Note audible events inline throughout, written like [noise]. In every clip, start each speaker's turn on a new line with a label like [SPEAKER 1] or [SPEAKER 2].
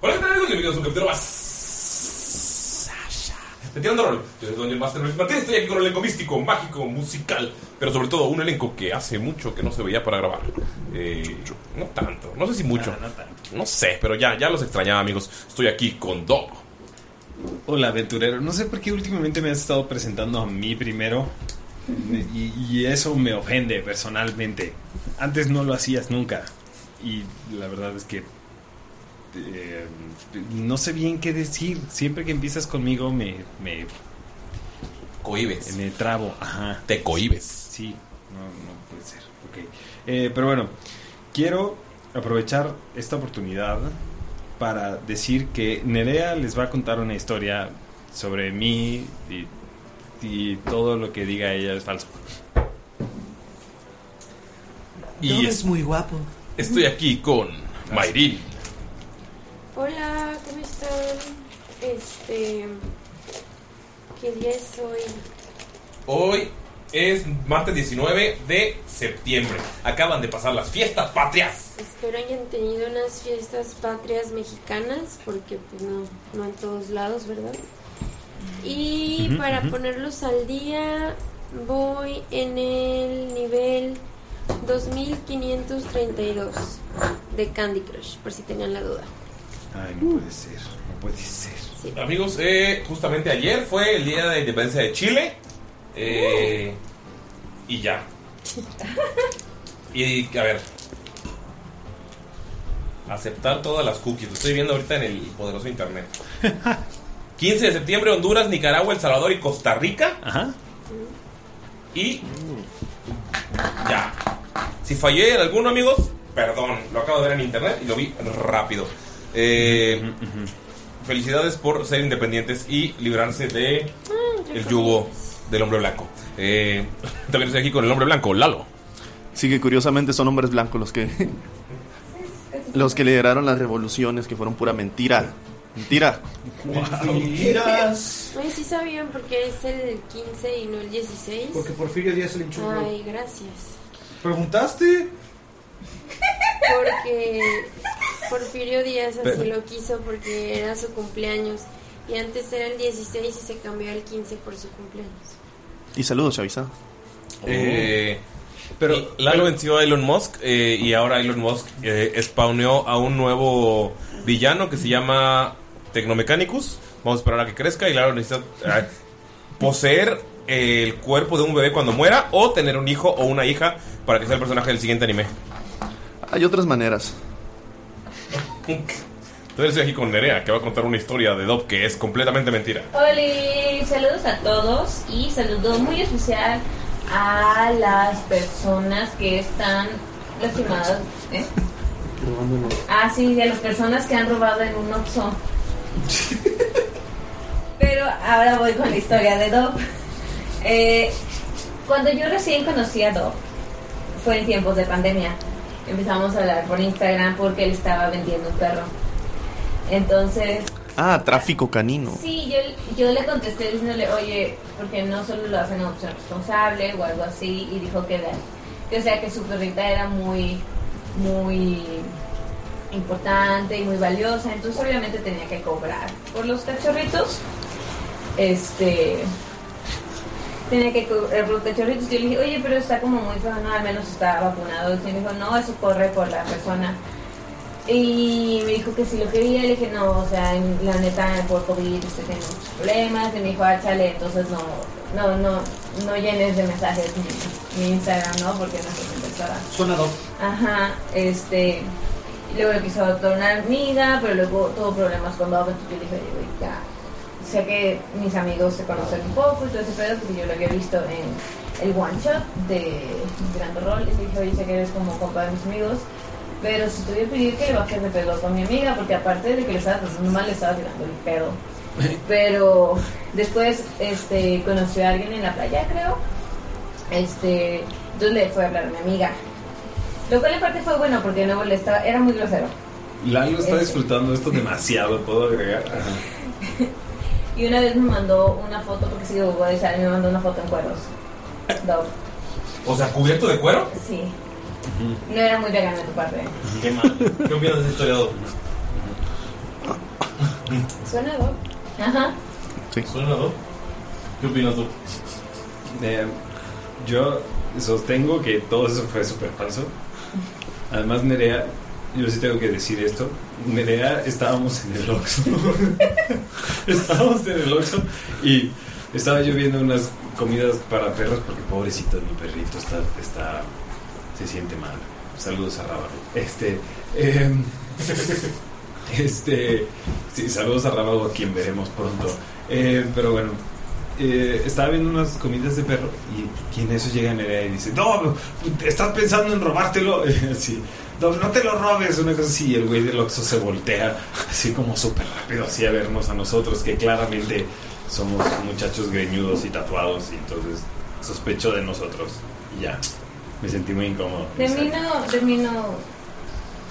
[SPEAKER 1] Hola, ¿qué tal amigos? Bienvenidos a un capítulo más. De Tirando Rol. Yo soy Daniel Master Luis Martínez. Estoy aquí con un elenco místico, mágico, musical, pero sobre todo un elenco que hace mucho que no se veía para grabar. Eh, no tanto, no sé si mucho. No, sé, pero ya, ya los extrañaba, amigos. Estoy aquí con Dog.
[SPEAKER 2] Hola aventurero, no sé por qué últimamente me has estado presentando a mí primero y, y eso me ofende personalmente. Antes no lo hacías nunca y la verdad es que eh, no sé bien qué decir. Siempre que empiezas conmigo me, me
[SPEAKER 1] Cohibes.
[SPEAKER 2] me trabo. Ajá.
[SPEAKER 1] Te cohibes.
[SPEAKER 2] Sí, no, no puede ser. Ok. Eh, pero bueno, quiero aprovechar esta oportunidad para decir que Nerea les va a contar una historia sobre mí y, y todo lo que diga ella es falso.
[SPEAKER 1] Y es-
[SPEAKER 3] muy guapo.
[SPEAKER 1] estoy aquí con
[SPEAKER 2] Ah,
[SPEAKER 1] Mayrin.
[SPEAKER 4] Hola, ¿cómo están? Este. ¿Qué día es hoy?
[SPEAKER 1] Hoy es martes 19 de septiembre. Acaban de pasar las fiestas patrias.
[SPEAKER 4] Espero hayan tenido unas fiestas patrias mexicanas, porque pues no, no en todos lados, ¿verdad? Y
[SPEAKER 1] Ujú,
[SPEAKER 4] para
[SPEAKER 1] ujú.
[SPEAKER 4] ponerlos al día, voy en el nivel 2532 de Candy Crush, por si tenían la duda.
[SPEAKER 2] Ay, no puede ser, no puede ser.
[SPEAKER 1] Amigos, eh, justamente ayer fue el Día de la Independencia de Chile. eh, y ya. Y a ver. Aceptar todas las cookies. Lo estoy viendo ahorita en el poderoso internet. 15 de septiembre, Honduras, Nicaragua, El Salvador y Costa Rica. Y. Ya. Si fallé en alguno, amigos, perdón. Lo acabo de ver en internet y lo vi rápido. Eh, Felicidades por ser independientes y librarse de el yugo del hombre blanco. Eh, [laughs] también estoy aquí con el hombre blanco, Lalo.
[SPEAKER 5] Sí, que curiosamente son hombres blancos los que. los que lideraron las revoluciones que fueron pura mentira. Mentira.
[SPEAKER 4] Oye, sí sabían por qué es el 15 y no el 16.
[SPEAKER 6] Porque Porfirio Díaz le hinchó un huevo.
[SPEAKER 4] Ay, gracias.
[SPEAKER 6] ¿Preguntaste?
[SPEAKER 4] Porque Porfirio Díaz así
[SPEAKER 6] Pero-
[SPEAKER 4] lo quiso porque era su cumpleaños Y antes era el 16 y se cambió al 15 por su cumpleaños.
[SPEAKER 5] Y saludos, Chavisa.
[SPEAKER 1] Eh, pero Lalo venció a Elon Musk eh, y ahora Elon Musk eh, spawneó a un nuevo villano que se llama Tecnomechanicus. Vamos a esperar a que crezca y Lalo necesita eh, poseer el cuerpo de un bebé cuando muera o tener un hijo o una hija para que sea el personaje del siguiente anime.
[SPEAKER 5] Hay otras maneras.
[SPEAKER 1] Entonces estoy aquí con Nerea que va a contar una historia de Dob que es completamente mentira.
[SPEAKER 3] Hola, saludos a todos y saludo muy especial a las personas que están lastimadas. ¿eh? Ah, sí, de las personas que han robado en un Oxxo. Pero ahora voy con la historia de Dob. Eh, cuando yo recién conocí a Dob, fue en tiempos de pandemia. Empezamos a hablar por Instagram porque él estaba vendiendo un perro. Entonces,
[SPEAKER 5] Ah, tráfico canino.
[SPEAKER 3] Sí, yo, yo le contesté diciéndole, oye, porque no solo lo hacen opción responsable o algo así, y dijo que de- O sea, que su perrita era muy, muy importante y muy valiosa, entonces obviamente tenía que cobrar por los cachorritos. Este.
[SPEAKER 7] [laughs]
[SPEAKER 3] Tenía que cobrar por los cachorritos. Yo le dije, oye, pero está como muy feo, no, al menos está vacunado. Y me dijo, no, eso corre por la persona. Y me dijo que si lo quería, le dije, no, o sea, en- la neta, por COVID estoy teniendo muchos problemas. Y me dijo, ah, chale, entonces no, no, no, no llenes de mensajes mi, mi Instagram, ¿no? Porque no soy contestada.
[SPEAKER 8] Sonado.
[SPEAKER 3] Ajá, este. y Luego le quiso tornar amiga, pero luego tuvo problemas con Bob, entonces yo le dije, oye, güey, ya. Sé que mis amigos se conocen un poco y todo ese pedo, porque yo lo había visto en el one shot de Grand Roll. Y le dije, oye, sé que eres como compa de mis amigos, pero si te voy a pedir que le bajes de pedo con mi amiga, porque aparte de que le estaba pasando mal, le estaba tirando el pedo. Pero después este, conoció a alguien en la playa, creo. Este, entonces le fue a hablar a mi amiga. Lo cual en parte fue bueno porque no molestaba, era muy grosero.
[SPEAKER 2] Lalo está disfrutando esto demasiado, puedo agregar.
[SPEAKER 3] Y una vez me mandó una foto, porque sigo Google de Shari, me mandó una foto en cueros. Dog.
[SPEAKER 1] O sea, cubierto de cuero.
[SPEAKER 3] Sí. No era muy vegano de tu parte.
[SPEAKER 1] Qué mal. ¿Qué opinas de esta historia, Dob?
[SPEAKER 4] Suena Doc.
[SPEAKER 3] Ajá.
[SPEAKER 1] ¿Suena Dob? ¿Qué opinas, Dob?
[SPEAKER 2] Eh, yo sostengo que todo eso fue súper falso. Además, Nerea, yo sí tengo que decir esto. Nerea, estábamos en el Oxxo. [laughs] estábamos en el Oxxo y estaba yo viendo unas comidas para perros porque pobrecito mi perrito está, está se siente mal. Saludos a Rábaro. Este, em, [laughs] este, sí, saludos a Rábaro, a quien veremos pronto. Eh, pero bueno, eh, estaba viendo unas comidas de perro y, quien en eso llega Nerea y dice, no, estás pensando en robártelo. [laughs] Así, "No, no te lo robes, una cosa así. Y el güey del Oxxo se voltea así como súper rápido, así a vernos a nosotros, que claramente somos muchachos greñudos y tatuados y entonces sospechó de nosotros. Y ya, me sentí muy incómodo.
[SPEAKER 3] De mí no, de mí no.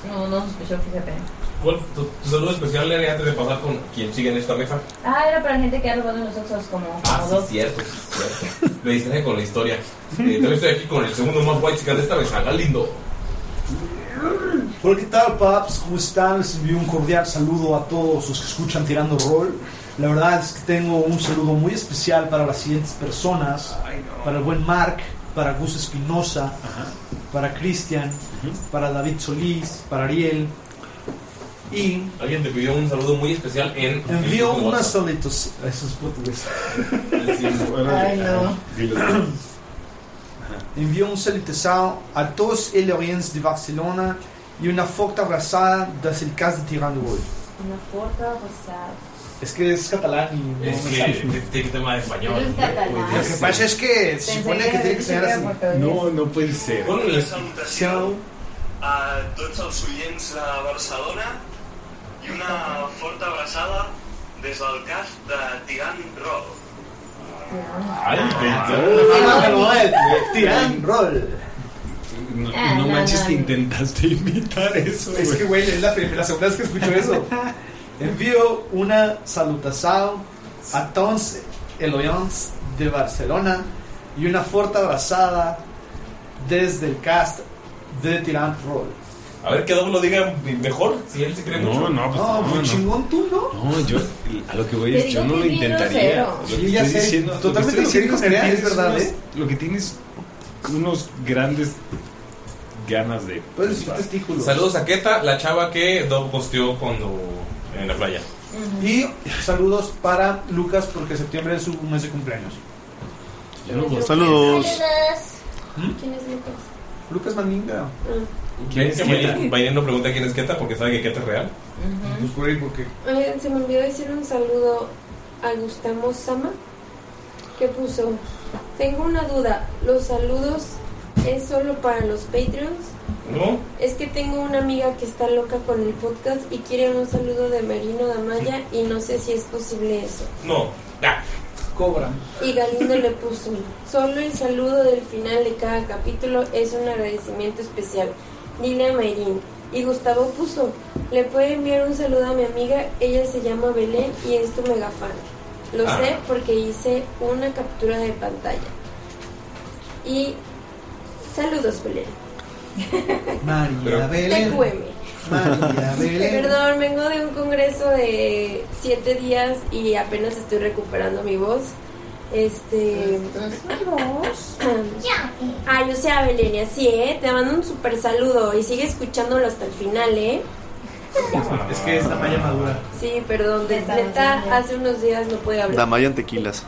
[SPEAKER 3] No, no sospechó, fíjate.
[SPEAKER 1] ¿Cuál fue tu, tu saludo especial le haría antes de pasar con quien sigue en esta mesa?
[SPEAKER 3] Ah, era para gente que ha robado en los oxos como, como
[SPEAKER 1] Ah, sí,
[SPEAKER 3] Dog.
[SPEAKER 1] cierto, sí, [laughs] cierto. Me distraje con la historia. Eh, también estoy aquí con el segundo más guay chica de esta mesa, Galindo.
[SPEAKER 8] Hola, ¿qué tal, paps? ¿Cómo están? Les envío un cordial saludo a todos los que escuchan Tirando Roll. La verdad es que tengo un saludo muy especial para las siguientes personas. Para el buen Mark, para Gus Espinosa, para Cristian, para David Solís, para Ariel. Y
[SPEAKER 1] Alguien te pidió un saludo muy especial en.
[SPEAKER 8] envío
[SPEAKER 1] en-
[SPEAKER 8] unas saluditos a esos portugueses.
[SPEAKER 3] Ay, no.
[SPEAKER 8] Envió un salutação a todos os orientes de Barcelona e uma forte abraçada das Ilcas de Tirando hoje.
[SPEAKER 3] Una foto pues, pasada.
[SPEAKER 8] Es que es catalán y no
[SPEAKER 1] Es
[SPEAKER 8] me
[SPEAKER 1] que
[SPEAKER 8] sale.
[SPEAKER 1] tiene tema de español.
[SPEAKER 3] Es catalán.
[SPEAKER 8] Lo que pasa es que se
[SPEAKER 3] Pensé
[SPEAKER 8] supone que tiene que ser
[SPEAKER 3] era
[SPEAKER 8] así.
[SPEAKER 3] portugués.
[SPEAKER 2] no puede ser.
[SPEAKER 1] Con el-
[SPEAKER 8] Salutació
[SPEAKER 9] a tots els oients de Barcelona i una forta abraçada des del cas de Tirant Roll.
[SPEAKER 1] Ay,
[SPEAKER 8] Tirant roll.
[SPEAKER 2] No,
[SPEAKER 3] Ah,
[SPEAKER 2] no
[SPEAKER 3] no,
[SPEAKER 2] manches
[SPEAKER 3] no,
[SPEAKER 2] que
[SPEAKER 3] no.
[SPEAKER 2] intentaste imitar eso.
[SPEAKER 8] Es
[SPEAKER 2] güey.
[SPEAKER 8] que, güey, es la primera, segunda vez que escucho eso. Envío una salutación a todos los oyentes de Barcelona y una fuerte abrazada desde el cast de Tirant Roll.
[SPEAKER 1] A ver que Doug lo diga mejor, si él se cree
[SPEAKER 2] No,
[SPEAKER 1] mucho.
[SPEAKER 2] no, pues, No, no, muy no. chingón
[SPEAKER 8] tú, ¿no?
[SPEAKER 2] No, yo a lo que voy
[SPEAKER 1] Te
[SPEAKER 2] es,
[SPEAKER 1] digo
[SPEAKER 2] yo no
[SPEAKER 1] que
[SPEAKER 2] lo
[SPEAKER 1] bien
[SPEAKER 2] intentaría.
[SPEAKER 1] grosero.
[SPEAKER 2] Lo
[SPEAKER 1] Sí,
[SPEAKER 2] que
[SPEAKER 1] ya
[SPEAKER 2] estoy
[SPEAKER 1] sé.
[SPEAKER 2] diciendo- lo que
[SPEAKER 1] Totalmente lo que
[SPEAKER 2] estoy diciendo
[SPEAKER 1] dijo
[SPEAKER 2] es que
[SPEAKER 1] Nerea es
[SPEAKER 2] tienes
[SPEAKER 1] verdad,
[SPEAKER 2] unos-
[SPEAKER 1] ¿eh?
[SPEAKER 2] Lo que tienes unos grandes ganas de.
[SPEAKER 1] Saludos a Keta, la chava que Doug posteó cuando en la playa.
[SPEAKER 8] Y saludos para Lucas porque septiembre es su mes de cumpleaños.
[SPEAKER 1] Saludos.
[SPEAKER 4] ¿Quién es Lucas?
[SPEAKER 8] Lucas Mandinga.
[SPEAKER 1] ¿Quién
[SPEAKER 8] es
[SPEAKER 1] es
[SPEAKER 8] Keta?
[SPEAKER 1] Vainel no pregunta quién es Keta porque sabe que Keta es real.
[SPEAKER 8] Pues por ahí, porque.
[SPEAKER 4] Oigan, Ah. se me olvidó decir un saludo a Gustavo Sama que puso. Tengo una duda, ¿los saludos es solo para los Patreons?
[SPEAKER 1] ¿No?
[SPEAKER 4] Es que tengo una amiga que está loca con el podcast y quiere un saludo de Merino Damaya y no sé si es posible eso.
[SPEAKER 1] No. Ah.
[SPEAKER 8] Cobran.
[SPEAKER 4] Y Galindo le puso, solo el saludo del final de cada capítulo es un agradecimiento especial. Dile a Mayrin. Y Gustavo puso, le puede enviar un saludo a mi amiga, ella se llama Belén y es tu mega fan. Lo
[SPEAKER 1] Ah.
[SPEAKER 4] sé porque hice una captura de pantalla. Y saludos Belén.
[SPEAKER 8] María Belén.
[SPEAKER 4] TQM.
[SPEAKER 8] [laughs] María Belén.
[SPEAKER 4] Perdón, vengo de un congreso de siete días y apenas estoy recuperando mi voz. Este. Ah, yo sea Belén, y así, ¿eh? Te mando un super saludo y sigue escuchándolo hasta el final, ¿eh?
[SPEAKER 8] Es que es la malla madura.
[SPEAKER 4] Sí, perdón, de neta, hace unos días no pude hablar.
[SPEAKER 5] Damaya en tequilas.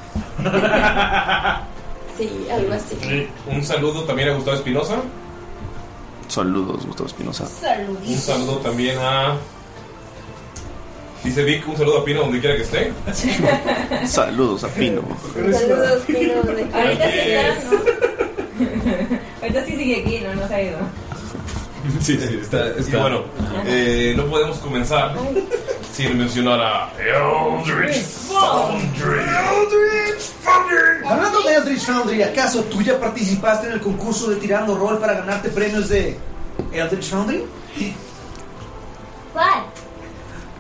[SPEAKER 4] Sí, algo así.
[SPEAKER 1] Un saludo también a Gustavo Espinosa.
[SPEAKER 5] Saludos, Gustavo Espinosa.
[SPEAKER 1] Un saludo también a. Dice Vic, un saludo a Pino donde quiera que [laughs] esté.
[SPEAKER 5] Saludos a Pino.
[SPEAKER 4] Saludos, Pino. de-
[SPEAKER 3] Ahorita sí está, ¿no? Ahorita sí sigue aquí, ¿no? No se ha ido.
[SPEAKER 1] Sí, sí, está. Y bueno, eh, no podemos comenzar sin mencionar a Eldritch Foundry.
[SPEAKER 8] Hablando de Eldritch Foundry, ¿acaso tú ya participaste en el concurso de Tirando Roll para ganarte premios de Eldritch Foundry?
[SPEAKER 3] ¿Cuál?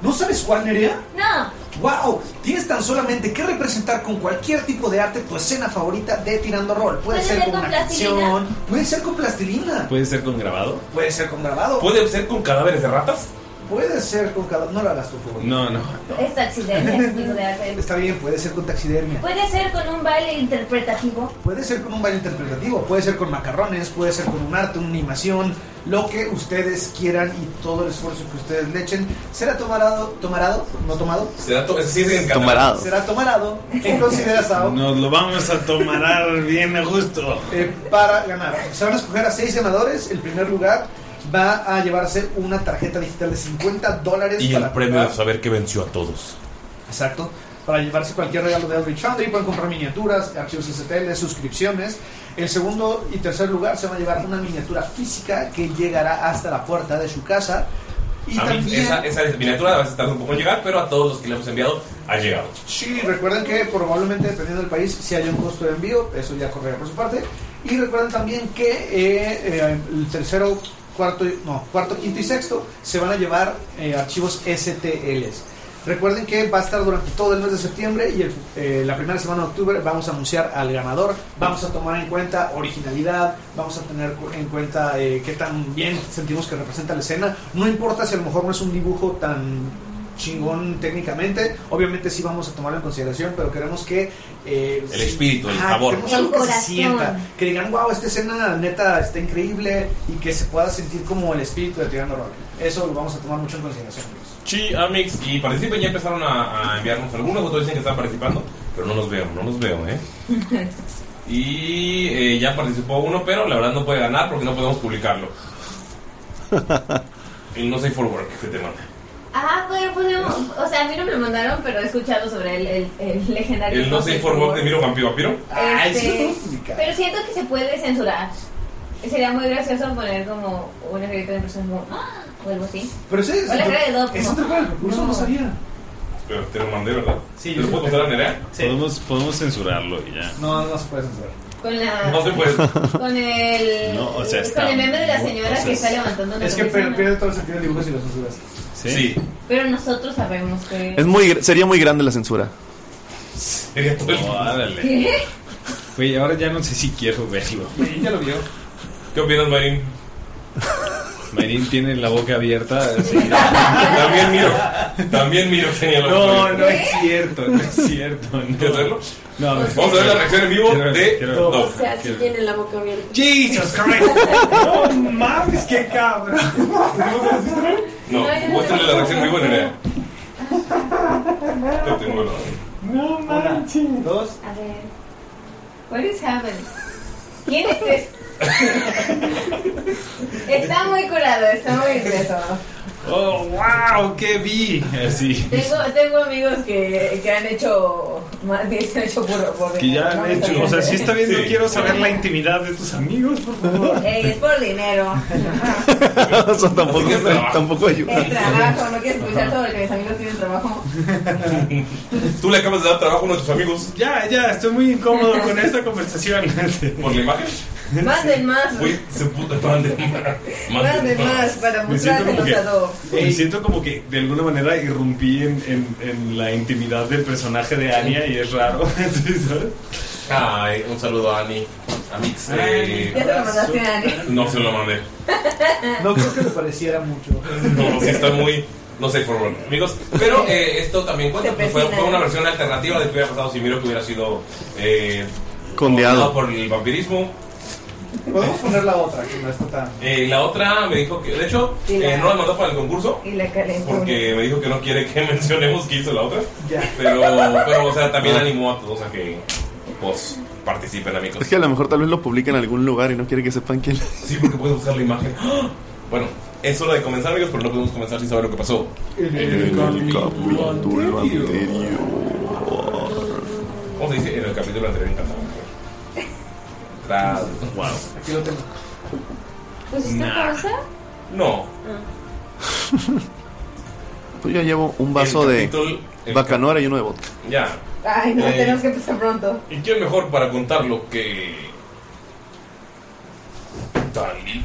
[SPEAKER 8] ¿No sabes cuál, Nerea?
[SPEAKER 3] No. [laughs]
[SPEAKER 8] ¡Wow! Tienes tan solamente que representar con cualquier tipo de arte tu escena favorita de Tirando Roll. Puede, ser, con una
[SPEAKER 3] plastilina.
[SPEAKER 8] canción, puede ser con plastilina,
[SPEAKER 2] ¿Puede ser con grabado?
[SPEAKER 8] puede ser con grabado,
[SPEAKER 1] ¿Puede ser con cadáveres de ratas?
[SPEAKER 8] puede ser con cada... No lo hagas, por favor.
[SPEAKER 2] No, no.
[SPEAKER 7] este
[SPEAKER 3] Es taxidermia, es tipo de arte.
[SPEAKER 8] Está bien, puede ser con taxidermia.
[SPEAKER 3] Puede ser con un baile interpretativo.
[SPEAKER 8] Puede ser con un baile interpretativo, puede ser con macarrones, puede ser con un arte, una animación, lo que ustedes quieran y todo el esfuerzo que ustedes le echen será tomarado, tomarado, no tomado,
[SPEAKER 1] Será to- sí, sí, en catalán.
[SPEAKER 8] será tomarado en consideración
[SPEAKER 2] Nos lo vamos a tomar bien a gusto.
[SPEAKER 8] eh, para ganar. Se van a escoger a seis ganadores, el primer lugar va a llevarse una tarjeta digital de 50 dólares
[SPEAKER 1] Y el
[SPEAKER 8] para
[SPEAKER 1] premio de saber que venció a todos.
[SPEAKER 8] Exacto. Para llevarse cualquier regalo de Eldritch Foundry pueden comprar miniaturas, archivos STL, suscripciones. El segundo y tercer lugar se van a llevar una miniatura física que llegará hasta la puerta de su casa. Y
[SPEAKER 1] a mí
[SPEAKER 8] también,
[SPEAKER 1] esa, esa miniatura a veces tarda un poco en llegar, pero a todos los que le hemos enviado ha llegado.
[SPEAKER 8] sí, recuerden que probablemente dependiendo del país, si hay un costo de envío, eso ya correrá por su parte. Y recuerden también que eh, eh, el tercero, cuarto, y- no, cuarto, quinto y sexto se van a llevar eh, archivos STLs. Recuerden que va a estar durante todo el mes de septiembre y el- eh, la primera semana de octubre vamos a anunciar al ganador. Vamos a tomar en cuenta originalidad, vamos a tener cu- en cuenta eh, qué tan bien sentimos que representa la escena. No importa si a lo mejor no es un dibujo tan chingón técnicamente, obviamente sí vamos a tomarlo en consideración, pero queremos que... eh,
[SPEAKER 1] El espíritu, el
[SPEAKER 8] ajá,
[SPEAKER 1] sabor.
[SPEAKER 8] Queremos algo
[SPEAKER 3] El
[SPEAKER 8] que se
[SPEAKER 3] corazón.
[SPEAKER 8] sienta, que digan, wow, esta escena neta está increíble y que se pueda sentir como el espíritu de Tirando Roll. Eso lo vamos a tomar mucho en consideración. amigos.
[SPEAKER 1] Sí, Amix, y participen, ya empezaron a, a enviarnos algunos, otros dicen que están participando, pero no los veo, no los veo, ¿eh? Y eh, ya participó uno, pero la verdad no puede ganar porque no podemos
[SPEAKER 2] [laughs]
[SPEAKER 1] publicarlo. Y no soy for work que te manda.
[SPEAKER 3] Ah, pero podemos. O sea, a mí no me mandaron, pero he escuchado sobre el, el, el legendario.
[SPEAKER 1] El no soy for work de Miro Vampiro Vampiro.
[SPEAKER 8] Ah,
[SPEAKER 3] Este, pero siento que se puede censurar. Sería muy gracioso poner como una carita de persona como. ¡Ah! O algo así.
[SPEAKER 8] Pero sí,
[SPEAKER 3] O la cara de Doc.
[SPEAKER 8] Es
[SPEAKER 3] como,
[SPEAKER 8] otro juego, concurso no.
[SPEAKER 3] No.
[SPEAKER 8] sabía.
[SPEAKER 1] Pero te lo mandé, ¿verdad? Sí, ¿Te lo puedo contar a Nerea?
[SPEAKER 2] Podemos, podemos censurarlo y ya.
[SPEAKER 8] No, no se puede censurar.
[SPEAKER 3] Con la.
[SPEAKER 1] No se puede.
[SPEAKER 3] Con el.
[SPEAKER 2] No, o sea, está
[SPEAKER 3] con el meme de la
[SPEAKER 2] muy-
[SPEAKER 3] señora
[SPEAKER 2] o sea,
[SPEAKER 3] que
[SPEAKER 2] es-
[SPEAKER 3] está levantando la
[SPEAKER 8] Es que
[SPEAKER 3] cabeza,
[SPEAKER 8] per-
[SPEAKER 3] ¿no?
[SPEAKER 8] pierde todo el sentido del dibujo si lo censuras.
[SPEAKER 2] ¿Sí?
[SPEAKER 3] Pero nosotros sabemos que.
[SPEAKER 5] Es muy, sería muy grande la censura.
[SPEAKER 1] Sería todo el-
[SPEAKER 2] Órale.
[SPEAKER 3] ¿Qué?
[SPEAKER 2] Güey, ahora ya no sé si quiero verlo.
[SPEAKER 8] Ya lo vio.
[SPEAKER 1] ¿Qué opinas, Marín?
[SPEAKER 2] Mayrin tiene la boca abierta. así.
[SPEAKER 1] También miro. También miro. señor.
[SPEAKER 2] No, no es cierto, no es cierto. No. No,
[SPEAKER 1] Vamos a ver la reacción en vivo de
[SPEAKER 4] O sea, sí tiene la boca abierta.
[SPEAKER 2] Jesus Christ. No mames, qué cabrón.
[SPEAKER 1] No, muéstrale la reacción en vivo de Nerea. Yo tengo la.
[SPEAKER 6] No manches. Dos.
[SPEAKER 3] A ver. What is happening? ¿Quién es
[SPEAKER 2] [laughs]
[SPEAKER 3] este? está muy curado, está muy intenso.
[SPEAKER 2] Oh, wow, qué vi. Así.
[SPEAKER 3] Tengo, tengo amigos que, que han hecho más de han hecho burro por
[SPEAKER 2] Que ya han hecho. O sea, si está viendo,
[SPEAKER 1] Sí.
[SPEAKER 2] quiero saber la intimidad de tus
[SPEAKER 5] [laughs]
[SPEAKER 2] amigos, por favor.
[SPEAKER 3] Ey, es por
[SPEAKER 2] [laughs]
[SPEAKER 3] dinero.
[SPEAKER 5] O sea, tampoco, tampoco
[SPEAKER 3] Es
[SPEAKER 5] ayuda.
[SPEAKER 3] trabajo, no quiero escuchar sobre que mis amigos tienen trabajo.
[SPEAKER 1] [laughs] Tú le acabas de dar trabajo a uno de tus amigos
[SPEAKER 2] Ya, ya, estoy muy incómodo con esta conversación.
[SPEAKER 1] [laughs] por la imagen.
[SPEAKER 3] Manden más,
[SPEAKER 1] Güey, se puta, mande.
[SPEAKER 3] manden más para
[SPEAKER 2] Me siento como
[SPEAKER 3] mostrárselos
[SPEAKER 2] que,
[SPEAKER 3] a todos.
[SPEAKER 2] me siento como que de alguna manera irrumpí en, en- en la intimidad del personaje de Anya y es raro. [laughs] Sí, ¿sabes?
[SPEAKER 1] Ay, un saludo a Ani. A Mix. eh,
[SPEAKER 2] Ay.
[SPEAKER 3] Ya se lo mandaste a Ani.
[SPEAKER 1] No se lo mandé.
[SPEAKER 6] No creo que le pareciera mucho.
[SPEAKER 1] No, sí está muy. No sé, for real, amigos. Pero eh, esto también cuenta.
[SPEAKER 3] Te
[SPEAKER 1] pues, fue,
[SPEAKER 3] persigna.
[SPEAKER 1] fue una versión alternativa de que hubiera pasado si Miro que hubiera sido. Eh, condenado
[SPEAKER 5] Condeado.
[SPEAKER 1] por el vampirismo.
[SPEAKER 6] Podemos poner la otra, que no está tan.
[SPEAKER 1] Eh, la otra me dijo que. De hecho,
[SPEAKER 3] Y la-
[SPEAKER 1] eh, no la mandó para el concurso.
[SPEAKER 3] Y la calentó.
[SPEAKER 1] Porque me dijo que no quiere que [laughs] mencionemos que hizo la otra.
[SPEAKER 6] Ya.
[SPEAKER 1] Pero, pero, o sea,
[SPEAKER 5] Ah.
[SPEAKER 1] también animó a todos a que pues, participen, amigos.
[SPEAKER 5] Es que a lo mejor tal vez lo publica en algún lugar y no quiere que sepan quién.
[SPEAKER 1] Sí, porque puedes buscar la imagen. ¡Ah! Bueno, es hora de comenzar, amigos, pero no podemos comenzar sin saber lo que pasó.
[SPEAKER 5] En el capítulo anterior.
[SPEAKER 1] ¿Cómo se dice? En el capítulo anterior en catalán. Tras. Wow.
[SPEAKER 6] Aquí lo tengo.
[SPEAKER 4] ¿Pusiste pausa?
[SPEAKER 1] No.
[SPEAKER 5] Pues yo llevo un vaso
[SPEAKER 1] El
[SPEAKER 5] de
[SPEAKER 1] capítulo- el
[SPEAKER 5] bacanora y uno de vodka.
[SPEAKER 1] Ya.
[SPEAKER 3] Ay, no,
[SPEAKER 1] Eh.
[SPEAKER 3] tenemos que empezar pronto.
[SPEAKER 1] ¿Y quién mejor para contar lo que. Talila.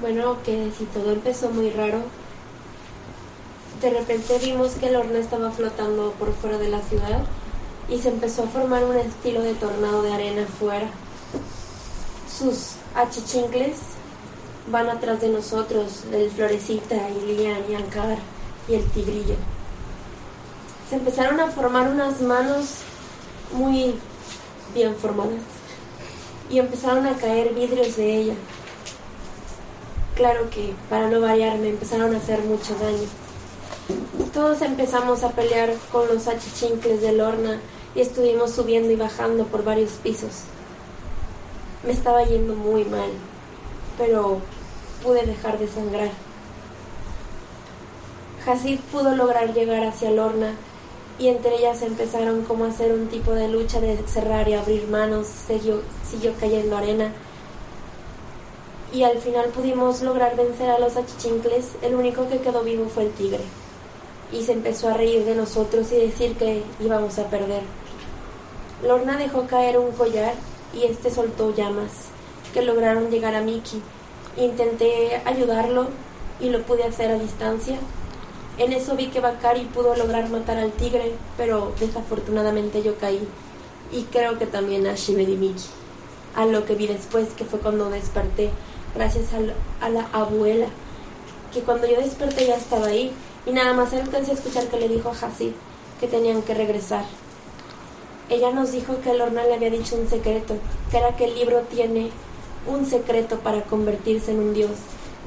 [SPEAKER 4] Bueno, que si todo empezó muy raro, de repente vimos que el horno estaba flotando por fuera de la ciudad y se empezó a formar un estilo de tornado de arena afuera. Sus achichincles van atrás de nosotros, el Florecita, Ilian y Ankar y el Tigrillo. Se empezaron a formar unas manos muy bien formadas y empezaron a caer vidrios de ella. Claro que, para no variar, me empezaron a hacer mucho daño. Todos empezamos a pelear con los achichincles de Lorna y estuvimos subiendo y bajando por varios pisos. Me estaba yendo muy mal, pero pude dejar de sangrar. Hasib pudo lograr llegar hacia Lorna y entre ellas empezaron como a hacer un tipo de lucha de cerrar y abrir manos, siguió, siguió cayendo arena y al final pudimos lograr vencer a los achichincles, el único que quedó vivo fue el tigre. Y se empezó a reír de nosotros y decir que íbamos a perder. Lorna dejó caer un collar y este soltó llamas, que lograron llegar a Mickey. Intenté ayudarlo y lo pude hacer a distancia. En eso vi que Bakari pudo lograr matar al tigre, pero desafortunadamente yo caí. Y creo que también a Shiver y Mickey a lo que vi después, que fue cuando desperté, gracias al- a, la abuela, que cuando yo desperté ya estaba ahí y nada más alcancé a escuchar que le dijo a Hassid que tenían que regresar. Ella nos dijo que Lorna le había dicho un secreto, que era que el libro tiene un secreto para convertirse en un dios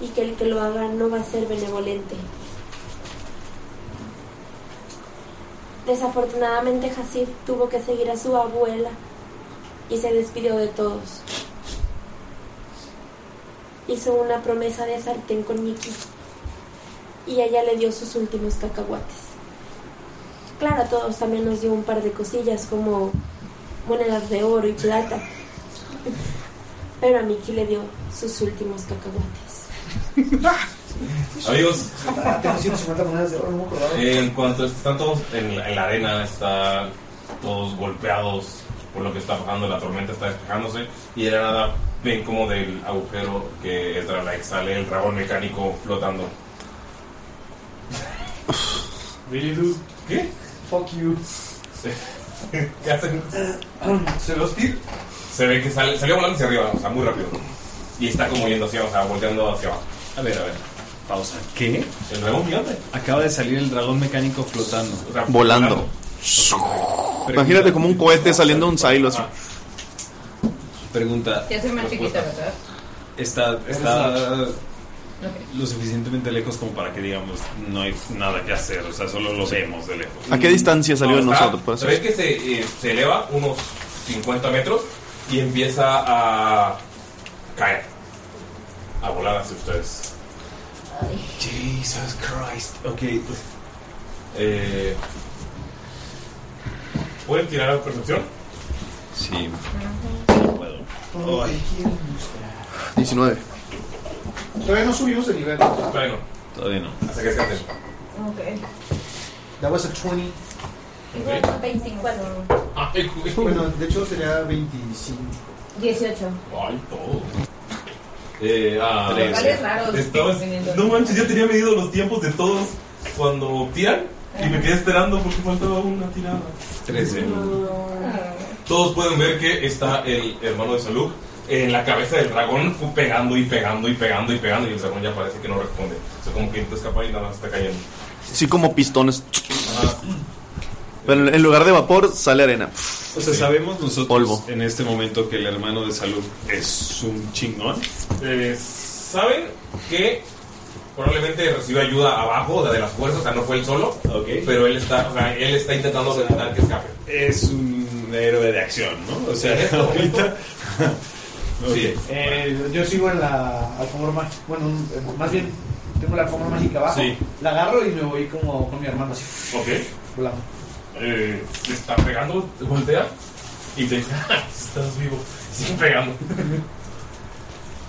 [SPEAKER 4] y que el que lo haga no va a ser benevolente. Desafortunadamente Hassid tuvo que seguir a su abuela y se despidió de todos. Hizo una promesa de sartén con Mickey y ella le dio sus últimos cacahuates. Claro, a todos también nos dio un par de cosillas como monedas de oro y plata, [laughs] pero a Mickey le dio sus últimos cacahuates.
[SPEAKER 1] Amigos,
[SPEAKER 6] Ah, Tengo 150 monedas de oro, no me acordaba.
[SPEAKER 1] Eh, En cuanto están todos en la, en la arena, están todos golpeados por lo que está bajando, la tormenta está despejándose y de la nada ven como del agujero que entra la sale el dragón mecánico flotando.
[SPEAKER 2] Billy Lou.
[SPEAKER 1] ¿Qué?
[SPEAKER 6] Fuck you.
[SPEAKER 1] Sí. [laughs] ¿Qué hacen?
[SPEAKER 2] Se los tira.
[SPEAKER 1] Se ve que sale, salió volando hacia arriba, o sea, muy rápido. Y está como yendo hacia, o sea, volteando hacia abajo.
[SPEAKER 2] A ver, a ver. Pausa. ¿Qué?
[SPEAKER 1] El dragón gigante.
[SPEAKER 2] Acaba de salir el dragón mecánico flotando.
[SPEAKER 5] Volando. Imagínate como un cohete saliendo de un silo así.
[SPEAKER 2] Pregunta.
[SPEAKER 3] Ya soy más chiquita, ¿verdad?
[SPEAKER 2] Está, está lo suficientemente lejos como para que digamos no hay nada que hacer, o sea, solo lo vemos de lejos.
[SPEAKER 5] ¿A qué distancia salió
[SPEAKER 1] No,
[SPEAKER 5] de
[SPEAKER 1] está-
[SPEAKER 5] nosotros? pues? Por
[SPEAKER 1] se
[SPEAKER 5] eso?
[SPEAKER 1] ve que se, eh, se eleva unos 50 metros y empieza a caer. A volar hacia ustedes.
[SPEAKER 2] Jesus Christ. Ok.
[SPEAKER 1] pues, Eh, ¿Pueden tirar a percepción?
[SPEAKER 2] Sí.
[SPEAKER 5] 19.
[SPEAKER 6] Todavía no subimos de nivel.
[SPEAKER 1] Bueno,
[SPEAKER 2] Todavía no.
[SPEAKER 1] hasta que escapen.
[SPEAKER 3] Ok.
[SPEAKER 6] That was a 20.
[SPEAKER 1] Ok.
[SPEAKER 3] 24.
[SPEAKER 1] Ay, güey.
[SPEAKER 6] Bueno, de hecho sería 25.
[SPEAKER 3] 18.
[SPEAKER 1] Ay, todo. Eh, ah,
[SPEAKER 3] Tres.
[SPEAKER 1] eh,
[SPEAKER 3] Vale, raro,
[SPEAKER 1] estabas-
[SPEAKER 3] teniendo-
[SPEAKER 1] no manches, yo tenía medido los tiempos de todos cuando tiran y me quedé esperando porque faltaba una tirada.
[SPEAKER 2] 13.
[SPEAKER 1] Todos pueden ver que está el hermano de Saluk en la cabeza del dragón pegando y pegando y pegando y pegando y el dragón ya parece que no responde. O sea, como que intenta escapar y nada más está cayendo.
[SPEAKER 5] Sí, como pistones.
[SPEAKER 1] Ah,
[SPEAKER 5] Pero en lugar de vapor, sale arena.
[SPEAKER 2] O sea, sabemos nosotros
[SPEAKER 5] Polvo.
[SPEAKER 2] en este momento que el hermano de salud es un chingón.
[SPEAKER 1] eh, Saben que probablemente recibió ayuda abajo de, de las fuerzas, o sea, no fue él solo,
[SPEAKER 2] Ok.
[SPEAKER 1] pero él está, o sea, él está intentando evitar que escape.
[SPEAKER 2] Es un héroe de acción, ¿no? [laughs] O sea,
[SPEAKER 1] En este
[SPEAKER 2] ahorita.
[SPEAKER 1] Sí.
[SPEAKER 2] Ok.
[SPEAKER 6] Eh, yo sigo en la alfombra mágica. Bueno, eh, más bien tengo la alfombra mágica abajo.
[SPEAKER 1] Sí.
[SPEAKER 6] La agarro y me voy como con mi hermano así
[SPEAKER 1] Ok.
[SPEAKER 6] volando.
[SPEAKER 1] Eh, te está pegando, te voltea y te dice, "Ah, estás vivo. Sigue pegando.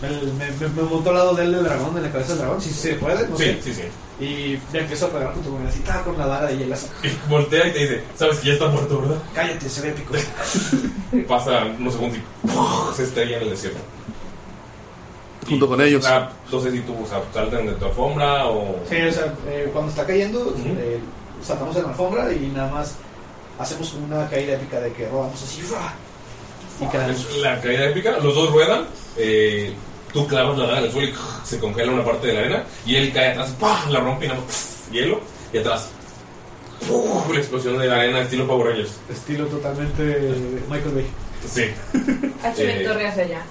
[SPEAKER 6] Me, me, me- me monto al lado del del dragón, de la cabeza del dragón, si se puede. No
[SPEAKER 1] Sí,
[SPEAKER 6] sé.
[SPEAKER 1] sí, sí.
[SPEAKER 6] Y me empiezo a pegar junto con él así, ta, con la daga y él así.
[SPEAKER 1] Y voltea y te dice, sabes que ya está muerto, ¿verdad?
[SPEAKER 6] Cállate, se ve épico.
[SPEAKER 1] [laughs] Pasa unos segundos y se estrella en el desierto.
[SPEAKER 5] Junto con ellos.
[SPEAKER 1] Ah, no sé si tú o sea, saltan de tu alfombra o.
[SPEAKER 6] Sí, o sea, eh, cuando está cayendo,
[SPEAKER 1] Ujú.
[SPEAKER 6] eh, saltamos en la alfombra y nada más hacemos como una caída épica de que rodamos así. ¡fra! Y caemos.
[SPEAKER 1] Ah, Es La caída épica, los dos ruedan. eh, tú clavas la daga en el suelo y se congela una parte de la arena. Y él cae atrás, ¡pah! la rompe y nada más, hielo. Y atrás, ¡puf! la explosión de la arena, estilo Power Rangers.
[SPEAKER 6] Estilo totalmente Michael Bay.
[SPEAKER 1] Sí.
[SPEAKER 3] H.
[SPEAKER 1] Eh.
[SPEAKER 3] Torre hacia allá.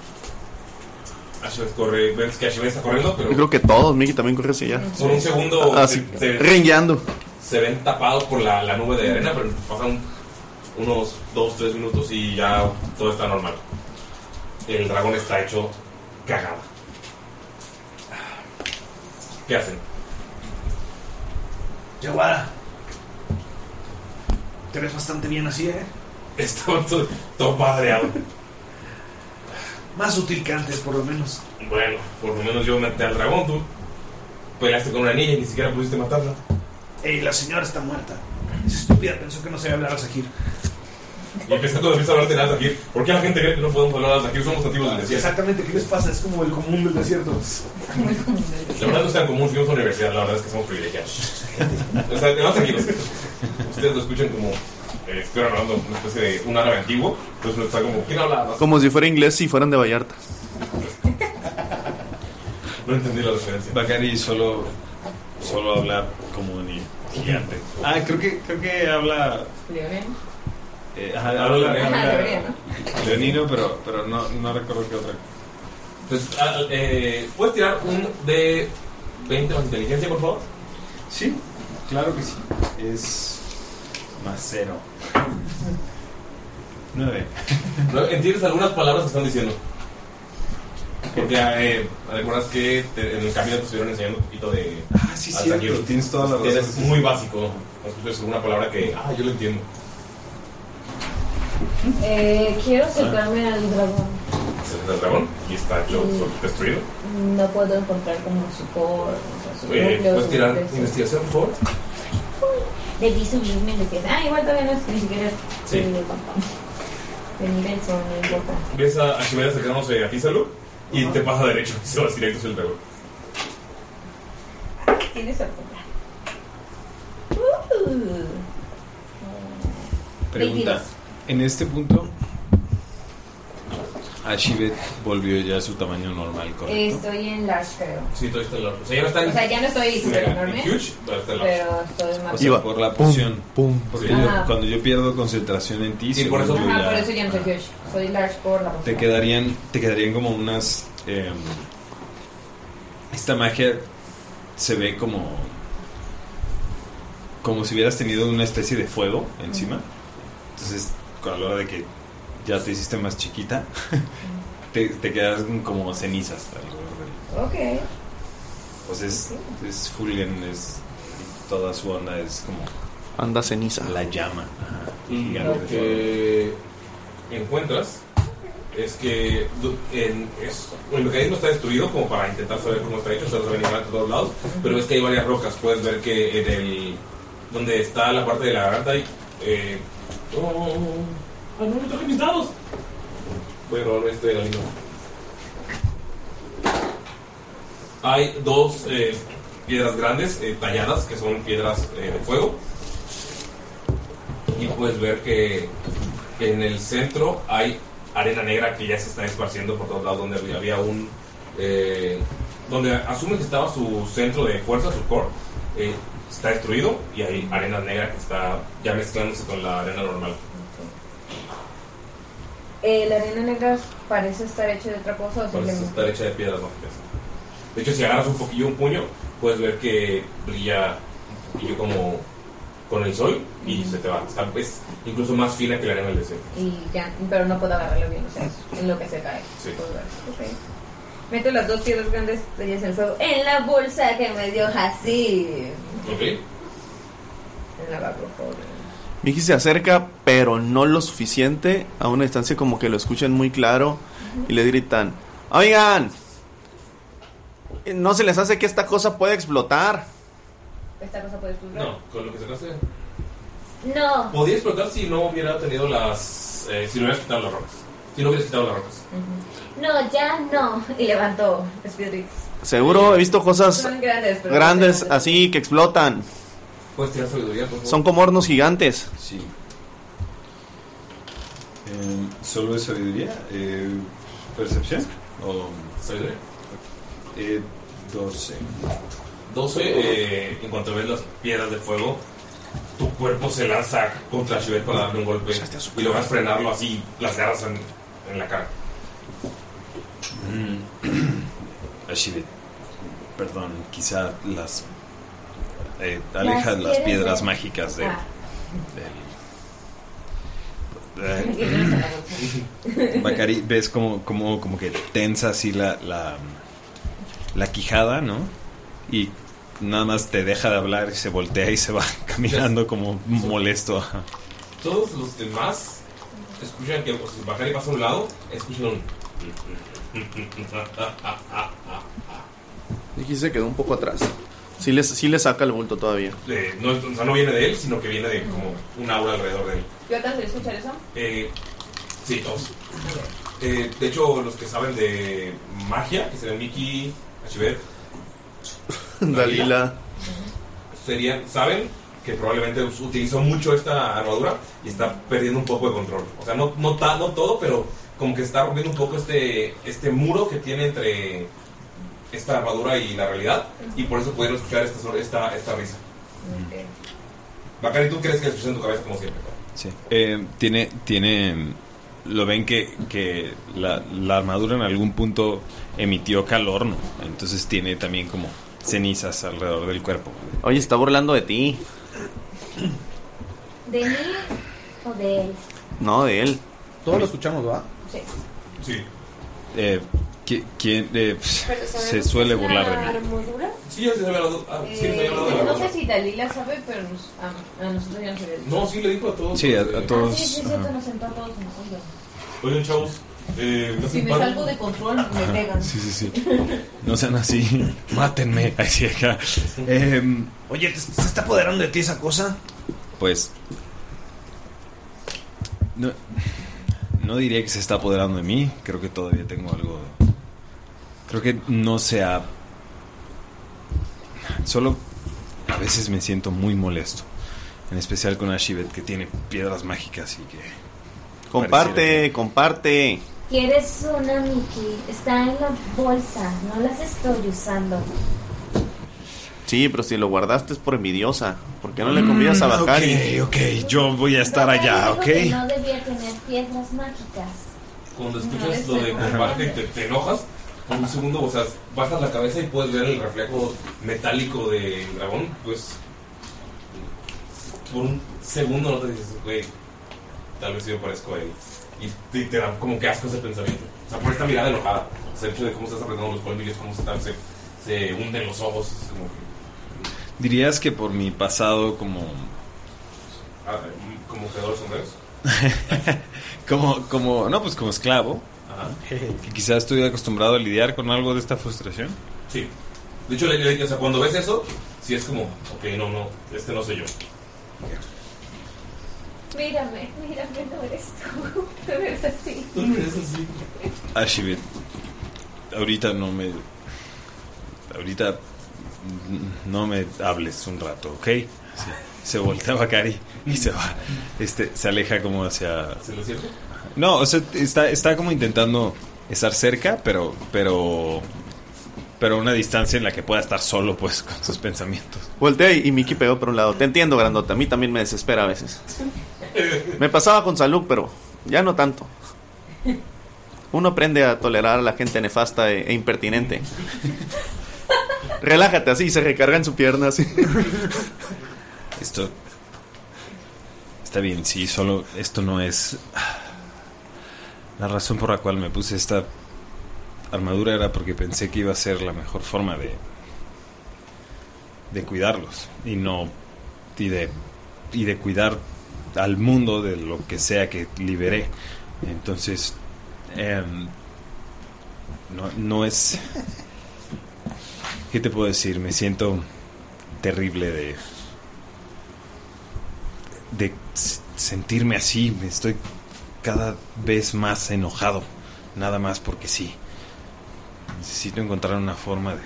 [SPEAKER 1] Ashbeth Ah, corre, ves que Ashbeth está corriendo, pero
[SPEAKER 5] Yo creo que todos. Miki también corre hacia allá.
[SPEAKER 1] por un segundo
[SPEAKER 5] Así,
[SPEAKER 1] se, se-
[SPEAKER 5] rengueando.
[SPEAKER 1] se ven tapados por la, la nube de arena, pero pasan unos 2, 3 minutos y ya todo está normal. El dragón está hecho cagada. ¿Qué hacen?
[SPEAKER 6] Yaguara. Te ves bastante bien así, ¿eh?
[SPEAKER 1] Estaban todo, todo padreado.
[SPEAKER 6] Más útil que antes, por lo menos.
[SPEAKER 1] [laughs] Bueno, por lo menos yo maté al dragón, tú peleaste con una niña y ni siquiera pudiste matarla.
[SPEAKER 6] Ey, la señora está muerta. Es estúpida, pensó que no sabía hablar a Sakir.
[SPEAKER 1] Y empieza todo empieza a hablar de las aquí. ¿Por qué la gente cree que no podemos hablar de las aquí? Somos nativos
[SPEAKER 5] Ah,
[SPEAKER 1] del desierto.
[SPEAKER 6] Exactamente, ¿qué les pasa? Es como el común del desierto.
[SPEAKER 1] La verdad no es tan común, fuimos a la universidad, la verdad es que somos privilegiados. o sea, no tranquilos. Ustedes lo escuchan como, eh, estuvieran hablando una especie de un árabe antiguo, entonces está como, ¿quién habla? No,
[SPEAKER 5] Como si fuera inglés si fueran de Vallarta.
[SPEAKER 1] no entendí la referencia.
[SPEAKER 2] Bakari solo, solo habla como un gigante. Ah, creo que, creo que habla.
[SPEAKER 3] Leonel.
[SPEAKER 2] eh, ajá, habla,
[SPEAKER 1] Habla
[SPEAKER 3] Ah,
[SPEAKER 2] habla
[SPEAKER 3] debería, ¿no?
[SPEAKER 2] leonino, pero, pero no, no recuerdo qué otra.
[SPEAKER 1] Entonces, ah, eh, ¿puedes tirar un de 20 más inteligencia, por favor?
[SPEAKER 2] Sí, claro que sí. Es más cero. Nueve.
[SPEAKER 3] [laughs]
[SPEAKER 1] ¿No? ¿Entiendes algunas palabras que están diciendo? Porque eh, recuerdas que te- en el camino te estuvieron enseñando un poquito de...
[SPEAKER 2] Ah, sí,
[SPEAKER 1] al
[SPEAKER 2] cierto.
[SPEAKER 1] Takiro.
[SPEAKER 2] Tienes toda la razón.
[SPEAKER 1] Tienes muy básico. Escuchas alguna palabra que, ah, yo lo entiendo.
[SPEAKER 3] Eh, quiero acercarme al dragón.
[SPEAKER 1] Es el dragón y está hecho
[SPEAKER 3] Mm.
[SPEAKER 1] destruido.
[SPEAKER 3] No puedo encontrar como su core, o sea, su
[SPEAKER 1] Eh,
[SPEAKER 3] núcleo,
[SPEAKER 1] ¿Puedes
[SPEAKER 3] su
[SPEAKER 1] tirar
[SPEAKER 3] núcleo, su-
[SPEAKER 1] investigación, por favor?
[SPEAKER 3] Debí subirme lo que es. Ah, igual todavía no es ni siquiera
[SPEAKER 1] Sí.
[SPEAKER 3] ni de papá. De nivel son, no importa.
[SPEAKER 1] Ves a Ashimera acercándose eh, a ti, Salud, y te pasa derecho. [laughs] Y se vas directo hacia el dragón.
[SPEAKER 3] Tienes alfombra. Uh.
[SPEAKER 2] Pregunta, en este punto, Ashibet volvió ya a su tamaño normal,
[SPEAKER 3] Eh,
[SPEAKER 2] ¿correcto?
[SPEAKER 3] Estoy en large, creo.
[SPEAKER 1] Sí, todavía está en large. O sea, ya no está en.
[SPEAKER 3] O sea, ya no estoy
[SPEAKER 1] mega,
[SPEAKER 3] super enorme.
[SPEAKER 1] en huge, pero está en large.
[SPEAKER 3] Pero estoy más.
[SPEAKER 2] O sea, por la poción. Porque
[SPEAKER 3] Sí.
[SPEAKER 2] yo-
[SPEAKER 3] Ajá.
[SPEAKER 2] cuando yo pierdo concentración en ti,
[SPEAKER 1] Sí, por eso-
[SPEAKER 2] según yo
[SPEAKER 3] Ajá,
[SPEAKER 2] ya-
[SPEAKER 3] Ah, por eso ya no soy huge. Soy large por la
[SPEAKER 2] te
[SPEAKER 3] posición.
[SPEAKER 2] quedarían, te quedarían como unas. eh, esta magia se ve como. como si hubieras tenido una especie de fuego encima. Entonces, a la hora de que ya te hiciste más chiquita, te, te quedas como cenizas alrededor del-
[SPEAKER 3] Ok.
[SPEAKER 2] Pues es, es Fulgen, es toda su onda es como
[SPEAKER 5] Anda ceniza.
[SPEAKER 2] la llama. ajá,
[SPEAKER 1] Y
[SPEAKER 2] gigante
[SPEAKER 1] lo
[SPEAKER 2] de fuego.
[SPEAKER 1] que encuentras es que du- en- es- el mecanismo está destruido como para intentar saber cómo está hecho, o sea, lo ven igual de todos lados, pero ves que hay varias rocas, puedes ver que en el donde está la parte de la garganta y eh, oh, oh, oh. ¡Ah, no me toqué mis dados. Voy a robarme este de la misma. Hay dos eh, piedras grandes eh, talladas que son piedras eh, de fuego y puedes ver que en el centro hay arena negra que ya se está esparciendo por todos lados donde había- había un eh, donde asume que estaba su centro de fuerza su core eh, está destruido y hay arena negra que está ya mezclándose con la arena normal
[SPEAKER 3] Eh, la arena negra parece estar hecha de otra cosa o
[SPEAKER 1] parece
[SPEAKER 3] simplemente.
[SPEAKER 1] estar hecha de piedras mágicas de hecho si agarras un poquillo un puño puedes ver que brilla un poquillo como con el sol y se te va Está- es incluso más fina que la arena del desierto
[SPEAKER 3] Y ya, pero no puedo agarrarlo bien, o sea, en lo que se cae.
[SPEAKER 1] Sí.
[SPEAKER 3] Puedo ver. Ok. Meto las dos piedras grandes tallas en el fuego en la bolsa que me dio así.
[SPEAKER 1] Ok.
[SPEAKER 3] En la barba, por favor.
[SPEAKER 5] Miki se acerca, pero no lo suficiente, a una distancia como que lo escuchan muy claro y le gritan, oigan, ¿no se les hace que esta cosa puede explotar?
[SPEAKER 3] ¿Esta cosa puede explotar?
[SPEAKER 1] No, con lo que sacaste.
[SPEAKER 3] No.
[SPEAKER 1] Podía explotar si no hubiera tenido las. eh, si no hubieras quitado las rocas. Si no hubieras quitado las rocas.
[SPEAKER 3] No, ya no. Y levantó las piedritas.
[SPEAKER 5] Seguro he visto cosas
[SPEAKER 3] Son grandes, pero.
[SPEAKER 5] grandes así que explotan,
[SPEAKER 1] Puedes tirar sabiduría, por favor.
[SPEAKER 5] son como hornos gigantes.
[SPEAKER 2] Sí. Eh, ¿Solo es sabiduría? Eh, ¿Percepción? O,
[SPEAKER 1] Sabiduría.
[SPEAKER 2] eh, 12.
[SPEAKER 1] 12. eh, en cuanto ves las piedras de fuego, tu cuerpo se lanza contra Shivet para darle un golpe. Y logras frenarlo así, las garras en, en la cara.
[SPEAKER 2] [clears throat] Ashibet, Mm. perdón, quizá las... eh, aleja las,
[SPEAKER 3] piedras
[SPEAKER 2] piedras
[SPEAKER 3] de-
[SPEAKER 2] mágicas de,
[SPEAKER 3] Ah. [laughs]
[SPEAKER 2] del- Eh, Bacari, ves como, como, como que tensa así la, la, la quijada, ¿no? Y nada más te deja de hablar y se voltea y se va [laughs] caminando como molesto.
[SPEAKER 1] Todos los demás escuchan que pues, si Bacari pasa a un lado, escuchan un. [laughs]
[SPEAKER 5] Miki se quedó un poco atrás. Sí les, sí le saca el
[SPEAKER 2] [laughs]
[SPEAKER 5] bulto todavía.
[SPEAKER 1] eh, no, o sea, no viene de él, sino que viene de como un aura alrededor de él.
[SPEAKER 3] ¿Yo alcanzo a escuchar eso?
[SPEAKER 1] Eh, sí, todos. Eh, de hecho, los que saben de magia, que serían Mickey, Achiver,
[SPEAKER 5] Dalila.
[SPEAKER 1] serían, saben que probablemente us- utilizó mucho esta armadura y está perdiendo un poco de control. O sea, no, no, ta- no todo, pero como que está rompiendo un poco este, este muro que tiene entre esta armadura y la realidad. Y por eso pudieron escuchar esta, so- esta, esta risa.
[SPEAKER 3] Ok.
[SPEAKER 1] Bacari, ¿tú crees que escuchas en tu cabeza como siempre?
[SPEAKER 2] Sí. Eh, tiene, tiene, lo ven que, que la, la armadura en algún punto emitió calor, ¿no? Entonces tiene también como cenizas alrededor del cuerpo.
[SPEAKER 5] Oye, está burlando de ti.
[SPEAKER 3] ¿De mí o de él?
[SPEAKER 5] No, de él.
[SPEAKER 10] Todos lo escuchamos,
[SPEAKER 1] [laughs]
[SPEAKER 10] ¿va?
[SPEAKER 3] Sí.
[SPEAKER 1] Sí.
[SPEAKER 2] Eh, ¿qui- ¿Quién eh, pf,
[SPEAKER 4] Pero
[SPEAKER 2] se
[SPEAKER 4] sabemos
[SPEAKER 2] suele
[SPEAKER 4] que es
[SPEAKER 2] burlar
[SPEAKER 4] una
[SPEAKER 2] de mí?
[SPEAKER 4] armadura?
[SPEAKER 1] Sí, ya se había hablado, ah, sí, se había
[SPEAKER 3] Eh,
[SPEAKER 1] hablado de la
[SPEAKER 3] no sé
[SPEAKER 1] armadura.
[SPEAKER 3] si Dalila sabe, pero nos- a, a nosotros ya nos había dicho.
[SPEAKER 1] No, sí le dijo a todos.
[SPEAKER 2] Sí,
[SPEAKER 1] Eh,
[SPEAKER 2] a, a
[SPEAKER 3] Ah, sí, sí,
[SPEAKER 2] todos.
[SPEAKER 3] es cierto,
[SPEAKER 2] pues, ajá.
[SPEAKER 3] nos sentó a todos nosotros.
[SPEAKER 1] Oigan, chavos, eh, ¿me
[SPEAKER 3] Si
[SPEAKER 1] hacen
[SPEAKER 3] me
[SPEAKER 1] paro?
[SPEAKER 3] salgo de control, me pegan.
[SPEAKER 2] Sí, sí, sí. No sean así. [laughs] Mátenme. Así acá. Em,
[SPEAKER 10] Oye, ¿te- ¿se está apoderando de ti esa cosa?
[SPEAKER 2] pues. No, no diría que se está apoderando de mí. Creo que todavía tengo algo. Creo que no se ha. Solo a veces me siento muy molesto. En especial con Ashibet, que tiene piedras mágicas y que.
[SPEAKER 5] Comparte, comparte.
[SPEAKER 7] ¿Quieres una, Mickey? Está en la bolsa, no las estoy usando.
[SPEAKER 5] Sí, pero si lo guardaste es por envidiosa. ¿Por qué no le convidas a Bacari?
[SPEAKER 2] Mm, Ok, ok, yo voy a estar allá,
[SPEAKER 7] Dijo
[SPEAKER 2] ¿ok?
[SPEAKER 7] que no debía tener piedras mágicas.
[SPEAKER 1] Cuando escuchas lo de comparte y te, te enojas, por un segundo, o sea, bajas la cabeza y puedes ver el reflejo metálico del dragón, pues por un segundo no te dices, güey, tal vez yo parezco a él. Y te, te da como que asco ese pensamiento. O sea, por esta mirada enojada, o sea, el hecho de cómo estás apretando los colmillos, cómo se, tan- se, se hunden los ojos, es como que...
[SPEAKER 2] ¿Dirías que por mi pasado como.
[SPEAKER 1] ah, como quedó los sombreros.
[SPEAKER 2] como, como. No, pues como esclavo. Que quizás estoy acostumbrado a lidiar con algo de esta frustración.
[SPEAKER 1] Sí. De hecho, le- le- o sea, cuando ves eso, sí es como, ok, no, no, este no soy yo.
[SPEAKER 3] [laughs] Mírame, mírame, no eres tú. [laughs] Tú no eres así.
[SPEAKER 1] Tú no eres así.
[SPEAKER 2] Ashibet, Ah, ahorita no me. Ahorita no me hables un rato, ¿ok? Sí. Se voltea Bakari y se va. Este, se aleja como hacia.
[SPEAKER 1] ¿Se lo siento?
[SPEAKER 2] No, o sea, está, está como intentando estar cerca, pero. Pero. Pero a una distancia en la que pueda estar solo, pues, con sus pensamientos.
[SPEAKER 5] Voltea y y Mickey pegó por un lado. Te entiendo, grandota. A mí también me desespera a veces. Me pasaba con salud, pero ya no tanto. Uno aprende a tolerar a la gente nefasta e, e impertinente. Relájate así, se recarga en su pierna así.
[SPEAKER 2] Esto. Está bien, sí, solo esto no es. La razón por la cual me puse esta armadura era porque pensé que iba a ser la mejor forma de. de cuidarlos. Y no. y de. y de cuidar al mundo de lo que sea que liberé. Entonces. em, no, no es. ¿Qué te puedo decir? Me siento terrible de de s- sentirme así. Me estoy cada vez más enojado. Nada más porque sí. Necesito encontrar una forma de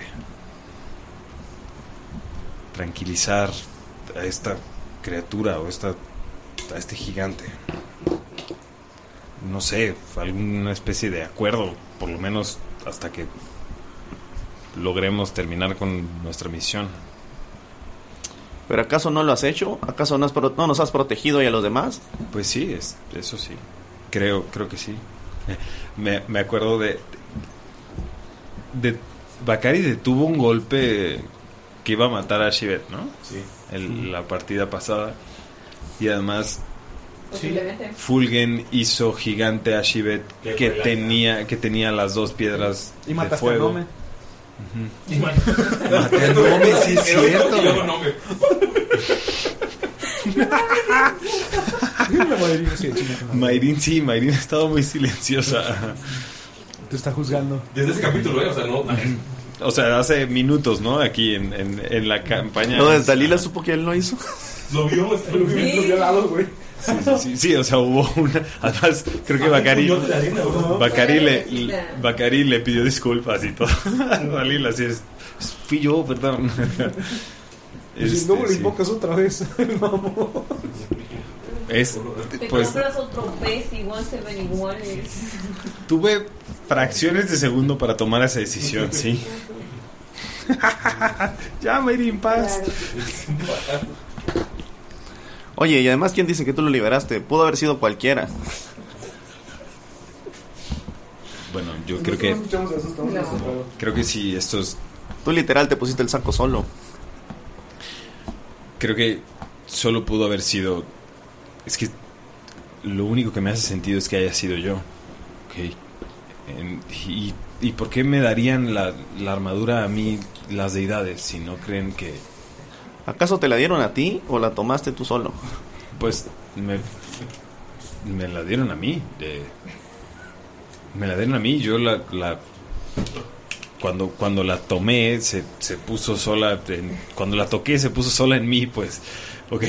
[SPEAKER 2] tranquilizar a esta criatura o esta, a este gigante. No sé, alguna especie de acuerdo, por lo menos hasta que logremos terminar con nuestra misión.
[SPEAKER 5] ¿Pero acaso no lo has hecho? ¿Acaso no, has pro- no nos has protegido y a los demás?
[SPEAKER 2] Pues sí, es, eso sí. Creo, creo que sí. Me, me acuerdo de, de. Bakari detuvo un golpe que iba a matar a Shivet, ¿no?
[SPEAKER 1] Sí.
[SPEAKER 2] la partida pasada. Y además.
[SPEAKER 3] Posiblemente.
[SPEAKER 2] Fulgen hizo gigante a Shivet
[SPEAKER 1] Que
[SPEAKER 2] que
[SPEAKER 1] fue la-
[SPEAKER 2] tenía, que tenía las dos piedras
[SPEAKER 6] Y
[SPEAKER 2] de
[SPEAKER 6] mataste a
[SPEAKER 2] fuego.
[SPEAKER 6] Nome.
[SPEAKER 2] Ujú. Maté a Nome, sí es
[SPEAKER 1] Pero
[SPEAKER 2] cierto.
[SPEAKER 1] y luego Nome.
[SPEAKER 2] Mayrin sí, Mayrin ha estado
[SPEAKER 6] [laughs]
[SPEAKER 2] muy silenciosa.
[SPEAKER 6] Te está juzgando.
[SPEAKER 1] Desde ese capítulo, ¿eh? O sea, no.
[SPEAKER 2] O sea, hace minutos, ¿no? Aquí en, en- en la campaña.
[SPEAKER 5] No, desde Dalila supo que él no hizo.
[SPEAKER 1] Lo vio, está lo vio, lo vio al lado, güey.
[SPEAKER 2] Sí, sí, sí, sí, o sea, hubo una. Además, creo que Bacari.
[SPEAKER 1] puño Ah, de arena, ¿no?
[SPEAKER 2] Bacari le, le- Bacari le pidió disculpas y todo. [laughs] Dalila, así es. Fui yo, perdón.
[SPEAKER 1] [laughs]
[SPEAKER 6] y
[SPEAKER 1] Pues,
[SPEAKER 2] Este,
[SPEAKER 6] luego lo
[SPEAKER 2] sí.
[SPEAKER 6] invocas otra vez.
[SPEAKER 2] Es-
[SPEAKER 3] Te
[SPEAKER 2] pues
[SPEAKER 3] compras otro pez y 171 is-
[SPEAKER 2] tuve fracciones de segundo para tomar
[SPEAKER 1] [laughs]
[SPEAKER 2] esa decisión, sí. ya, Mayrin, paz.
[SPEAKER 1] [laughs]
[SPEAKER 5] Oye, y además, ¿quién dice que tú lo liberaste? Pudo haber sido cualquiera.
[SPEAKER 2] Bueno, yo creo que. Creo que sí, estos.
[SPEAKER 5] Tú literal te pusiste el saco solo.
[SPEAKER 2] Creo que solo pudo haber sido. Es que lo único que me hace sentido es que haya sido yo. Ok. Em, y, ¿Y por qué me darían la, la armadura a mí las deidades si no creen que.?
[SPEAKER 5] ¿Acaso te la dieron a ti o la tomaste tú solo?
[SPEAKER 2] Pues me, me la dieron a mí. de- me la dieron a mí. Yo la. la- cuando, cuando la tomé, se, se puso sola. en- cuando la toqué, se puso sola en mí, pues. Ok.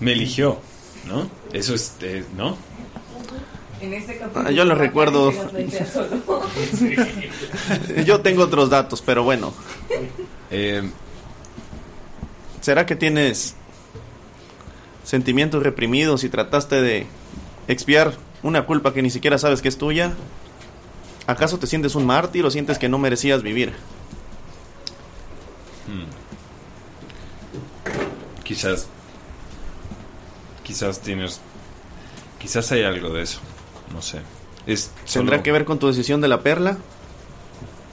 [SPEAKER 2] Me eligió, ¿no? Eso es. eh, ¿No?
[SPEAKER 3] En este capítulo.
[SPEAKER 5] Ah, yo lo
[SPEAKER 3] Bacari
[SPEAKER 5] recuerdo.
[SPEAKER 3] se los vendía solo.
[SPEAKER 5] Yo tengo otros datos, pero bueno.
[SPEAKER 2] Eh,
[SPEAKER 5] ¿Será que tienes sentimientos reprimidos y trataste de expiar una culpa que ni siquiera sabes que es tuya, ¿acaso te sientes un mártir o sientes que no merecías vivir?
[SPEAKER 2] Quizás. Quizás tienes. Quizás hay algo de eso. No sé. Es
[SPEAKER 5] ¿Tendrá
[SPEAKER 2] solo-
[SPEAKER 5] que ver con tu decisión de la perla?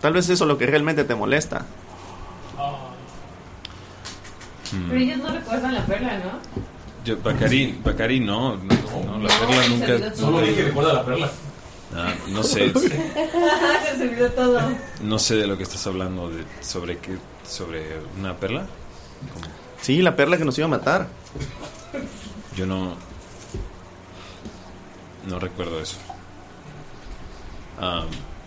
[SPEAKER 5] Tal vez eso es lo que realmente te molesta.
[SPEAKER 2] Hmm.
[SPEAKER 3] Pero ellos no recuerdan la perla, ¿no? [laughs]
[SPEAKER 2] Yo, Bacari, Bacari no, no, no, la
[SPEAKER 3] No,
[SPEAKER 2] perla
[SPEAKER 3] se
[SPEAKER 2] nunca.
[SPEAKER 3] olvidó todo. Solo dije,
[SPEAKER 1] recuerda la perla.
[SPEAKER 2] Ah, no sé,
[SPEAKER 3] Se les olvidó todo.
[SPEAKER 2] no sé de lo que estás hablando de, sobre qué, sobre una perla.
[SPEAKER 5] Sí, la perla que nos iba a matar.
[SPEAKER 2] Yo no, no recuerdo eso. Ah,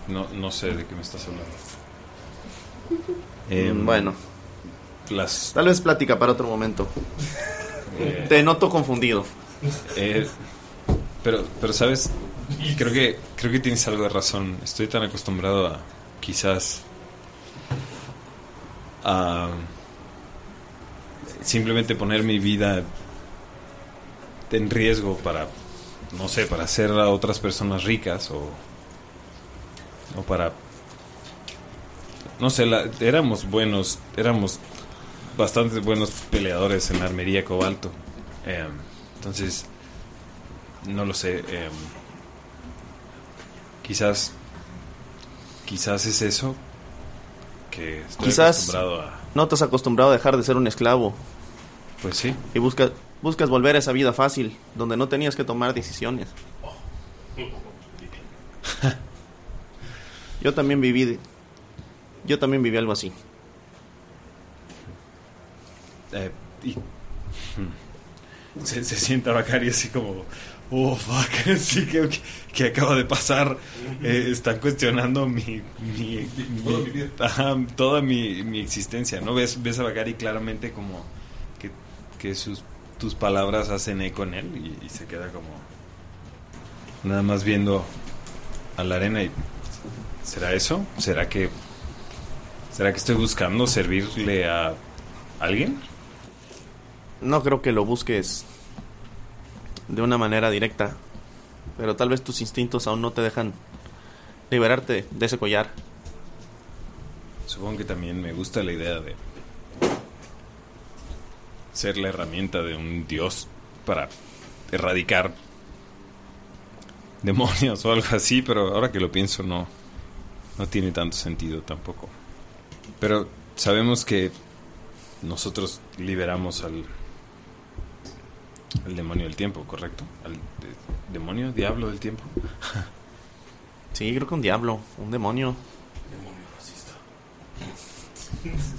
[SPEAKER 2] no, no sé de qué me estás hablando. Em,
[SPEAKER 5] Mm, bueno. Tal vez plática para otro momento.
[SPEAKER 2] Eh.
[SPEAKER 5] Te noto confundido.
[SPEAKER 2] Eh, pero, pero sabes, creo que, creo que tienes algo de razón. Estoy tan acostumbrado a quizás a simplemente poner mi vida en riesgo para, no sé, para hacer a otras personas ricas o, o para, no sé, la- éramos buenos, éramos bastante buenos peleadores en la armería cobalto. Em, entonces, no lo sé. em, quizás, quizás es eso que estoy
[SPEAKER 5] Quizás
[SPEAKER 2] acostumbrado a...
[SPEAKER 5] no te has acostumbrado a dejar de ser un esclavo.
[SPEAKER 2] Pues sí.
[SPEAKER 5] Y buscas buscas volver a esa vida fácil, donde no tenías que tomar decisiones. Yo también viví. de- Yo también viví algo así.
[SPEAKER 2] Eh, y- hmm. [laughs] se, se sienta Bacari así como, oh, fuck, [laughs] sí, ¿qué, qué- qué acaba de pasar? Eh, están cuestionando mi, mi-
[SPEAKER 1] Toda
[SPEAKER 2] mi-
[SPEAKER 1] mi vida.
[SPEAKER 2] ajá, toda mi, mi existencia, ¿no? Ves, ves a Bacari claramente como que, que sus, tus palabras hacen eco en él y, y se queda como nada más viendo a la arena y ¿será eso? ¿Será que será que estoy buscando servirle a alguien?
[SPEAKER 5] No creo que lo busques de una manera directa, pero tal vez tus instintos aún no te dejan liberarte de ese collar.
[SPEAKER 2] Supongo que también me gusta la idea de ser la herramienta de un dios para erradicar demonios o algo así, pero ahora que lo pienso no no tiene tanto sentido tampoco. Pero sabemos que nosotros liberamos al al demonio del tiempo, ¿correcto? Al de- demonio, diablo del tiempo.
[SPEAKER 5] [laughs] Sí, creo que un diablo, un demonio.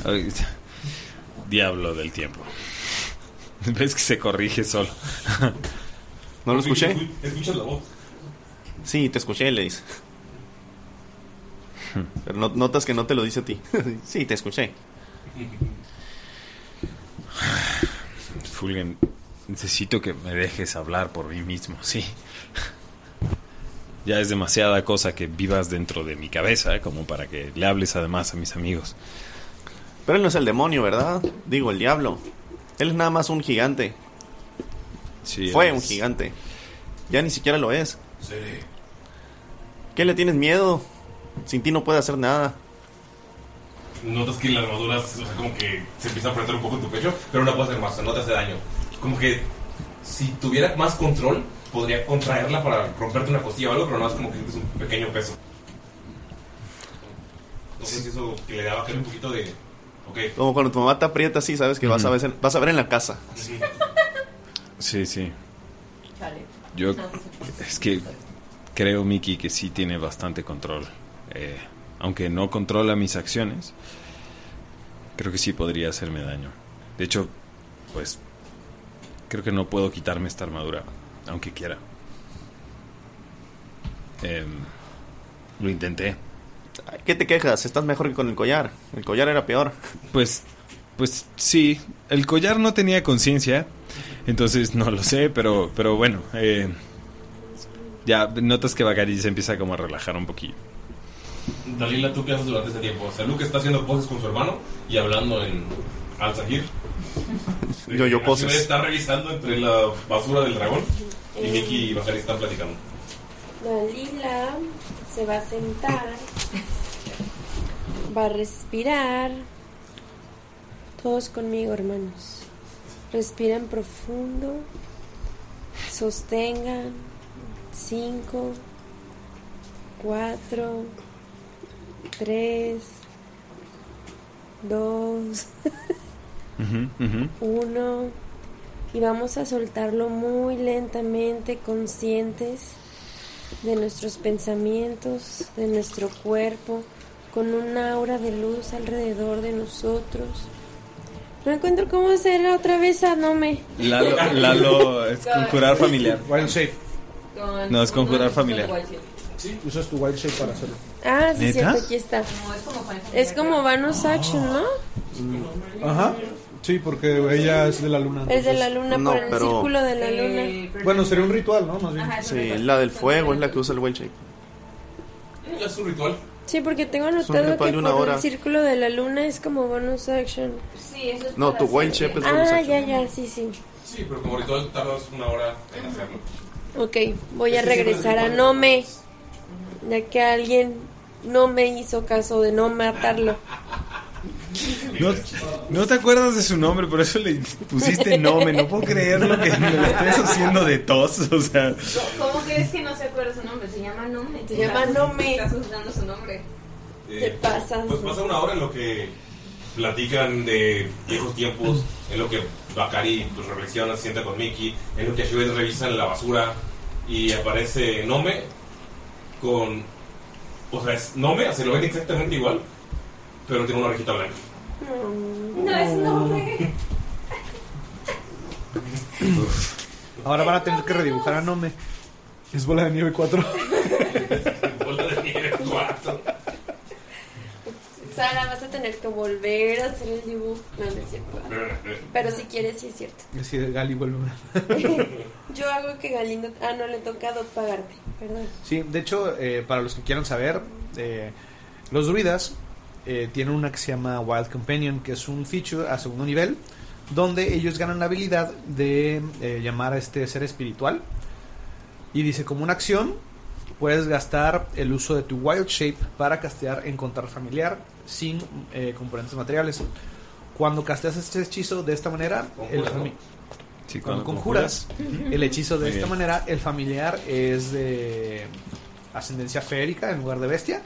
[SPEAKER 2] Ay, [laughs] Diablo del tiempo. [laughs] Ves que se corrige solo.
[SPEAKER 5] ¿No lo escuché?
[SPEAKER 1] Escuchas la voz.
[SPEAKER 5] Sí, te escuché, le dice. Pero no- notas que no te lo dice a ti. [laughs] sí, te escuché.
[SPEAKER 2] Fulgen, necesito que me dejes hablar por mí mismo, [laughs] sí. Ya es demasiada cosa que vivas dentro de mi cabeza ¿eh? como para que le hables además a mis amigos.
[SPEAKER 5] Pero él no es el demonio, ¿verdad? Digo, el diablo. Él es nada más un gigante.
[SPEAKER 2] Sí,
[SPEAKER 5] Fue
[SPEAKER 2] es-
[SPEAKER 5] un gigante. Ya ni siquiera lo es.
[SPEAKER 2] Seré.
[SPEAKER 5] ¿Qué le tienes miedo? Sin ti no puede hacer nada.
[SPEAKER 1] Notas que la armadura, o sea, como que se empieza a apretar un poco en tu pecho, pero no puede hacer más, no te hace daño. Como que si tuviera más control, podría contraerla para romperte una costilla o algo, pero no es como que es un pequeño peso. Entonces, eso que le daba aquel un poquito de. Ok.
[SPEAKER 5] Como cuando tu mamá te aprieta así, sabes que vas, a ver, vas a ver en la casa.
[SPEAKER 2] Sí, sí.
[SPEAKER 3] Chale.
[SPEAKER 2] Yo es que creo, Miki, que sí tiene bastante control. Eh, aunque no controla mis acciones, creo que sí podría hacerme daño. De hecho, pues creo que no puedo quitarme esta armadura, aunque quiera. Em, lo intenté.
[SPEAKER 5] Ay, ¿Qué te quejas? Estás mejor que con el collar. El collar era peor.
[SPEAKER 2] Pues, pues sí, el collar no tenía conciencia, entonces no lo sé, pero, pero bueno, eh, ya notas que Bacari se empieza como a relajar un poquillo.
[SPEAKER 1] Dalila, ¿tú qué haces durante ese tiempo? O sea, Luke está haciendo poses con su hermano y hablando en Al-Zahir.
[SPEAKER 5] Yo,
[SPEAKER 1] Así
[SPEAKER 5] yo
[SPEAKER 1] me
[SPEAKER 5] poses.
[SPEAKER 1] está revisando entre la basura del dragón y Mickey y Bajari están platicando.
[SPEAKER 4] Dalila se va a sentar. Va a respirar. Todos conmigo, hermanos. Respiren profundo. Sostengan. Cinco. Cuatro. Tres. Dos. Uno. Y vamos a soltarlo muy lentamente, conscientes de nuestros pensamientos, de nuestro cuerpo, con una aura de luz alrededor de nosotros. No encuentro cómo hacer otra vez a Nome.
[SPEAKER 2] Lalo, Lalo es
[SPEAKER 4] Con-
[SPEAKER 2] conjurar familiar.
[SPEAKER 6] Wild Shape.
[SPEAKER 2] No, es conjurar familiar.
[SPEAKER 6] Sí, usas tu Wild Shape para hacerlo.
[SPEAKER 4] Ah, sí,
[SPEAKER 2] ¿Neta?
[SPEAKER 4] cierto, aquí está. Es como Vanus Action, ¿no?
[SPEAKER 8] Ajá. Sí, porque ella es de la luna.
[SPEAKER 4] Es de la luna
[SPEAKER 5] No,
[SPEAKER 4] por el
[SPEAKER 5] pero-
[SPEAKER 4] círculo de la luna.
[SPEAKER 8] Bueno, sería un ritual, ¿no? Más bien.
[SPEAKER 5] Sí, la del fuego es la que usa el Wild Shape.
[SPEAKER 1] Es un ritual.
[SPEAKER 4] Sí, porque tengo
[SPEAKER 5] Es un
[SPEAKER 4] anotado
[SPEAKER 5] ritual
[SPEAKER 4] que
[SPEAKER 5] de una
[SPEAKER 4] por
[SPEAKER 5] hora.
[SPEAKER 4] el círculo de la luna es como Bonus Action.
[SPEAKER 3] Sí, eso es
[SPEAKER 5] No,
[SPEAKER 3] para
[SPEAKER 5] tu
[SPEAKER 3] hacer-
[SPEAKER 5] Wild Shape es bonus
[SPEAKER 4] Ah,
[SPEAKER 5] action.
[SPEAKER 4] ya, ya, sí, sí.
[SPEAKER 1] Sí, pero como ritual tardas una hora en hacerlo.
[SPEAKER 4] Ok, voy a regresar a Nome. Ya que alguien no me hizo caso de no matarlo.
[SPEAKER 2] No, no te acuerdas de su nombre, por eso le pusiste nombre. No puedo creer lo que me lo estés haciendo de tos. O sea,
[SPEAKER 3] ¿Cómo crees que no se acuerda su nombre? Se llama Nome.
[SPEAKER 4] Se llama Nome.
[SPEAKER 3] Estás usando su nombre.
[SPEAKER 1] Te
[SPEAKER 4] pasas.
[SPEAKER 1] Pues pasa una hora en lo que platican de viejos tiempos, en lo que Bakari pues, reflexiona, se sienta con Mickey, en lo que Ashibet revisan la basura y aparece Nome con. O sea, es Nome, se lo ven exactamente igual, pero tiene una orejita blanca. [laughs]
[SPEAKER 3] No es Nome.
[SPEAKER 6] Ahora van a tener que redibujar a Nome. Es bola de nieve [laughs] 4.
[SPEAKER 1] Bola de [laughs] nieve 4.
[SPEAKER 4] Sara, vas a tener que volver a hacer el dibujo. No, no es cierto. Pero si quieres, sí es cierto.
[SPEAKER 8] Así de Gali vuelve.
[SPEAKER 4] Yo hago que Galindo. Ah, no, le toca a Doc pagarte. Perdón.
[SPEAKER 8] Sí, de hecho, eh, para los que quieran saber, eh, los druidas eh, tienen una que se llama Wild Companion, que es un feature a segundo nivel, donde ellos ganan la habilidad de eh, llamar a este ser espiritual. Y dice, como una acción, puedes gastar el uso de tu Wild Shape para castear Encontrar Familiar sin eh, componentes materiales. Cuando casteas este hechizo de esta manera, el
[SPEAKER 2] Conjuras, ¿no?
[SPEAKER 8] fami-
[SPEAKER 2] Sí,
[SPEAKER 8] cuando,
[SPEAKER 2] cuando
[SPEAKER 8] conjuras,
[SPEAKER 2] conjuras.
[SPEAKER 8] el hechizo de
[SPEAKER 2] Muy
[SPEAKER 8] esta
[SPEAKER 2] bien.
[SPEAKER 8] manera, el familiar es de ascendencia férica en lugar de bestia.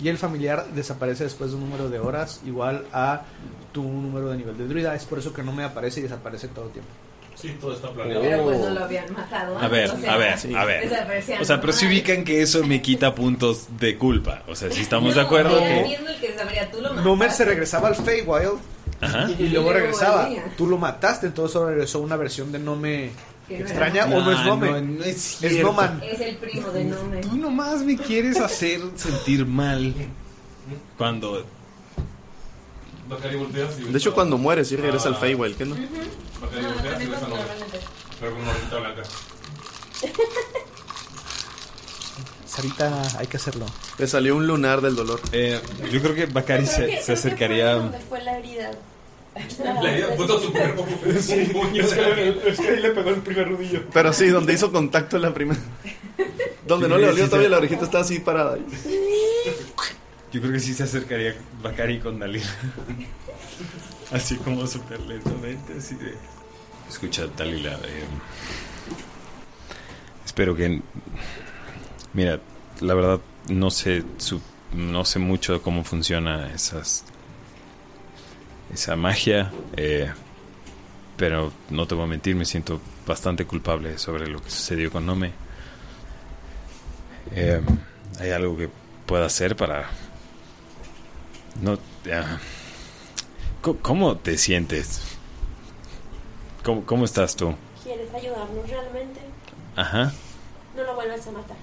[SPEAKER 8] Y el familiar desaparece después de un número de horas igual a tu número de nivel de druida. Es por eso que no me aparece y desaparece todo el tiempo.
[SPEAKER 1] Sí, todo está
[SPEAKER 8] planeado.
[SPEAKER 3] Pero pues no lo habían matado.
[SPEAKER 2] A ver,
[SPEAKER 3] antes, o sea,
[SPEAKER 2] a ver, a ver.
[SPEAKER 3] desaparecían
[SPEAKER 2] O sea, pero si
[SPEAKER 3] normal.
[SPEAKER 2] ubican que eso me quita puntos de culpa. O sea, si estamos de
[SPEAKER 3] No, eh,
[SPEAKER 2] acuerdo
[SPEAKER 3] era
[SPEAKER 2] que.
[SPEAKER 3] viendo el que sabría, tú lo
[SPEAKER 8] Nomer se regresaba al Feywild
[SPEAKER 2] Ajá.
[SPEAKER 8] y luego
[SPEAKER 3] Y luego
[SPEAKER 8] regresaba.
[SPEAKER 3] volvía.
[SPEAKER 8] Tú lo mataste, entonces ahora regresó una versión de Nome
[SPEAKER 3] Que no
[SPEAKER 8] extraña
[SPEAKER 2] era.
[SPEAKER 8] o no es
[SPEAKER 2] Ah,
[SPEAKER 8] Nome.
[SPEAKER 2] no, no es
[SPEAKER 8] es
[SPEAKER 2] cierto.
[SPEAKER 8] Noman.
[SPEAKER 3] Es el primo de Nome.
[SPEAKER 2] Tú nomás me quieres hacer sentir mal cuando.
[SPEAKER 1] Bakari voltea así.
[SPEAKER 5] De hecho, cuando mueres, sí regresa al Feywild, ¿qué no?
[SPEAKER 1] Bakari voltea así, ves a Nome, pero con una orejita blanca.
[SPEAKER 8] Sarita, hay que hacerlo.
[SPEAKER 5] Le salió un lunar del dolor.
[SPEAKER 2] Eh, yo creo que Bakari
[SPEAKER 4] Creo que- creo que fue donde fue la herida. [laughs]
[SPEAKER 8] [laughs] es que ahí le pegó el primer rodillo.
[SPEAKER 5] Pero sí, donde hizo contacto la
[SPEAKER 2] [laughs]
[SPEAKER 5] primera. Donde no le dolió todavía la orejita está así parada.
[SPEAKER 2] Yo creo que sí se acercaría Bakari con Dalila. Así como súper lentamente, así de. Escucha, Dalila. eh, espero que. Mira, la verdad, no sé, su- no sé mucho de cómo funciona esas. Esa magia. eh, pero no te voy a mentir, me siento bastante culpable sobre lo que sucedió con Nome. Eh, ¿Hay algo que pueda hacer para... No... ah, co- ¿Cómo te sientes? ¿Cómo, cómo estás tú?
[SPEAKER 4] ¿Quieres ayudarnos realmente?
[SPEAKER 2] Ajá.
[SPEAKER 4] No lo vuelvas a matar.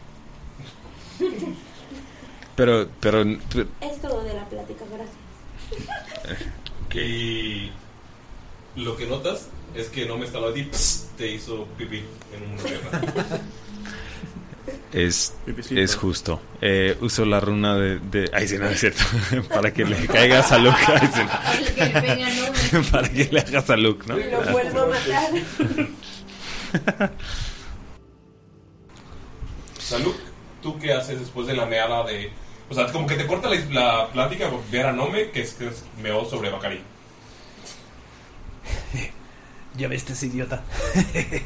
[SPEAKER 2] Pero, pero...
[SPEAKER 4] Es todo de la plática, gracias.
[SPEAKER 1] Y lo que notas es que no me estaba a ti, te hizo pipí en una pierna.
[SPEAKER 2] Es,
[SPEAKER 5] Pipicito.
[SPEAKER 2] es justo. Eh, uso la runa de, de. Ay, sí, no es cierto. [laughs] Para que le caigas a Luke. Ay,
[SPEAKER 4] [laughs]
[SPEAKER 2] sí, no.
[SPEAKER 4] Que le pegue a Luke.
[SPEAKER 2] [laughs] Para que le hagas a Luke, ¿no?
[SPEAKER 4] Y lo vuelvo a matar.
[SPEAKER 1] Salud, ¿tú qué haces después de la meada de.? O sea, como que te corta la, la plática ver a Nome que es que es- meó sobre Bacari.
[SPEAKER 10] Ya ves, este es idiota. [laughs]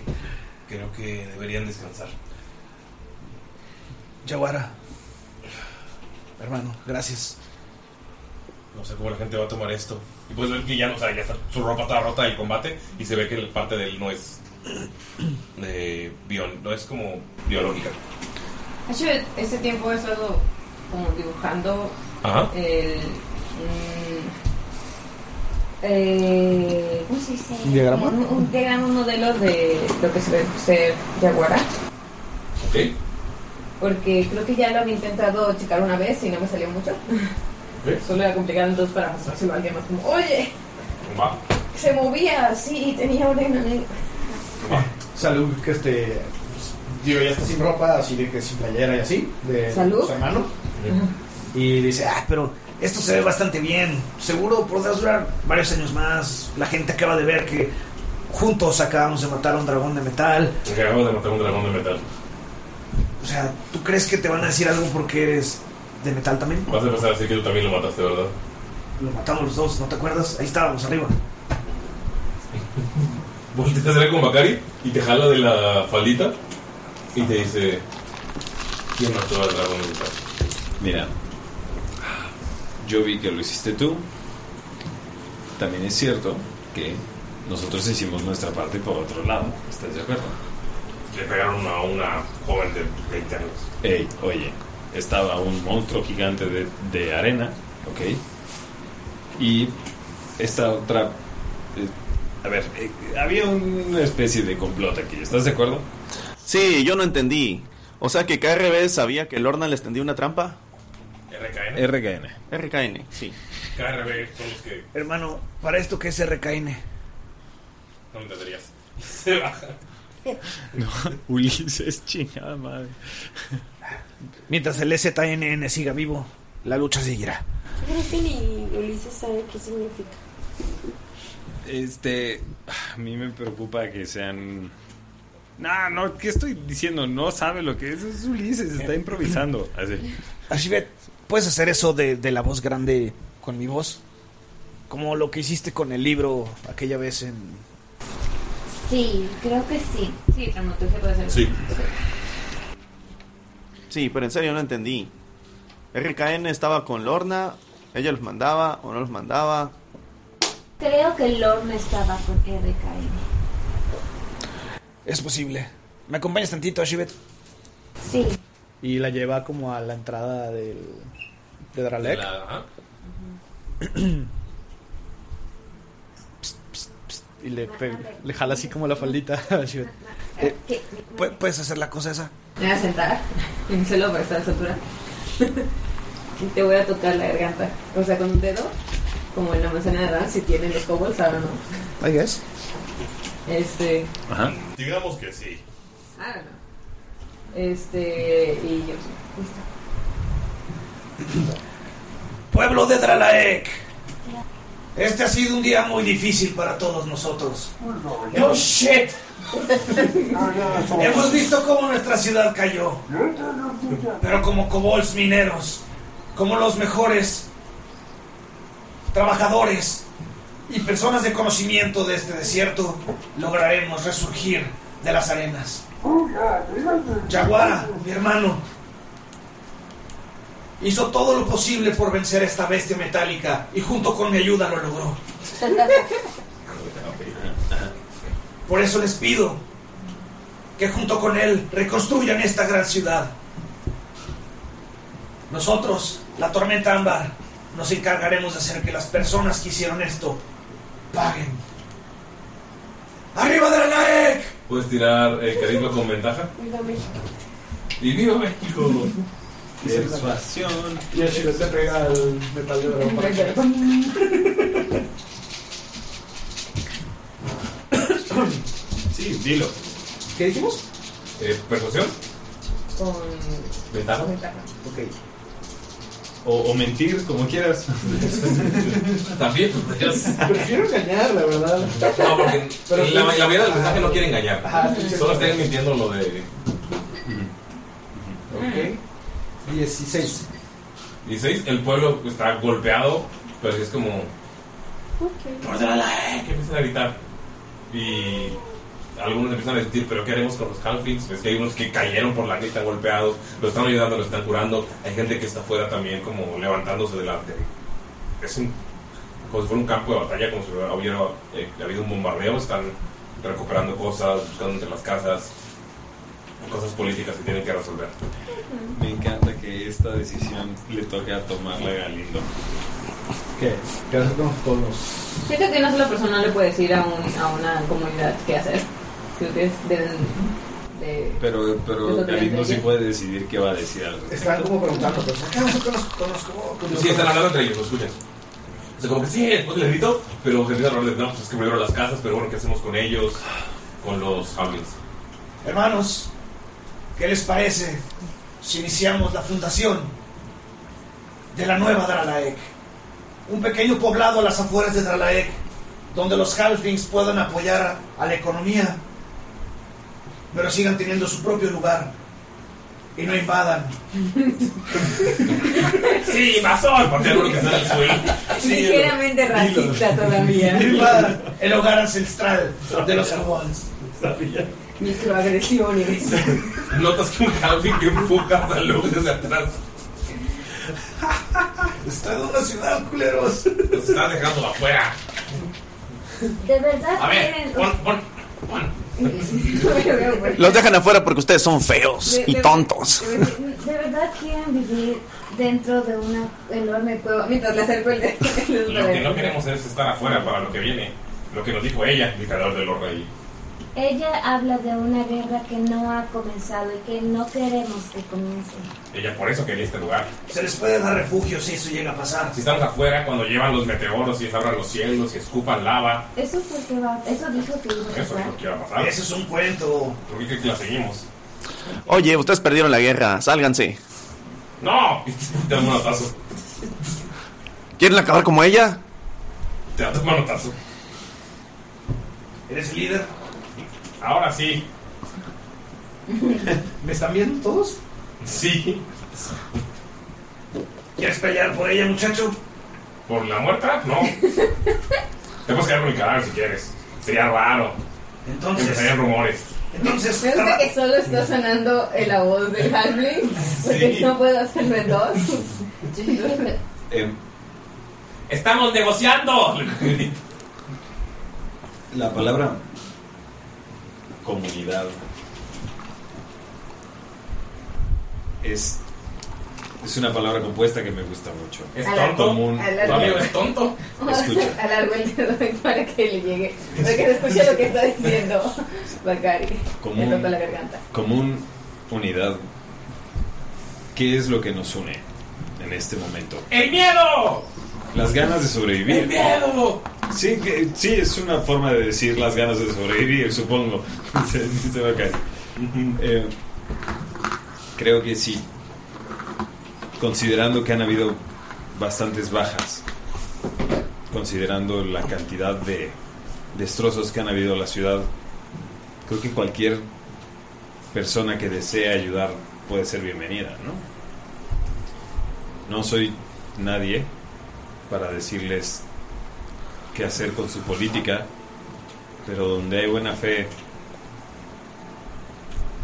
[SPEAKER 1] Creo que deberían descansar.
[SPEAKER 10] Yaguara. Hermano, gracias.
[SPEAKER 1] No sé cómo la gente va a tomar esto. Y puedes ver que ya, no- o sea, ya está su ropa toda rota del combate y se ve que la parte de él no es. [clears throat] De biol, no es como biológica.
[SPEAKER 3] hecho, ese tiempo he estado como dibujando
[SPEAKER 1] Ajá.
[SPEAKER 3] el. mm, eh, ¿Cómo se dice?
[SPEAKER 1] ¿Un diagrama?
[SPEAKER 3] Un, un diagrama, un modelo de lo que se debe ser Yaguara.
[SPEAKER 1] Ok.
[SPEAKER 3] Porque creo que ya lo había intentado checar una vez y no me salió mucho. [laughs] Solo era complicado entonces para mostrárselo a alguien más como, oye,
[SPEAKER 1] Va.
[SPEAKER 3] se movía así y tenía orina negra.
[SPEAKER 1] Ah,
[SPEAKER 10] Salud, que este. pues, Digo, ya está sin ropa, así de que sin playera y así. De
[SPEAKER 3] Salud.
[SPEAKER 10] su hermano. Y dice, ah, pero esto se ve bastante bien. Seguro podrás durar varios años más. La gente acaba de ver que juntos acabamos de matar a un dragón de metal.
[SPEAKER 1] Acabamos de matar un dragón de metal.
[SPEAKER 10] O sea, ¿tú crees que te van a decir algo porque eres de metal también?
[SPEAKER 1] Vas a empezar a decir que tú también lo mataste, ¿verdad?
[SPEAKER 10] Lo matamos los dos, ¿no te acuerdas? Ahí estábamos arriba.
[SPEAKER 1] Volteas a ver con Bakari y te jala de la faldita y te dice: ¿Quién mató al dragón de metal?
[SPEAKER 2] [laughs] Mira, yo vi que lo hiciste tú. También es cierto que nosotros hicimos nuestra parte por otro lado. ¿Estás de acuerdo?
[SPEAKER 1] Le pegaron a una joven de 20 años.
[SPEAKER 2] Ey, oye, estaba un monstruo gigante de, de arena, ¿ok? Y esta otra... eh, a ver, eh, había una especie de complot aquí, ¿estás de acuerdo?
[SPEAKER 5] Sí, yo no entendí. O sea que KRB sabía que Lorna les tendía una trampa.
[SPEAKER 1] RKN.
[SPEAKER 2] RKN.
[SPEAKER 5] RKN, sí.
[SPEAKER 1] KRB son los que
[SPEAKER 10] Hermano, para esto que es RKN.
[SPEAKER 1] no entenderías. [laughs] Se baja.
[SPEAKER 2] No, [laughs] Ulises, chingada madre.
[SPEAKER 10] Mientras el STNN siga vivo, la lucha seguirá.
[SPEAKER 4] Creo que ni Ulises sabe qué significa.
[SPEAKER 2] Este, a mí me preocupa que sean... No, no, ¿qué estoy diciendo? No sabe lo que es, es Ulises, está improvisando. Así.
[SPEAKER 10] Ashibet, ¿puedes hacer eso de, de la voz grande con mi voz? Como lo que hiciste con el libro aquella vez en...
[SPEAKER 7] Sí, creo que sí.
[SPEAKER 3] Sí, dramaturgia puede ser.
[SPEAKER 5] Sí, pero en serio no entendí. RKN estaba con Lorna, ella los mandaba o no los mandaba.
[SPEAKER 7] Creo que Lorna estaba con RKN.
[SPEAKER 10] Es posible. ¿Me acompañas tantito, Ashibet?
[SPEAKER 7] Sí.
[SPEAKER 8] Y la lleva como a la entrada del, de Dralek. Psst, psst, psst, y le, pe- le jala así como la faldita. [laughs] Ashibet.
[SPEAKER 7] Eh.
[SPEAKER 10] ¿Puedes hacer la cosa esa?
[SPEAKER 3] Me voy a sentar [laughs] en el suelo para estar a su altura. [laughs] y te voy a tocar la garganta. O sea, con un dedo, como en la manzana de Adán, si tienen los kobolds, ahora no.
[SPEAKER 8] I guess.
[SPEAKER 3] Este.
[SPEAKER 2] Ajá.
[SPEAKER 1] Digamos que sí.
[SPEAKER 3] Ahora no. Este. Y yo. Listo.
[SPEAKER 10] Pueblo de Dralaek. Este ha sido un día muy difícil para todos nosotros. No shit. Hemos visto cómo nuestra ciudad cayó. Pero como kobolds mineros, como los mejores trabajadores y personas de conocimiento de este desierto, lograremos resurgir de las arenas. Yaguara, mi hermano, hizo todo lo posible por vencer a esta bestia metálica y junto con mi ayuda lo logró.
[SPEAKER 3] [laughs]
[SPEAKER 10] Por eso les pido que junto con él reconstruyan esta gran ciudad. Nosotros, la tormenta ámbar, nos encargaremos de hacer que las personas que hicieron esto paguen. ¡Arriba de la NAEC!
[SPEAKER 1] Puedes tirar el carisma con ventaja. ¡Y viva México!
[SPEAKER 2] Persuasión.
[SPEAKER 6] Y Ashibet le pega al metal de dragón para que-
[SPEAKER 2] Sí, dilo.
[SPEAKER 6] ¿Qué dijimos?
[SPEAKER 1] Eh, ¿Persuasión?
[SPEAKER 3] con
[SPEAKER 1] ¿Ventaja?
[SPEAKER 3] con ventaja.
[SPEAKER 2] O, o mentir, como quieras.
[SPEAKER 1] [laughs] También, pues,
[SPEAKER 6] Prefiero engañar, la verdad.
[SPEAKER 1] No, porque
[SPEAKER 6] Pero-
[SPEAKER 1] la mayoría del mensaje no quiere engañar.
[SPEAKER 6] Ajá, sí, sí.
[SPEAKER 1] Solo están mintiendo lo de.
[SPEAKER 6] Ok. 16.
[SPEAKER 1] 16. El pueblo está golpeado, pero es como. ¡Mórtala,
[SPEAKER 3] E.
[SPEAKER 1] eh! Que empiezan a gritar. Y algunos empiezan a decir, ¿pero qué haremos con los halflings? Ves que hay unos que cayeron por la que están golpeados, lo están ayudando, lo están curando. Hay gente que está afuera también, como levantándose delante. Es un, como si fuera un campo de batalla, como si hubiera, hubiera, eh, habido un bombardeo. Están recuperando cosas, buscando entre las casas, cosas políticas que tienen que resolver.
[SPEAKER 2] Me encanta que esta decisión le toque a tomarla a Galindo.
[SPEAKER 6] ¿Qué? ¿Qué hacemos con los.?
[SPEAKER 3] Siento que una sola persona le puede decir a, un- a una comunidad qué hacer. Creo que es de, de-
[SPEAKER 2] Pero,
[SPEAKER 3] Yo
[SPEAKER 2] pero
[SPEAKER 3] creo que
[SPEAKER 2] Galindo sí
[SPEAKER 3] ella-
[SPEAKER 2] puede decidir qué va a decir al respecto.
[SPEAKER 6] Están como preguntando, pero ¿qué hacemos con los.? Con los con los-
[SPEAKER 1] Pues Sí, están hablando entre ellos, lo escuchan. O sea, como que sí, después le grito, pero se empiezan a hablar de, no, pues es que primero las casas, pero bueno, ¿qué hacemos con ellos? Con los [laughs] Howlings.
[SPEAKER 10] Hermanos, ¿qué les parece si iniciamos la fundación de la nueva Dralaek? Un pequeño poblado a las afueras de Dralaek, donde los Halflings puedan apoyar a la economía, pero sigan teniendo su propio lugar y no invadan.
[SPEAKER 1] [laughs] sí, masón, porque es lo que está en el suelo.
[SPEAKER 3] Ligeramente
[SPEAKER 1] [laughs]
[SPEAKER 3] racista todavía.
[SPEAKER 10] No invadan el hogar ancestral de los Hawans.
[SPEAKER 3] Microagresiones.
[SPEAKER 1] Notas que un Howling que empuja a luz desde atrás.
[SPEAKER 10] [laughs] Estoy en una ciudad, culeros.
[SPEAKER 1] Los estás dejando afuera.
[SPEAKER 7] De verdad
[SPEAKER 1] A ver,
[SPEAKER 7] quieren- [laughs]
[SPEAKER 1] pon, pon.
[SPEAKER 5] Los dejan afuera porque ustedes son feos
[SPEAKER 7] De-
[SPEAKER 5] y
[SPEAKER 7] de-
[SPEAKER 5] tontos.
[SPEAKER 7] de verdad quieren vivir dentro de una enorme cueva.
[SPEAKER 3] Mientras le acerco el
[SPEAKER 7] [laughs]
[SPEAKER 3] dedo.
[SPEAKER 1] Lo que no queremos es estar afuera para lo que viene. Lo que nos dijo ella, el creador del horno ahí.
[SPEAKER 7] Ella habla de una guerra que no ha comenzado y que no queremos que comience.
[SPEAKER 1] Ella por eso quería este lugar.
[SPEAKER 10] Se les puede dar refugio si eso llega a pasar.
[SPEAKER 1] Si estamos afuera, cuando llevan los meteoros y se abran los cielos y escupan lava,
[SPEAKER 7] Eso porque va, eso dijo que iba a
[SPEAKER 1] eso es
[SPEAKER 7] pasar.
[SPEAKER 1] lo que va a pasar.
[SPEAKER 10] Ese es un cuento.
[SPEAKER 1] ¿Por qué crees que la seguimos?
[SPEAKER 5] Oye, ustedes perdieron la guerra, sálganse.
[SPEAKER 1] ¡No! [laughs] Te da un manotazo.
[SPEAKER 5] ¿Quieren acabar como ella?
[SPEAKER 1] Te da un manotazo.
[SPEAKER 10] ¿Eres líder?
[SPEAKER 1] Ahora sí.
[SPEAKER 10] [laughs] ¿Me están viendo todos?
[SPEAKER 1] Sí.
[SPEAKER 10] ¿Quieres pelear por ella, muchacho?
[SPEAKER 1] ¿Por la muerta? No. Te puedes quedar con el cadáver si quieres. Sería raro.
[SPEAKER 10] Entonces.
[SPEAKER 1] Empezarían rumores.
[SPEAKER 10] Entonces,
[SPEAKER 3] Me gusta que solo está sonando en la voz del Hamlin, porque no puedo hacerme dos.
[SPEAKER 1] ¡Estamos negociando! [laughs]
[SPEAKER 2] La palabra comunidad es, es una palabra compuesta que me gusta mucho.
[SPEAKER 1] Es tonto.
[SPEAKER 2] Común.
[SPEAKER 3] Tu amigo es
[SPEAKER 1] tonto.
[SPEAKER 2] Escucha.
[SPEAKER 3] Alargo el dedo para que le llegue. Para que se escuche lo que está diciendo Bakari.
[SPEAKER 2] Común.
[SPEAKER 3] Me toca la garganta.
[SPEAKER 2] Común, unidad. ¿Qué es lo que nos une en este momento?
[SPEAKER 1] ¡El miedo!
[SPEAKER 2] Las ganas de sobrevivir.
[SPEAKER 1] ¡El miedo!
[SPEAKER 2] Sí, que- sí, es una forma de decir las ganas de sobrevivir, supongo. [laughs] se, se va a caer. Eh, creo que sí. Considerando que han habido bastantes bajas, considerando la cantidad de destrozos que han habido en la ciudad, creo que cualquier persona que desee ayudar puede ser bienvenida, ¿no? No soy nadie para decirles qué hacer con su política, pero donde hay buena fe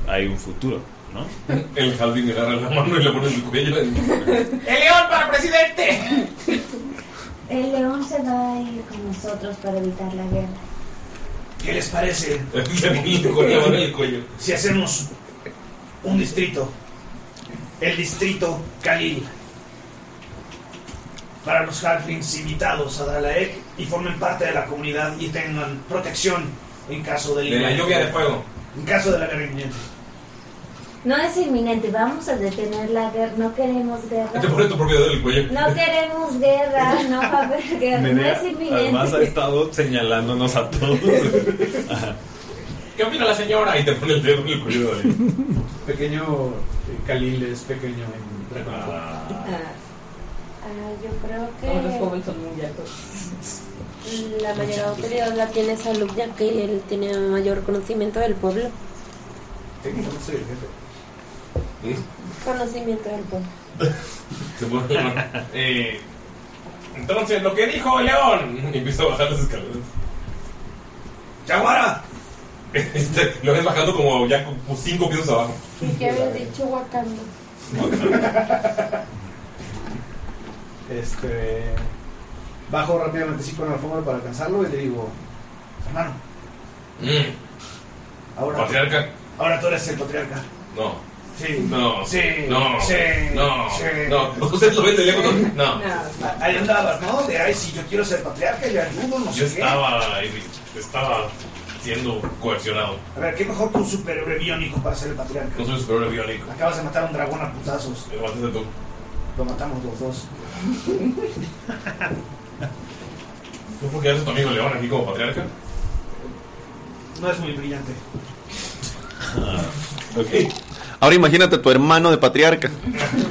[SPEAKER 2] hay un futuro, ¿no?
[SPEAKER 1] [laughs] El Haldin le agarra la mano y le pone en su cuello. ¡El león para presidente!
[SPEAKER 7] [laughs] El león se va a ir con nosotros para evitar la guerra.
[SPEAKER 10] ¿Qué les parece? [laughs]
[SPEAKER 1] el cuello.
[SPEAKER 10] Si hacemos un distrito, el distrito Khalil, para los halflings invitados a Dralaek y formen parte de la comunidad y tengan protección en caso de,
[SPEAKER 1] De la lluvia de fuego.
[SPEAKER 10] En caso de la guerra inminente.
[SPEAKER 7] No es inminente, vamos a detener la guerra. No queremos guerra.
[SPEAKER 1] Te pone tu propio dedo en el cuello.
[SPEAKER 7] No queremos guerra, no va a
[SPEAKER 2] [laughs]
[SPEAKER 7] haber guerra. No
[SPEAKER 2] Nerea,
[SPEAKER 7] es [laughs]
[SPEAKER 2] además ha [laughs]
[SPEAKER 7] inminente.
[SPEAKER 2] estado señalándonos a todos. Ajá.
[SPEAKER 1] ¿Qué opina la señora? Y te pone el dedo en
[SPEAKER 2] [laughs]
[SPEAKER 1] el cuello. de-
[SPEAKER 8] Pequeño eh, Khalil es pequeño en Dragon Ball.
[SPEAKER 4] Ah, yo creo
[SPEAKER 3] Ahora los
[SPEAKER 4] que
[SPEAKER 3] jóvenes son muy altos.
[SPEAKER 4] la mayor autoridad la tiene Salud, ya que él tiene mayor conocimiento del pueblo.
[SPEAKER 8] Técnicamente soy el jefe.
[SPEAKER 4] Conocimiento del pueblo.
[SPEAKER 1] [laughs] Se pone la mano. Eh, entonces, lo que dijo León. [laughs] Y empieza a bajar las escaleras. ¡Chaguara! Este, lo ves bajando como ya como cinco pisos abajo.
[SPEAKER 4] ¿Y qué habías dicho, Wakanda?
[SPEAKER 8] Este. Bajo rápidamente sí con la alfombra para alcanzarlo y le digo: Hermano, ahora.
[SPEAKER 1] Mm. Patriarca.
[SPEAKER 8] Ahora tú eres el patriarca.
[SPEAKER 1] No.
[SPEAKER 8] Sí.
[SPEAKER 1] No.
[SPEAKER 8] Sí.
[SPEAKER 1] No.
[SPEAKER 8] Sí.
[SPEAKER 1] No.
[SPEAKER 8] Sí.
[SPEAKER 1] No. Ustedes lo ven de lejos. No.
[SPEAKER 10] Ah, Ahí andabas, ¿no? De ay, si yo quiero ser patriarca, yo ayudo, no
[SPEAKER 1] Yo
[SPEAKER 10] sé qué.
[SPEAKER 1] estaba. Estaba siendo coaccionado.
[SPEAKER 10] A ver, ¿qué mejor que un superhéroe biónico para ser el patriarca?
[SPEAKER 1] No soy un superhéroe biónico.
[SPEAKER 10] Acabas de matar a un dragón a putazos.
[SPEAKER 1] Lo mataste tú.
[SPEAKER 10] Lo matamos los
[SPEAKER 1] [laughs]
[SPEAKER 10] dos.
[SPEAKER 1] ¿No por qué haces tu amigo León aquí como patriarca?
[SPEAKER 8] No es muy brillante.
[SPEAKER 1] ok.
[SPEAKER 5] Ahora imagínate a tu hermano
[SPEAKER 2] [laughs]
[SPEAKER 5] de patriarca.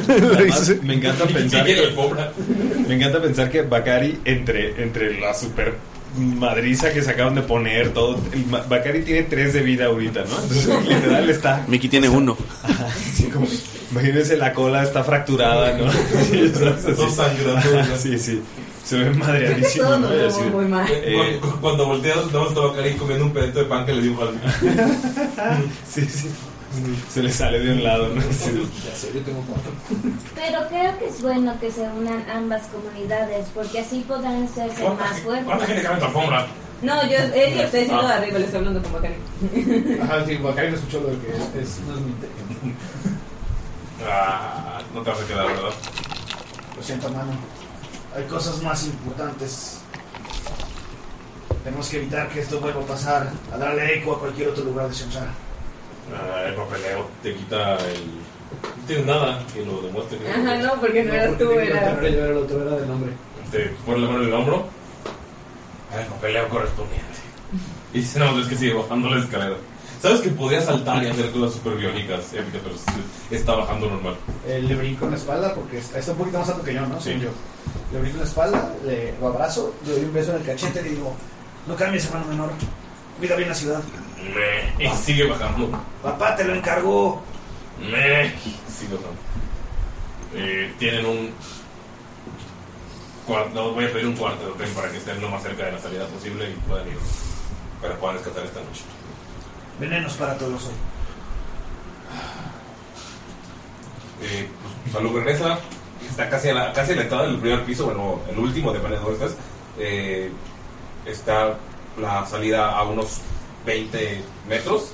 [SPEAKER 2] Además, me encanta [laughs] pensar
[SPEAKER 1] que,
[SPEAKER 2] me encanta pensar que Bakari entre, entre la super madriza que se acaban de poner todo el ma- Bakari tiene tres de vida ahorita no entonces literal está
[SPEAKER 5] Mickey tiene uno.
[SPEAKER 2] así como imagínense la cola está fracturada
[SPEAKER 1] [laughs]
[SPEAKER 2] no sí, ¿sabes? Así.
[SPEAKER 1] Todo sangrando, ¿no?
[SPEAKER 2] sí sí se ve madreadísimo
[SPEAKER 1] Todo
[SPEAKER 2] ¿no? Y así-
[SPEAKER 3] muy mal.
[SPEAKER 2] Eh,
[SPEAKER 1] Cuando, cuando volteas, nada más estaba Karim comiendo un pedacito de pan que le dio Juan.
[SPEAKER 2] [laughs] sí sí se le sale de un lado no Sí.
[SPEAKER 7] Pero creo que es bueno que se unan ambas comunidades porque así podrán hacerse más
[SPEAKER 1] ¿Cuánta gente
[SPEAKER 7] fuertes.
[SPEAKER 1] cabe en tu alfombra?
[SPEAKER 3] No, yo, él y usted diciendo
[SPEAKER 1] Ah.
[SPEAKER 3] de arriba, le estoy hablando con Bacari.
[SPEAKER 8] Ajá, sí, Bacari no escuchó lo que es. es- no es mi técnico.
[SPEAKER 1] Ah, no te vas a quedar, ¿verdad?
[SPEAKER 10] Lo siento, hermano. Hay cosas más importantes. Tenemos que evitar que esto vuelva a pasar, a darle eco a cualquier otro lugar de Shemshara.
[SPEAKER 1] Ah, el papeleo te quita el. No tienes nada que lo demuestre. que-
[SPEAKER 3] Ajá, no, porque no eras tú, era.
[SPEAKER 8] Yo era el otro, era del nombre.
[SPEAKER 1] Te pone la mano en el hombro. El papeleo correspondiente. Y dice, no, es que sigue bajando la escalera. ¿Sabes que podía saltar y hacer cosas super biónicas épicas, pero se- está bajando normal?
[SPEAKER 8] Eh, le brinco en la espalda porque está está un poquito más alto que yo, ¿no?
[SPEAKER 1] Sí.
[SPEAKER 8] Según yo. Le brinco en la espalda, le lo abrazo.
[SPEAKER 10] Eh, Le doy un beso en el cachete y le digo, no cambies, hermano menor. Cuida bien la ciudad.
[SPEAKER 1] Meh, Y sigue bajando.
[SPEAKER 10] Papá te lo encargó.
[SPEAKER 1] Meh, Sigue bajando. Eh, tienen un. cuar- No, voy a pedir un cuarto de hotel para que estén lo más cerca de la salida posible y puedan ir. Para que puedan descansar esta noche.
[SPEAKER 10] Venenos para todos hoy.
[SPEAKER 1] Eh, pues, Salud regresa, está casi a la, casi a la entrada del primer piso, bueno, el último, depende de dónde estás. Eh, está la salida a unos 20 metros,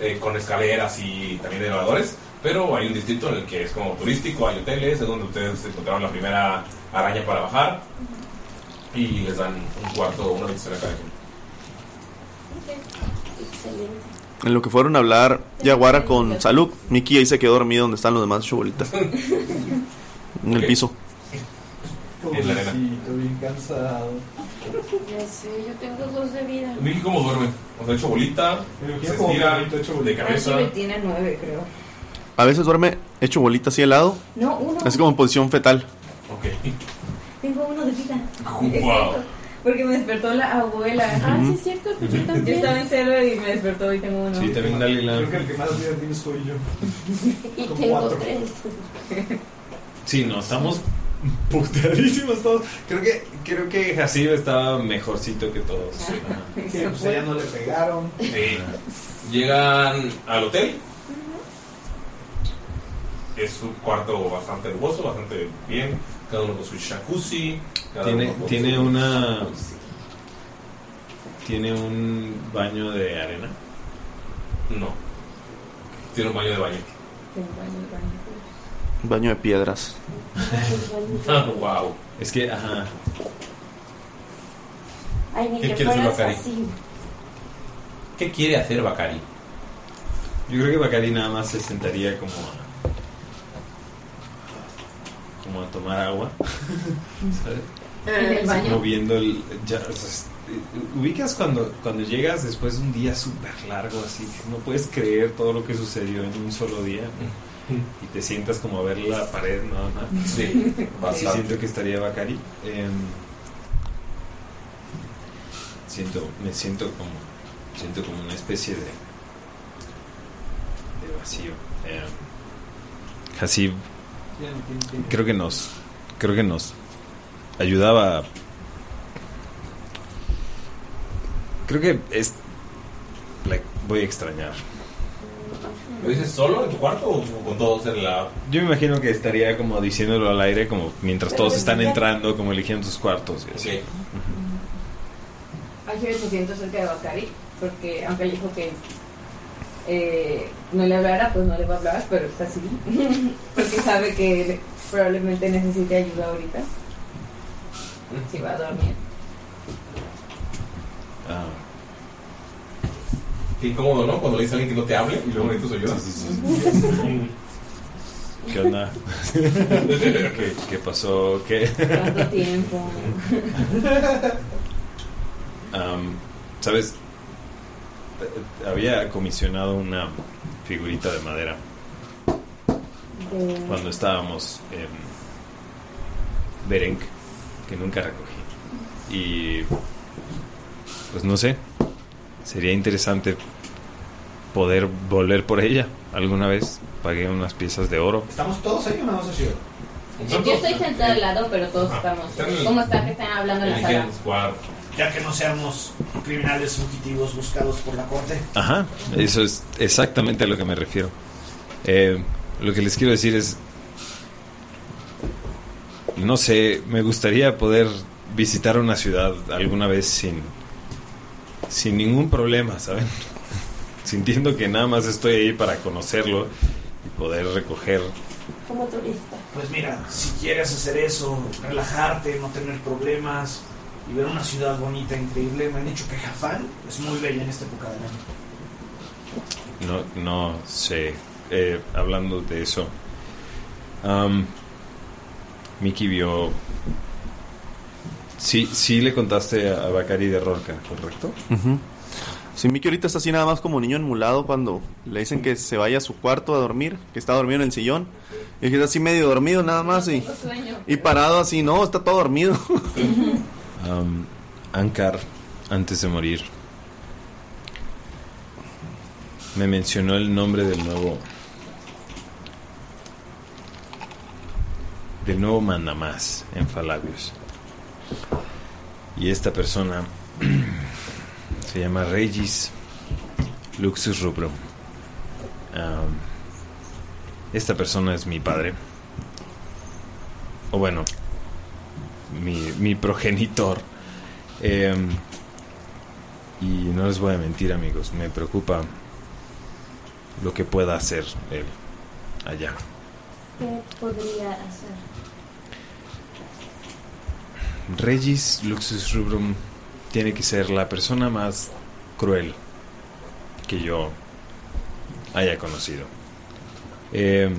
[SPEAKER 1] eh, con escaleras y también elevadores, pero hay un distrito en el que es como turístico, hay hoteles, es donde ustedes encontraron la primera araña para bajar y les dan un cuarto, una habitación a cada quien.
[SPEAKER 4] Excelente.
[SPEAKER 5] En lo que fueron a hablar Yaguara con Salud, Mickey ahí se quedó dormido donde están los demás chubolitas. En el piso.
[SPEAKER 1] En la arena.
[SPEAKER 8] Pobrecito, bien cansado.
[SPEAKER 4] Ya sé, yo tengo dos de vida.
[SPEAKER 1] Mira cómo duerme, o sea, hecho bolita, se
[SPEAKER 8] como
[SPEAKER 1] estira
[SPEAKER 8] bolita,
[SPEAKER 1] de cabeza.
[SPEAKER 3] Archie tiene nueve, creo.
[SPEAKER 5] A veces duerme hecho bolita así al lado.
[SPEAKER 3] No, uno.
[SPEAKER 5] Así como en posición fetal.
[SPEAKER 1] Ok.
[SPEAKER 3] Tengo uno de vida. Es
[SPEAKER 5] Wow.
[SPEAKER 3] cierto, Porque me despertó la abuela.
[SPEAKER 5] Ah, sí,
[SPEAKER 3] es cierto, yo también. Yo estaba en cero y me despertó y tengo uno.
[SPEAKER 2] sí
[SPEAKER 3] [laughs]
[SPEAKER 2] también Dalila
[SPEAKER 8] Creo que el que más vida tiene soy yo.
[SPEAKER 4] Y
[SPEAKER 8] Con
[SPEAKER 4] tengo
[SPEAKER 8] cuatro.
[SPEAKER 4] tres.
[SPEAKER 3] [laughs]
[SPEAKER 2] Sí, no, estamos puteadísimos todos. Creo que, creo que Hasib estaba mejorcito que todos.
[SPEAKER 8] Sí, pues allá no le pegaron. [laughs]
[SPEAKER 1] Sí. Llegan al hotel. Es un cuarto bastante hermoso, bastante bien. Cada uno con su jacuzzi. cada
[SPEAKER 2] Tiene,
[SPEAKER 1] uno con
[SPEAKER 2] tiene
[SPEAKER 1] su-
[SPEAKER 2] una. Tiene un baño de arena.
[SPEAKER 1] No. Tiene un baño de baño. [laughs]
[SPEAKER 3] Tengo baño, baño.
[SPEAKER 5] Baño de piedras.
[SPEAKER 1] Ah, wow.
[SPEAKER 2] Es que, ajá.
[SPEAKER 4] Ay, ni
[SPEAKER 1] ¿Qué
[SPEAKER 4] que
[SPEAKER 1] quieres,
[SPEAKER 4] fueras
[SPEAKER 1] Bacari?
[SPEAKER 4] así.
[SPEAKER 1] ¿Qué quiere hacer Bakari?
[SPEAKER 2] Yo creo que Bacari nada más se sentaría como a. como a tomar agua. ¿Sabes?
[SPEAKER 3] [laughs] En el baño.
[SPEAKER 2] Moviendo el. ya, o sea, eh, ubicas cuando, cuando llegas después de un día súper largo, así que no puedes creer todo lo que sucedió en un solo día.
[SPEAKER 1] Mm.
[SPEAKER 2] Y te sientas como a ver la pared nada más.
[SPEAKER 1] Sí,
[SPEAKER 2] Así
[SPEAKER 1] bastante.
[SPEAKER 2] siento que estaría Bacari. Em, siento, me siento como, siento como una especie de, de vacío. Eh. Em, así creo que nos creo que nos ayudaba creo que es la voy a extrañar
[SPEAKER 1] ¿Lo dices solo en tu cuarto o con todos en la.?
[SPEAKER 2] yo me imagino que estaría como diciéndolo al aire como mientras todos están entrando como eligiendo sus cuartos y así.
[SPEAKER 3] Alfred se siento cerca de Bakari, porque aunque él dijo que eh, no le hablara, pues no le va a hablar, pero está así. [laughs] porque sabe que él probablemente necesite ayuda ahorita. Si va a dormir.
[SPEAKER 2] Ah.
[SPEAKER 1] Qué incómodo, ¿no? Cuando le dices a alguien que no te hable y luego necesitas ayuda. [laughs]
[SPEAKER 2] ¿Qué onda? ¿Qué, [laughs] qué pasó? ¿Qué?
[SPEAKER 3] ¿Cuánto tiempo?
[SPEAKER 2] Am, ¿Sabes? Eh, Había comisionado una figurita de madera
[SPEAKER 3] De-
[SPEAKER 2] cuando estábamos en Berenk, que nunca recogí. Y pues no sé, sería interesante poder volver por ella alguna vez. Pagué unas piezas de oro.
[SPEAKER 8] ¿Estamos todos ahí o nada más así?
[SPEAKER 3] Yo estoy sentada al lado, pero todos estamos. ¿Cómo está que están hablando en la sala?
[SPEAKER 10] Ya que no seamos criminales fugitivos buscados por la corte.
[SPEAKER 2] Ajá, eso es exactamente a lo que me refiero. Eh, lo que les quiero decir es, no sé, me gustaría poder visitar una ciudad alguna vez sin, sin ningún problema, ¿saben? [laughs] Sintiendo que nada más estoy ahí para conocerlo y poder recoger.
[SPEAKER 10] Como turista. Pues mira, si quieres hacer eso, relajarte, no tener problemas y ver una ciudad bonita, increíble, me han dicho que Jafán es muy bella en esta época del año.
[SPEAKER 2] No, no sé, eh, hablando de eso. am, Miki vio... Sí, sí le contaste a Bakari de Rorca, ¿correcto?
[SPEAKER 5] Ujú. Si Mickey ahorita está así nada más como niño enmulado cuando le dicen que se vaya a su cuarto a dormir, que está dormido en el sillón, y que está así medio dormido nada más y, y parado así, no, está todo [laughs] dormido.
[SPEAKER 2] Am, Ankar, antes de morir, me mencionó el nombre del nuevo. del nuevo mandamás en Falabios. Y esta persona [clears throat] se llama Regis Luxus Rubrum. Am, esta persona es mi padre. O bueno, mi, mi progenitor. Em, y no les voy a mentir, amigos, me preocupa lo que pueda hacer él allá.
[SPEAKER 7] ¿Qué podría hacer?
[SPEAKER 2] Regis Luxus Rubrum tiene que ser la persona más cruel que yo haya conocido. Eh,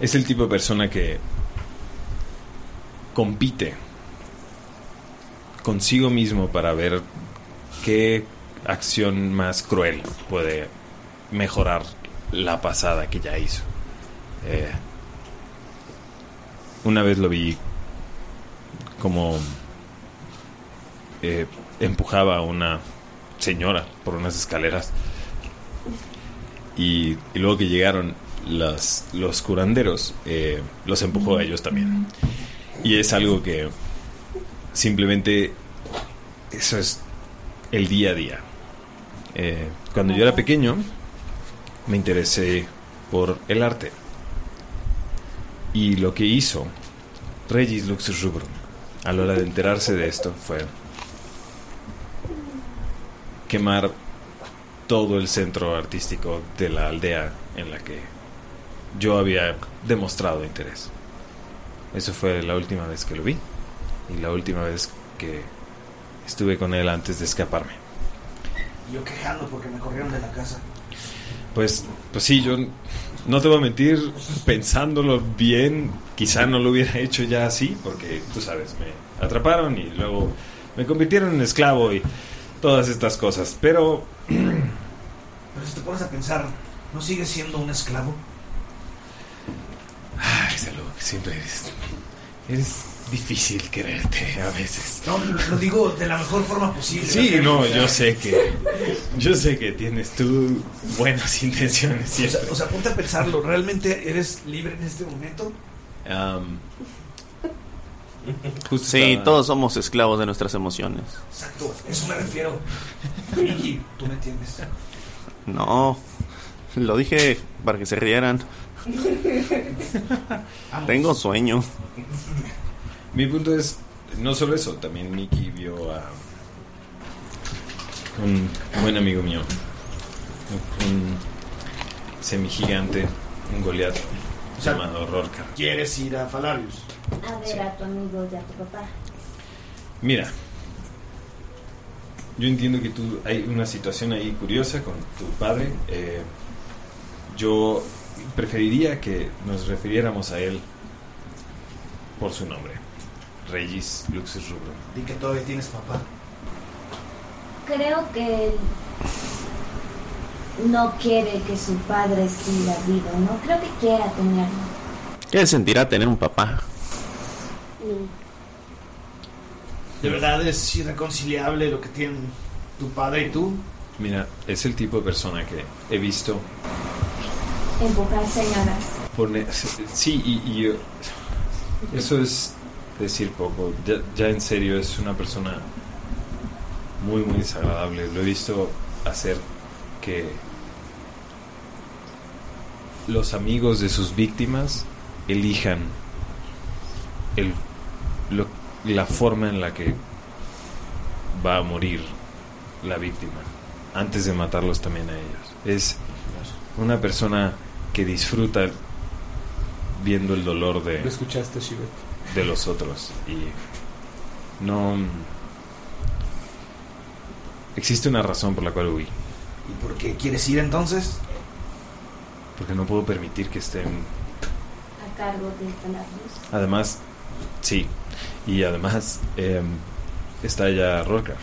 [SPEAKER 2] es el tipo de persona que compite consigo mismo para ver qué acción más cruel puede mejorar la pasada que ya hizo. Eh, una vez lo vi como eh, empujaba a una señora por unas escaleras. Y, y luego que llegaron las, los curanderos, eh, los empujó a ellos también. Y es algo que simplemente eso es el día a día. Eh, cuando yo era pequeño, me interesé por el arte. Y lo que hizo Regis Luxus Rubrum a la hora de enterarse de esto fue quemar todo el centro artístico de la aldea en la que yo había demostrado interés. Eso fue la última vez que lo vi y la última vez que estuve con él antes de escaparme.
[SPEAKER 10] Y yo quejando porque me corrieron de la casa.
[SPEAKER 2] Pues, pues sí, yo no te voy a mentir, pensándolo bien, quizá no lo hubiera hecho ya así, porque tú sabes, me atraparon y luego me convirtieron en esclavo y todas estas cosas. Pero
[SPEAKER 10] Pero si te pones a pensar, ¿no sigues siendo un esclavo?
[SPEAKER 2] Ay, salud, siempre eres. Eres difícil quererte a veces.
[SPEAKER 10] No, lo lo digo de la mejor forma posible.
[SPEAKER 2] Sí,
[SPEAKER 10] ¿verdad?
[SPEAKER 2] no,
[SPEAKER 10] O sea,
[SPEAKER 2] yo sé que. Yo sé que tienes tú buenas [laughs] intenciones
[SPEAKER 10] O sea,
[SPEAKER 2] siempre.
[SPEAKER 10] o sea, ponte a pensarlo, ¿realmente eres libre en este momento?
[SPEAKER 5] [laughs]
[SPEAKER 2] Am, justo
[SPEAKER 5] Sí,
[SPEAKER 2] estaba-
[SPEAKER 5] todos somos esclavos de nuestras emociones.
[SPEAKER 10] Exacto, eso me refiero. Miki, tú me entiendes.
[SPEAKER 5] No, lo dije para que se [laughs] rieran. Tengo sueño.
[SPEAKER 2] [laughs] Mi punto es, no solo eso, también Nicky vio a un buen amigo mío, un semigigante, un Goliath
[SPEAKER 10] sea,
[SPEAKER 2] llamado Rorca.
[SPEAKER 10] ¿Quieres ir a Falarius?
[SPEAKER 7] A ver a tu amigo y a tu papá.
[SPEAKER 2] Mira, yo entiendo que tú hay una situación ahí curiosa con tu padre. eh, yo preferiría que nos refiriéramos a él por su nombre, Regis Luxus Rubrum.
[SPEAKER 10] Di que todavía tienes papá.
[SPEAKER 7] Creo que él no quiere que su padre siga vivo, no creo que quiera tenerlo.
[SPEAKER 5] ¿Qué sentirá tener un papá?
[SPEAKER 10] ¿De verdad es irreconciliable lo que tienen tu padre y tú?
[SPEAKER 2] Mira, es el tipo de persona que he visto
[SPEAKER 7] Empujar señoras.
[SPEAKER 2] pone- Sí, y, y yo- eso es decir poco. Ya, ya en serio, es una persona muy, muy desagradable. Lo he visto hacer que los amigos de sus víctimas elijan el, lo- la forma en la que va a morir la víctima antes de matarlos también a ellos. Es una persona que disfruta viendo el dolor de
[SPEAKER 8] Lo escuchaste, Shivet.
[SPEAKER 2] de los otros Mm. y no mm, existe una razón por la cual huí
[SPEAKER 10] ¿Y por qué quieres ir entonces?
[SPEAKER 2] porque no puedo permitir que estén
[SPEAKER 7] A cargo de Falarius.
[SPEAKER 2] además sí y además eh, está ya Rorca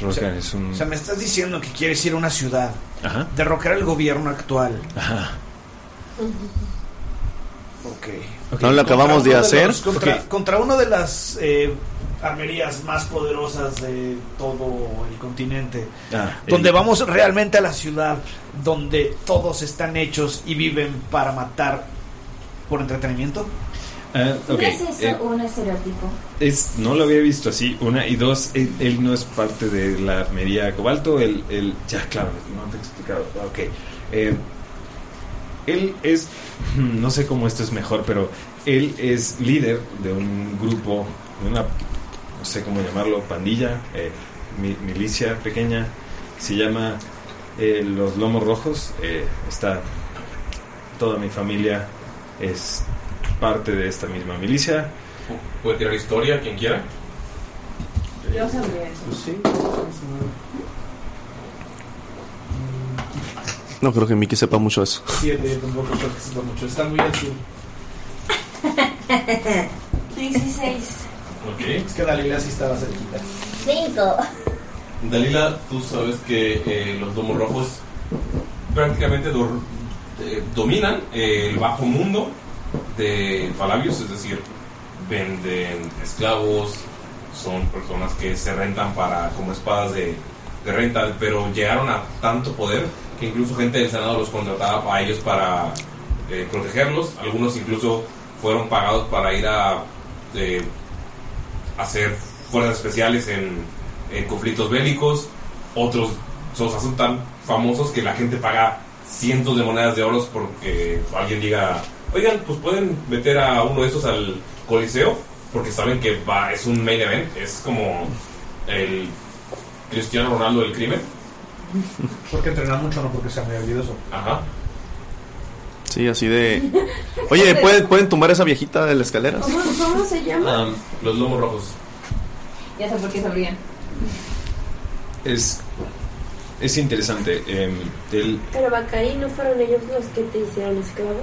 [SPEAKER 2] Rorca
[SPEAKER 10] O sea,
[SPEAKER 2] es un
[SPEAKER 10] O sea, me estás diciendo que quieres ir a una ciudad,
[SPEAKER 2] ajá
[SPEAKER 10] derrocar al gobierno actual.
[SPEAKER 2] ajá
[SPEAKER 10] Ok.
[SPEAKER 2] Ok.
[SPEAKER 5] No lo acabamos de
[SPEAKER 10] Contra uno
[SPEAKER 5] hacer.
[SPEAKER 10] los- contra,
[SPEAKER 2] Ok.
[SPEAKER 10] contra una de las eh, armerías más poderosas de todo el continente.
[SPEAKER 2] Ah,
[SPEAKER 10] Donde
[SPEAKER 2] el-
[SPEAKER 10] vamos realmente a la ciudad donde todos están hechos y viven para matar por entretenimiento.
[SPEAKER 2] ah, ok,
[SPEAKER 7] ¿No es eso
[SPEAKER 2] eh,
[SPEAKER 7] un estereotipo?
[SPEAKER 2] es- no lo había visto así una y dos él, él no es parte de la armería cobalto él, él- ya claro no te he explicado ok Eh, él es hmm, no sé cómo esto es mejor pero él es líder de un grupo de una no sé cómo llamarlo pandilla eh, mi- milicia pequeña se llama eh, los lomos rojos Eh, está toda mi familia es parte de esta misma milicia
[SPEAKER 1] Puede tirar historia, quien quiera.
[SPEAKER 3] Yo sabría eso.
[SPEAKER 8] Sí.
[SPEAKER 5] No creo que Mickey sepa mucho eso.
[SPEAKER 8] Siete, tampoco creo que sepa mucho. Está muy azul.
[SPEAKER 4] [laughs]
[SPEAKER 7] 16.
[SPEAKER 1] Ok.
[SPEAKER 8] Es que Dalila sí estaba cerquita.
[SPEAKER 7] 5.
[SPEAKER 1] Dalila, tú sabes que eh, los domos rojos prácticamente dor- eh, dominan eh, el bajo mundo de Falabios, es decir, venden esclavos, son personas que se rentan para como espadas de, de renta, pero llegaron a tanto poder que incluso gente del Senado los contrataba a ellos para eh, protegerlos. Algunos incluso fueron pagados para ir a eh, hacer fuerzas especiales en, en conflictos bélicos. Otros o sea, son tan famosos que la gente paga cientos de monedas de oros porque alguien diga, oigan, pues pueden meter a uno de esos al coliseo porque saben que va, es un main event, es como el Cristiano Ronaldo del crimen.
[SPEAKER 8] Porque entrenar mucho, no porque sea muy habilidoso.
[SPEAKER 1] Ajá.
[SPEAKER 5] Sí, así de. Oye, ¿pueden, pueden tumbar a esa viejita de las escaleras?
[SPEAKER 4] ¿Cómo, cómo se llama?
[SPEAKER 1] los lomos rojos.
[SPEAKER 3] Ya sé por qué sabrían.
[SPEAKER 2] Es, es interesante. eh, él,
[SPEAKER 4] Pero Bacari, ¿no fueron ellos los que te hicieron esclavo?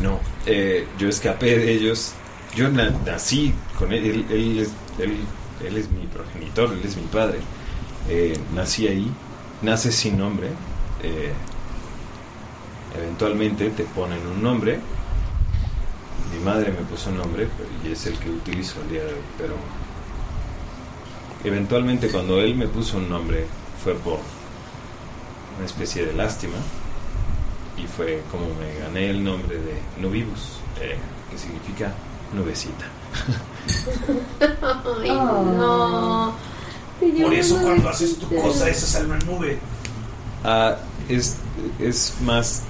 [SPEAKER 2] no, eh, yo escapé de ellos. Yo na- nací con él. Él, él- él él es mi progenitor, él es mi padre. Eh, nací ahí, naces sin nombre, eh, eventualmente te ponen un nombre. Mi madre me puso un nombre pero- y es el que utilizo el día de hoy, pero eventualmente cuando él me puso un nombre fue por una especie de lástima y fue como me gané el nombre de Nubibus, eh, que significa nubecita. [laughs]
[SPEAKER 4] Ay, no. Te
[SPEAKER 10] Por
[SPEAKER 4] llaman
[SPEAKER 10] eso cuando
[SPEAKER 4] Nubecita.
[SPEAKER 10] haces tu cosa, esa sale una nube.
[SPEAKER 2] Ah, es, es más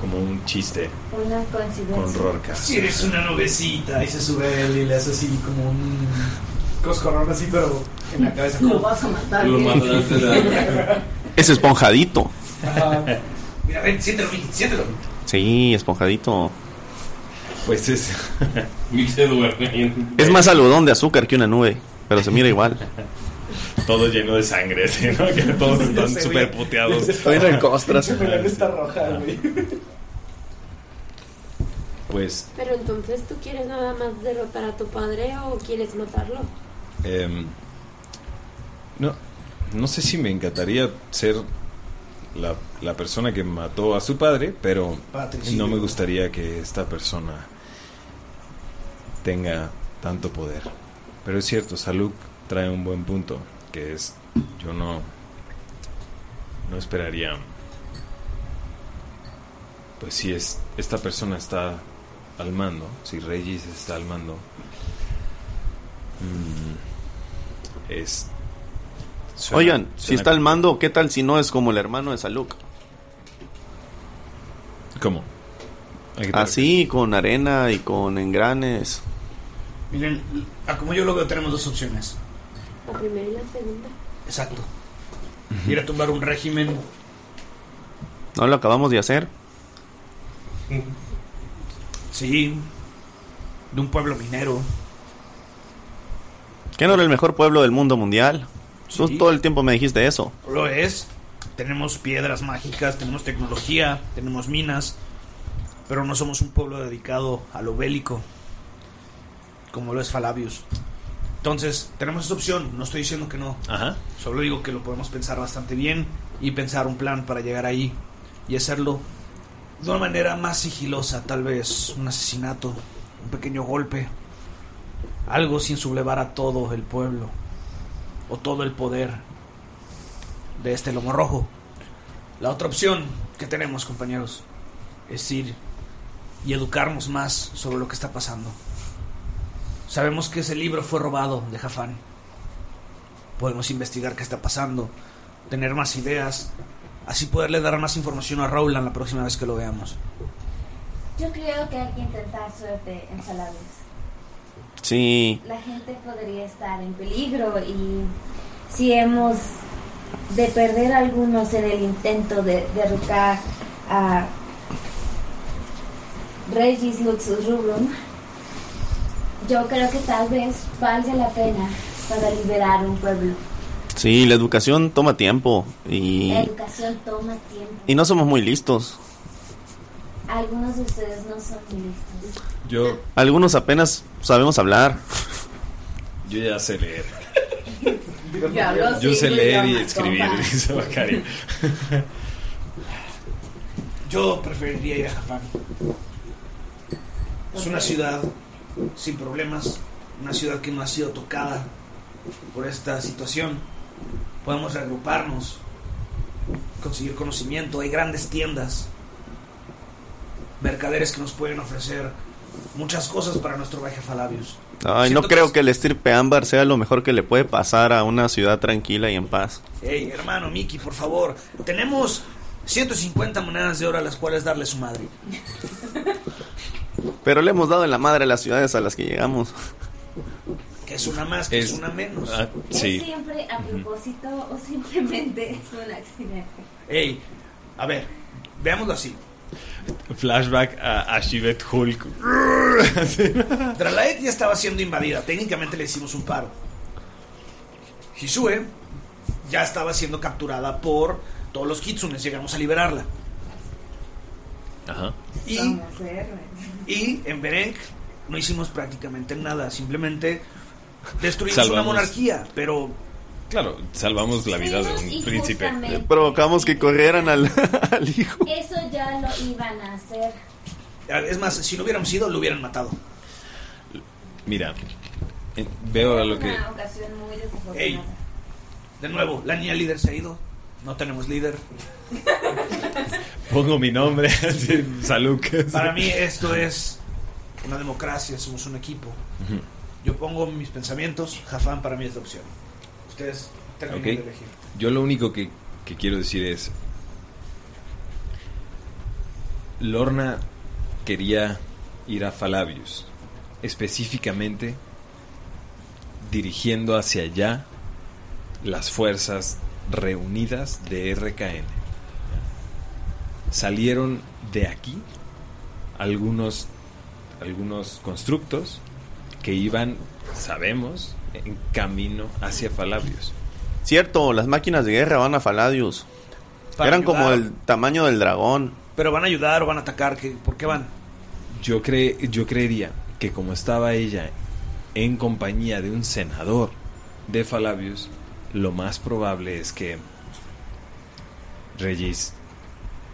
[SPEAKER 2] como un chiste
[SPEAKER 7] Una
[SPEAKER 2] con
[SPEAKER 7] coincidencia.
[SPEAKER 2] Rorca.
[SPEAKER 10] Si eres una nubecita.
[SPEAKER 6] Y se sube él y le hace así como un coscorrón así, pero en la cabeza.
[SPEAKER 10] Lo vas a matar. ¿eh? Lo
[SPEAKER 5] mataste,
[SPEAKER 10] [laughs]
[SPEAKER 5] la- Es esponjadito.
[SPEAKER 10] Ah. Mira, ven, siéntelo, Mil, siéntelo.
[SPEAKER 5] Sí, esponjadito.
[SPEAKER 1] [laughs]
[SPEAKER 2] Pues es.
[SPEAKER 1] Mix Edward.
[SPEAKER 5] Es más algodón de azúcar que una nube, pero se mira igual.
[SPEAKER 2] Todo lleno de sangre, [laughs] ¿sí, ¿no? Que todos
[SPEAKER 5] Ya
[SPEAKER 2] están
[SPEAKER 5] sé,
[SPEAKER 2] súper
[SPEAKER 5] güey.
[SPEAKER 2] puteados.
[SPEAKER 5] Estoy en el costras.
[SPEAKER 6] está roja, güey.
[SPEAKER 2] Pues
[SPEAKER 4] [laughs] Pero entonces, ¿tú quieres nada más derrotar a tu padre o quieres matarlo?
[SPEAKER 2] Em, no, no sé si me encantaría ser la, la persona que mató a su padre, pero
[SPEAKER 10] Patricidio.
[SPEAKER 2] no me gustaría que esta persona tenga tanto poder. Pero es cierto, Saluk trae un buen punto, que es yo no no esperaría. Pues si es esta persona está al mando, si Regis está al mando, mm, es [laughs] suena-
[SPEAKER 5] Oigan, si
[SPEAKER 2] suena
[SPEAKER 5] está al mando, ¿qué tal si no es como el hermano de Saluk?
[SPEAKER 2] ¿Cómo?
[SPEAKER 5] Así, con arena y con engranes.
[SPEAKER 10] Miren, a como yo lo veo, tenemos dos opciones.
[SPEAKER 4] La primera y la segunda.
[SPEAKER 10] Exacto. Ir a tumbar un régimen.
[SPEAKER 5] ¿No lo acabamos de hacer?
[SPEAKER 10] Sí. De un pueblo minero.
[SPEAKER 5] ¿Qué no era el mejor pueblo del mundo mundial? Tú todo el tiempo me dijiste eso.
[SPEAKER 10] Lo es. Tenemos piedras mágicas, tenemos tecnología, tenemos minas. Pero no somos un pueblo dedicado a lo bélico. Como lo es Falabius. Entonces, tenemos esa opción. No estoy diciendo que no.
[SPEAKER 2] Ajá.
[SPEAKER 10] Solo digo que lo podemos pensar bastante bien y pensar un plan para llegar ahí y hacerlo de una manera más sigilosa, tal vez un asesinato, un pequeño golpe, algo sin sublevar a todo el pueblo o todo el poder de este lomo rojo. La otra opción que tenemos, compañeros, es ir y educarnos más sobre lo que está pasando. Sabemos que ese libro fue robado de Jafán. Podemos investigar qué está pasando, tener más ideas, así poderle dar más información a Rowland la próxima vez que lo veamos.
[SPEAKER 7] Yo creo que hay que intentar suerte en Salavis.
[SPEAKER 5] Sí.
[SPEAKER 7] La gente podría estar en peligro y si hemos de perder algunos en el intento de derrocar a Regis Luxus Rubrum, yo creo que tal vez valga la pena para liberar un pueblo.
[SPEAKER 5] Sí, la educación toma tiempo y,
[SPEAKER 7] La educación toma tiempo.
[SPEAKER 5] y no somos muy listos.
[SPEAKER 7] Algunos de ustedes no son muy listos.
[SPEAKER 2] Yo,
[SPEAKER 5] Algunos apenas sabemos hablar.
[SPEAKER 2] yo ya sé leer.
[SPEAKER 3] Yo hablo
[SPEAKER 2] Yo
[SPEAKER 3] cinco
[SPEAKER 2] sé leer y
[SPEAKER 3] idiomas,
[SPEAKER 2] escribir, [laughs]
[SPEAKER 3] compa.
[SPEAKER 2] dice Bacari.
[SPEAKER 10] Yo preferiría ir a Jafán. Es una ciudad sin problemas, una ciudad que no ha sido tocada por esta situación. Podemos reagruparnos, conseguir conocimiento, hay grandes tiendas, mercaderes que nos pueden ofrecer muchas cosas para nuestro Baja Falabius.
[SPEAKER 5] Ay, no creo que el estirpe ámbar sea lo mejor que le puede pasar a una ciudad tranquila y en paz.
[SPEAKER 10] Hey, hermano Mickey, por favor, tenemos 150 monedas de oro a las cuales darle su madre.
[SPEAKER 5] Pero le hemos dado en la madre a las ciudades a las que llegamos.
[SPEAKER 10] Que es una más, que es, una menos.
[SPEAKER 2] ah,
[SPEAKER 7] ¿Es siempre a propósito o simplemente es un accidente?
[SPEAKER 10] Ey, a ver, veámoslo así.
[SPEAKER 2] Flashback a Ashibet Hulk.
[SPEAKER 10] Dralaek ya estaba siendo invadida, técnicamente le hicimos un paro. Hisue ya estaba siendo capturada por todos los kitsunes, llegamos a liberarla.
[SPEAKER 2] Ajá.
[SPEAKER 10] Y, y en Berenk no hicimos prácticamente nada, simplemente Destruimos
[SPEAKER 2] Salvamos.
[SPEAKER 10] una monarquía, pero
[SPEAKER 2] Claro, salvamos la vida de un príncipe.
[SPEAKER 7] Injustamente.
[SPEAKER 5] Provocamos que corrieran al, [laughs] al hijo.
[SPEAKER 7] Eso ya lo iban a hacer.
[SPEAKER 10] Ah, es más, si no hubiéramos ido, lo hubieran matado.
[SPEAKER 2] Mira, eh, veo a lo que.
[SPEAKER 3] Una ocasión muy desafortunada.
[SPEAKER 10] Ey, de nuevo, la niña líder se ha ido. No tenemos líder.
[SPEAKER 2] Pongo mi nombre. [laughs] así, Salud.
[SPEAKER 10] Para mí esto es una democracia, somos un equipo.
[SPEAKER 2] Ujú.
[SPEAKER 10] Yo pongo mis pensamientos, Jafán para mí es la opción. Ustedes terminan
[SPEAKER 2] Ok.
[SPEAKER 10] de elegir.
[SPEAKER 2] Yo lo único que, que quiero decir es. Lorna quería ir a Falabius. Específicamente dirigiendo hacia allá las fuerzas reunidas de RKN. Salieron de aquí algunos, algunos constructos que iban, sabemos, en camino hacia Falabius.
[SPEAKER 5] Cierto, las máquinas de guerra van a Faladius.
[SPEAKER 10] Para
[SPEAKER 5] Eran
[SPEAKER 10] ayudar.
[SPEAKER 5] como el tamaño del dragón.
[SPEAKER 10] Pero van a ayudar o van a atacar, ¿qué- ¿por qué van?
[SPEAKER 2] Yo, cre yo creería que como estaba ella en compañía de un senador de Falabius, lo más probable es que Regis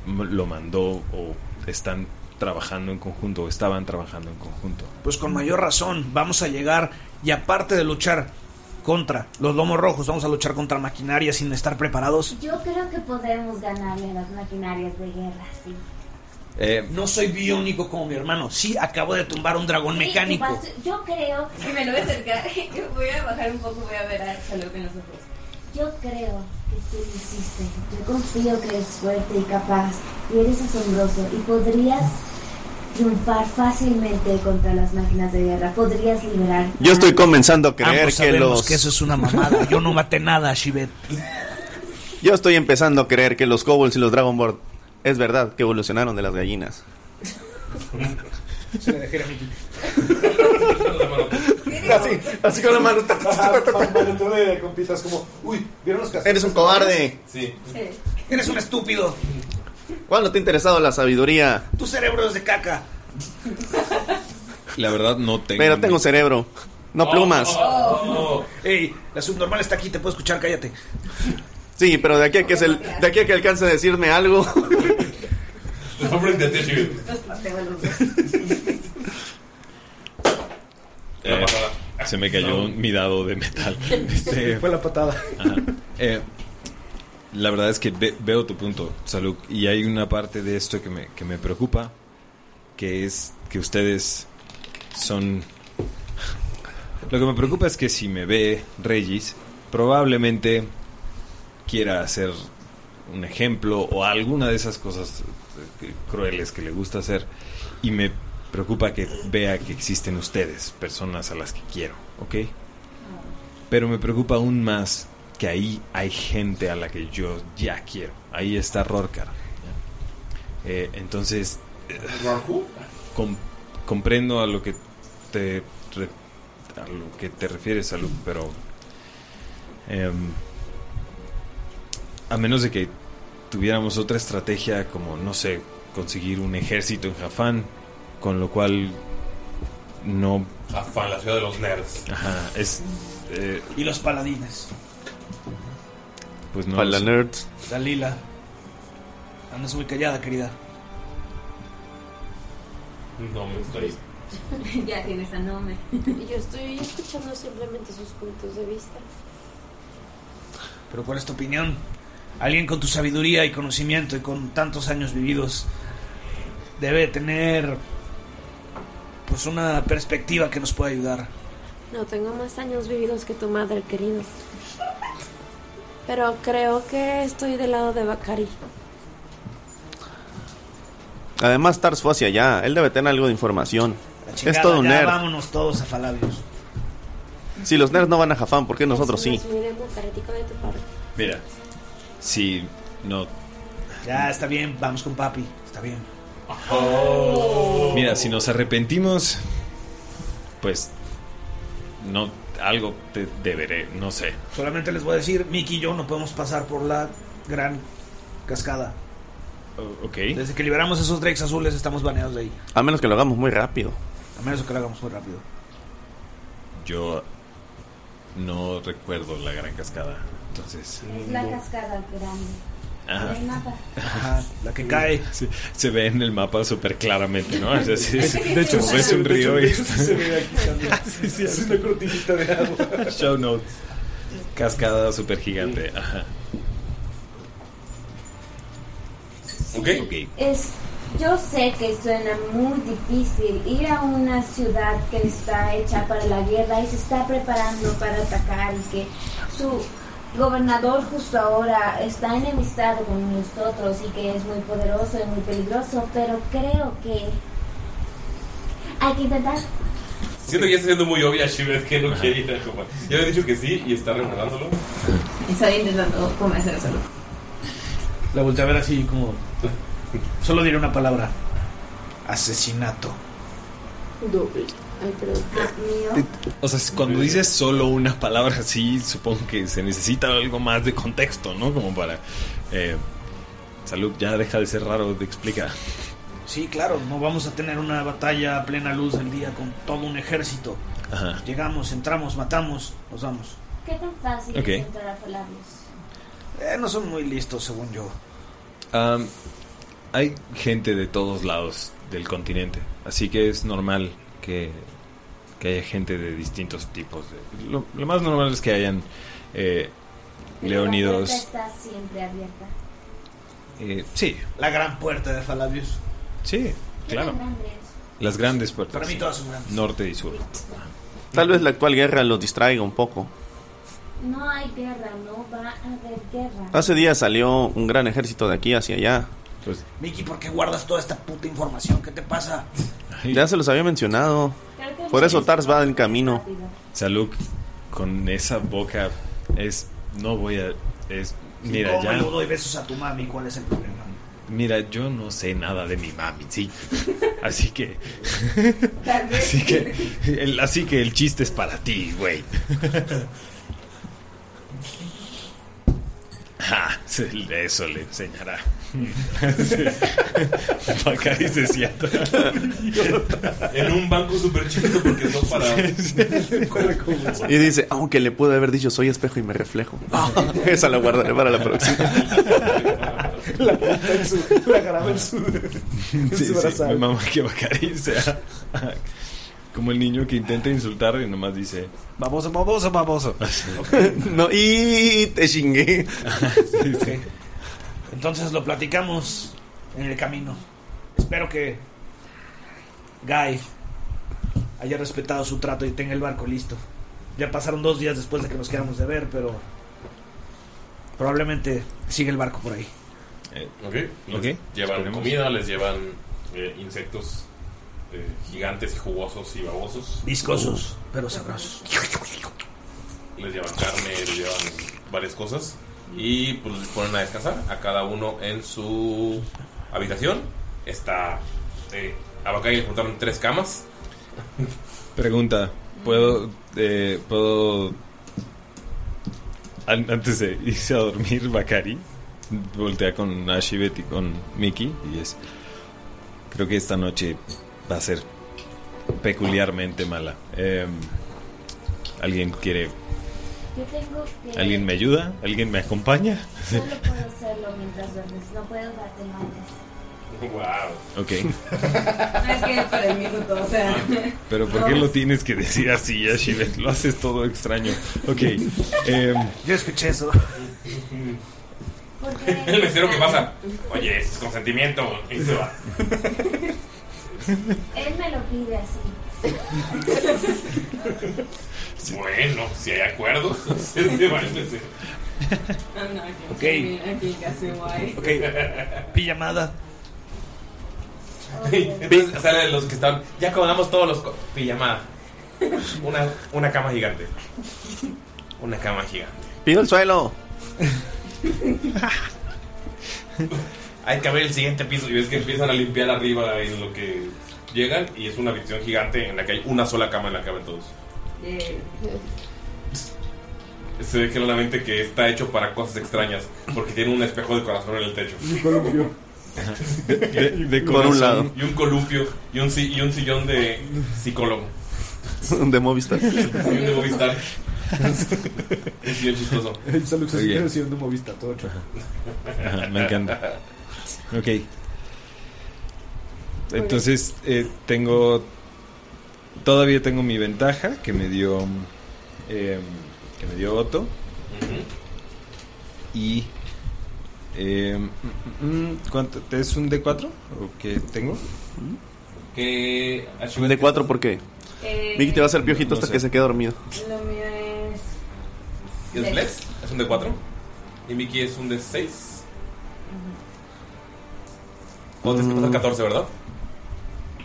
[SPEAKER 2] m- lo mandó o están trabajando en conjunto o estaban trabajando en conjunto.
[SPEAKER 10] Pues con mayor razón, vamos a llegar y aparte de luchar contra los lomos rojos, vamos a luchar contra maquinaria sin estar preparados.
[SPEAKER 7] Yo creo que podemos ganarle a las maquinarias de guerra, sí.
[SPEAKER 2] Eh,
[SPEAKER 10] no soy biónico como mi hermano. Sí, acabo de tumbar un dragón
[SPEAKER 7] Sí,
[SPEAKER 10] mecánico.
[SPEAKER 7] vas- Yo creo.
[SPEAKER 3] [laughs] Si me lo voy a acercar, [laughs] voy a bajar un poco, voy a ver a Salud en los ojos.
[SPEAKER 7] Yo creo que tú lo hiciste. Yo confío que eres fuerte y capaz. Y eres asombroso. Y podrías triunfar fácilmente contra las máquinas de guerra. Podrías liberar.
[SPEAKER 5] Yo estoy comenzando a creer
[SPEAKER 10] Ambos
[SPEAKER 5] que
[SPEAKER 10] sabemos
[SPEAKER 5] los.
[SPEAKER 10] que eso es una mamada. Yo no maté nada, Shibet.
[SPEAKER 5] Yo estoy empezando a creer que los kobolds y los dragonborn es verdad que evolucionaron de las gallinas.
[SPEAKER 8] Se le dejé a mi
[SPEAKER 5] Así, así con la mano.
[SPEAKER 8] con pistas como, uy, ¿vieron los cassettes?
[SPEAKER 5] Eres un cobarde.
[SPEAKER 1] Sí.
[SPEAKER 10] Eres un estúpido.
[SPEAKER 5] ¿Cuándo te ha interesado la sabiduría?
[SPEAKER 10] Tu cerebro es de caca.
[SPEAKER 2] La verdad no tengo...
[SPEAKER 5] Pero tengo cerebro, no plumas.
[SPEAKER 1] Oh,
[SPEAKER 10] Ey, la subnormal está aquí, te puedo escuchar, cállate.
[SPEAKER 5] Sí, pero de aquí a que, se, de aquí a que alcance a decirme algo.
[SPEAKER 2] Eh, se me cayó mi dado de metal. Este,
[SPEAKER 8] [laughs] Fue la patada.
[SPEAKER 2] Ajá. Eh, la verdad es que ve- veo tu punto, Salud, y hay una parte de esto que me, que me preocupa, que es que ustedes son... Lo que me preocupa es que si me ve Regis, probablemente quiera hacer un ejemplo o alguna de esas cosas eh, crueles que le gusta hacer, y me preocupa que vea que existen ustedes, personas a las que quiero, ¿ok? Pero me preocupa aún más que ahí hay gente a la que yo ya quiero. Ahí está Rorcar. Eh, entonces, eh, com- comprendo a lo que te re- a lo que te refieres, Salud, pero em, a menos de que tuviéramos otra estrategia como no sé conseguir un ejército en Jafán, con lo cual no
[SPEAKER 1] Jafán, la ciudad de los nerds.
[SPEAKER 2] Ajá, es eh,
[SPEAKER 10] Y los paladines.
[SPEAKER 2] pues no.
[SPEAKER 5] Para
[SPEAKER 2] lo
[SPEAKER 5] la
[SPEAKER 2] sé.
[SPEAKER 5] nerd.
[SPEAKER 10] Dalila. Andas muy callada, querida.
[SPEAKER 1] No me estoy.
[SPEAKER 3] [laughs] ya tienes a Nome.
[SPEAKER 4] Yo estoy escuchando simplemente sus puntos de vista.
[SPEAKER 10] Pero ¿cuál es tu opinión? Alguien con tu sabiduría y conocimiento y con tantos años vividos debe tener pues una perspectiva que nos pueda ayudar.
[SPEAKER 4] No, tengo más años vividos que tu madre, querido. Pero creo que estoy del lado de Bakari.
[SPEAKER 5] Además, Tars fue hacia allá. Él debe tener algo de información.
[SPEAKER 10] La
[SPEAKER 5] es
[SPEAKER 10] chingada,
[SPEAKER 5] todo un
[SPEAKER 10] ya
[SPEAKER 5] nerd.
[SPEAKER 10] Vámonos todos a Falabios.
[SPEAKER 5] Si los nerds no van a Jafán, ¿por qué nosotros sí?
[SPEAKER 4] Es muy democrático de tu parte.
[SPEAKER 2] Mira, si no,
[SPEAKER 10] Ya, está bien, vamos con papi. Está bien.
[SPEAKER 2] mira, si nos arrepentimos, pues no algo te deberé, no sé.
[SPEAKER 10] Solamente les voy a decir, Mickey y yo no podemos pasar por la gran cascada.
[SPEAKER 2] O- Ok.
[SPEAKER 10] Desde que liberamos esos drakes azules estamos baneados de ahí.
[SPEAKER 5] A menos que lo hagamos muy rápido.
[SPEAKER 10] A menos que lo hagamos muy rápido.
[SPEAKER 2] Yo No recuerdo la gran cascada. Entonces.
[SPEAKER 7] Es la cascada grande.
[SPEAKER 2] Ajá.
[SPEAKER 7] El mapa.
[SPEAKER 2] la que cae. se ve en el mapa súper claramente, ¿no? O sea, sí,
[SPEAKER 10] De
[SPEAKER 2] sí,
[SPEAKER 10] hecho,
[SPEAKER 2] como
[SPEAKER 10] sí,
[SPEAKER 2] ves un
[SPEAKER 10] de hecho,
[SPEAKER 2] río
[SPEAKER 10] de
[SPEAKER 2] y. Ah,
[SPEAKER 10] hecho, sí [laughs] se ve aquí
[SPEAKER 2] [laughs]
[SPEAKER 10] también. Es una cortinita de agua.
[SPEAKER 2] Show notes. Cascada súper gigante. Ajá.
[SPEAKER 1] Ok.
[SPEAKER 7] Es, yo sé que suena muy difícil ir a una ciudad que está hecha para la guerra y se está preparando para atacar y que su gobernador justo ahora está enemistado con nosotros y que es muy poderoso y muy peligroso, pero creo que hay que intentar.
[SPEAKER 1] Siento que ya está siendo muy obvia Shivet que no quiere ir a Hawái. Ya había dicho que sí y está recordándolo.
[SPEAKER 3] Estoy intentando convencérselo.
[SPEAKER 10] La volteé a ver así como. Solo diré una palabra: asesinato.
[SPEAKER 4] Doble. Ay, perdón.
[SPEAKER 3] Ah,
[SPEAKER 2] O sea, cuando dices solo una palabra así, supongo que se necesita algo más de contexto, ¿no? Como para... eh, salud, ya deja de ser raro, te explica.
[SPEAKER 10] Sí, claro, no vamos a tener una batalla a plena luz del día con todo un ejército.
[SPEAKER 2] Ajá.
[SPEAKER 10] Llegamos, entramos, matamos, nos vamos.
[SPEAKER 7] ¿Qué tan fácil
[SPEAKER 10] Ok.
[SPEAKER 7] es entrar a Falabios?
[SPEAKER 10] Eh, no son muy listos, según yo.
[SPEAKER 2] Am, hay gente de todos lados del continente, así que es normal que, que haya gente de distintos tipos. de- lo, lo más normal es que hayan eh,
[SPEAKER 7] La puerta
[SPEAKER 2] leonidos.
[SPEAKER 7] está siempre abierta.
[SPEAKER 2] eh, sí,
[SPEAKER 10] La gran puerta de Falabius.
[SPEAKER 2] sí, claro. Las grandes puertas.
[SPEAKER 10] Para mí
[SPEAKER 2] sí.
[SPEAKER 10] todas son grandes.
[SPEAKER 2] Norte y sur.
[SPEAKER 5] Tal vez la actual guerra los distraiga un poco.
[SPEAKER 7] No hay guerra, no va a haber guerra.
[SPEAKER 5] Hace días salió un gran ejército de aquí hacia allá.
[SPEAKER 2] Pues
[SPEAKER 10] Mickey, ¿por qué guardas toda esta puta información? ¿Qué te pasa?
[SPEAKER 5] Ya se los había mencionado. Por eso Tars va en camino.
[SPEAKER 2] Salud, con esa boca es. No voy a. Es. Mira,
[SPEAKER 10] ¿Cómo
[SPEAKER 2] ya.
[SPEAKER 10] yo doy besos a tu mami? ¿Cuál es el problema?
[SPEAKER 2] Mira, yo no sé nada de mi mami,
[SPEAKER 10] [laughs]
[SPEAKER 2] sí. Así que.
[SPEAKER 10] Tal vez.
[SPEAKER 2] así que. el- así que el chiste es para ti, güey. Ah, se- eso le
[SPEAKER 5] [laughs]
[SPEAKER 2] enseñará. Bacari se sienta.
[SPEAKER 1] En un banco súper chiquito porque son para.
[SPEAKER 5] Y dice, aunque le pude haber dicho soy espejo y me reflejo. [laughs] Esa la guardaré para la
[SPEAKER 2] [laughs]
[SPEAKER 5] próxima.
[SPEAKER 10] [laughs] La puta en su. La graba en su. en
[SPEAKER 2] [laughs] Sí,
[SPEAKER 10] su
[SPEAKER 2] sí,
[SPEAKER 10] brazal.
[SPEAKER 2] mi mamá que Bacari sea. Como el niño que intenta insultar y nomás dice: Baboso, baboso, baboso.
[SPEAKER 5] [laughs] No, y te chingué.
[SPEAKER 10] Entonces lo platicamos en el camino. Espero que Guy haya respetado su trato y tenga el barco listo. Ya pasaron dos días después de que nos quedamos de ver, pero probablemente sigue el barco por ahí.
[SPEAKER 1] Eh, ok. Les
[SPEAKER 2] Ok.
[SPEAKER 1] Llevan
[SPEAKER 2] Esperemos.
[SPEAKER 1] comida, les llevan eh, insectos eh, gigantes y jugosos y babosos.
[SPEAKER 2] Uh.
[SPEAKER 10] Viscosos, pero sabrosos.
[SPEAKER 1] Uh, les llevan carne, les llevan varias cosas y pues les ponen a descansar a cada uno en su habitación. Está eh, a Bacay le juntaron tres camas.
[SPEAKER 2] Pregunta, ¿puedo, eh, puedo, an- antes de irse a dormir, Bakari voltea con Ashibet y con Mickey y es, creo que esta noche va a ser peculiarmente mala. Em, ¿Alguien quiere,
[SPEAKER 7] Yo tengo que.
[SPEAKER 2] alguien me ayuda? ¿Alguien me acompaña? [laughs]
[SPEAKER 7] Solo puedo hacerlo mientras duermes. No puedo darte manos.
[SPEAKER 1] Wow.
[SPEAKER 2] ok,
[SPEAKER 3] Es que es para el minuto, o sea.
[SPEAKER 5] Ah.
[SPEAKER 3] [laughs]
[SPEAKER 2] pero ¿por qué lo tienes que decir así, Ashibet? Lo haces todo extraño. Ok, em,
[SPEAKER 10] Yo escuché eso.
[SPEAKER 1] [laughs] El mesero que pasa, oye, es consentimiento y se va.
[SPEAKER 7] Él me lo pide
[SPEAKER 10] [laughs]
[SPEAKER 7] así.
[SPEAKER 1] Bueno, si hay [laughs] acuerdos, se va el mesero.
[SPEAKER 10] Ok. Ok. Pijamada.
[SPEAKER 1] Entonces sale de los que están, ya acomodamos todos los co- pijamada. Una, una cama gigante. Una cama gigante.
[SPEAKER 5] Pido el suelo.
[SPEAKER 1] Hay que abrir el siguiente piso y ves que empiezan a limpiar arriba en lo que llegan y es una habitación gigante en la que hay una sola cama en la que caben todos.
[SPEAKER 3] eh,
[SPEAKER 1] Se ve claramente que está hecho para cosas extrañas porque tiene un espejo de corazón en el techo.
[SPEAKER 2] De- de Por corazón. un lado.
[SPEAKER 1] Y un columpio y un, si- y un sillón de psicólogo.
[SPEAKER 2] [laughs]
[SPEAKER 5] De Movistar.
[SPEAKER 1] Y un de Movistar. Es bien chistoso.
[SPEAKER 8] El Salux es
[SPEAKER 1] Oye.
[SPEAKER 8] un creación de Movista, todo chueco.
[SPEAKER 2] Ajá, me encanta. Ok. Entonces, eh, tengo. Todavía tengo mi ventaja que me dio. eh, que me dio Otto. Y. eh, mm, mm, ¿cuánto? ¿Es un D4? ¿O qué tengo?
[SPEAKER 1] Que.
[SPEAKER 5] Un de cuatro, ¿por qué?
[SPEAKER 3] Eh,
[SPEAKER 5] Vicky te va a hacer piojito
[SPEAKER 2] no
[SPEAKER 5] hasta
[SPEAKER 2] sé.
[SPEAKER 5] que se quede dormido.
[SPEAKER 3] Lo mío es.
[SPEAKER 1] ¿Y es Flex? Es un D4. Y Mickey es un D6. O tienes
[SPEAKER 5] Mm.
[SPEAKER 1] que pasar 14, ¿verdad?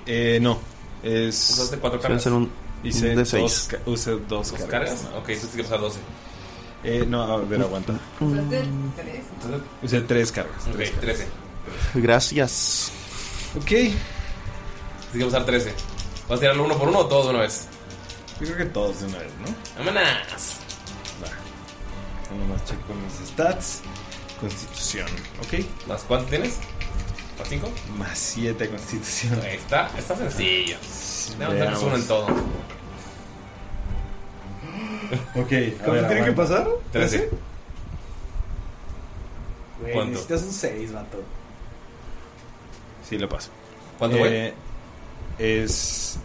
[SPEAKER 2] Eh, no. Es.
[SPEAKER 1] Usaste cuatro Se va a cargas. hacer un-
[SPEAKER 2] Hice
[SPEAKER 1] un D6.
[SPEAKER 2] dos ca- usé dos
[SPEAKER 1] ¿Dos
[SPEAKER 2] cargas.
[SPEAKER 1] cargas? Ok, entonces tienes que pasar 12.
[SPEAKER 2] Eh, no, a ver, aguanta. Usé tres cargas.
[SPEAKER 1] Ok, 13.
[SPEAKER 5] Gracias.
[SPEAKER 2] Ok. Tienes
[SPEAKER 1] que pasar 13. ¿Vas a tirarlo uno por uno o todos de una vez?
[SPEAKER 2] Yo creo que todos de una vez, ¿no?
[SPEAKER 1] ¡Vámonos!
[SPEAKER 2] Va. Nomás checo mis stats. Constitución. Ok.
[SPEAKER 1] ¿Más cuánto tienes? ¿Más 5?
[SPEAKER 2] Más 7 constitución.
[SPEAKER 1] Ahí está, está sencillo. Debemos darnos
[SPEAKER 2] Veamos.
[SPEAKER 1] uno en todo.
[SPEAKER 2] Ok.
[SPEAKER 8] ¿Cuánto tiene que pasar?
[SPEAKER 1] 13.
[SPEAKER 8] Güey,
[SPEAKER 2] ¿Cuánto?
[SPEAKER 8] Necesitas un 6, vato.
[SPEAKER 2] Sí, lo paso. Eh,
[SPEAKER 1] ¿Cuánto
[SPEAKER 2] Es.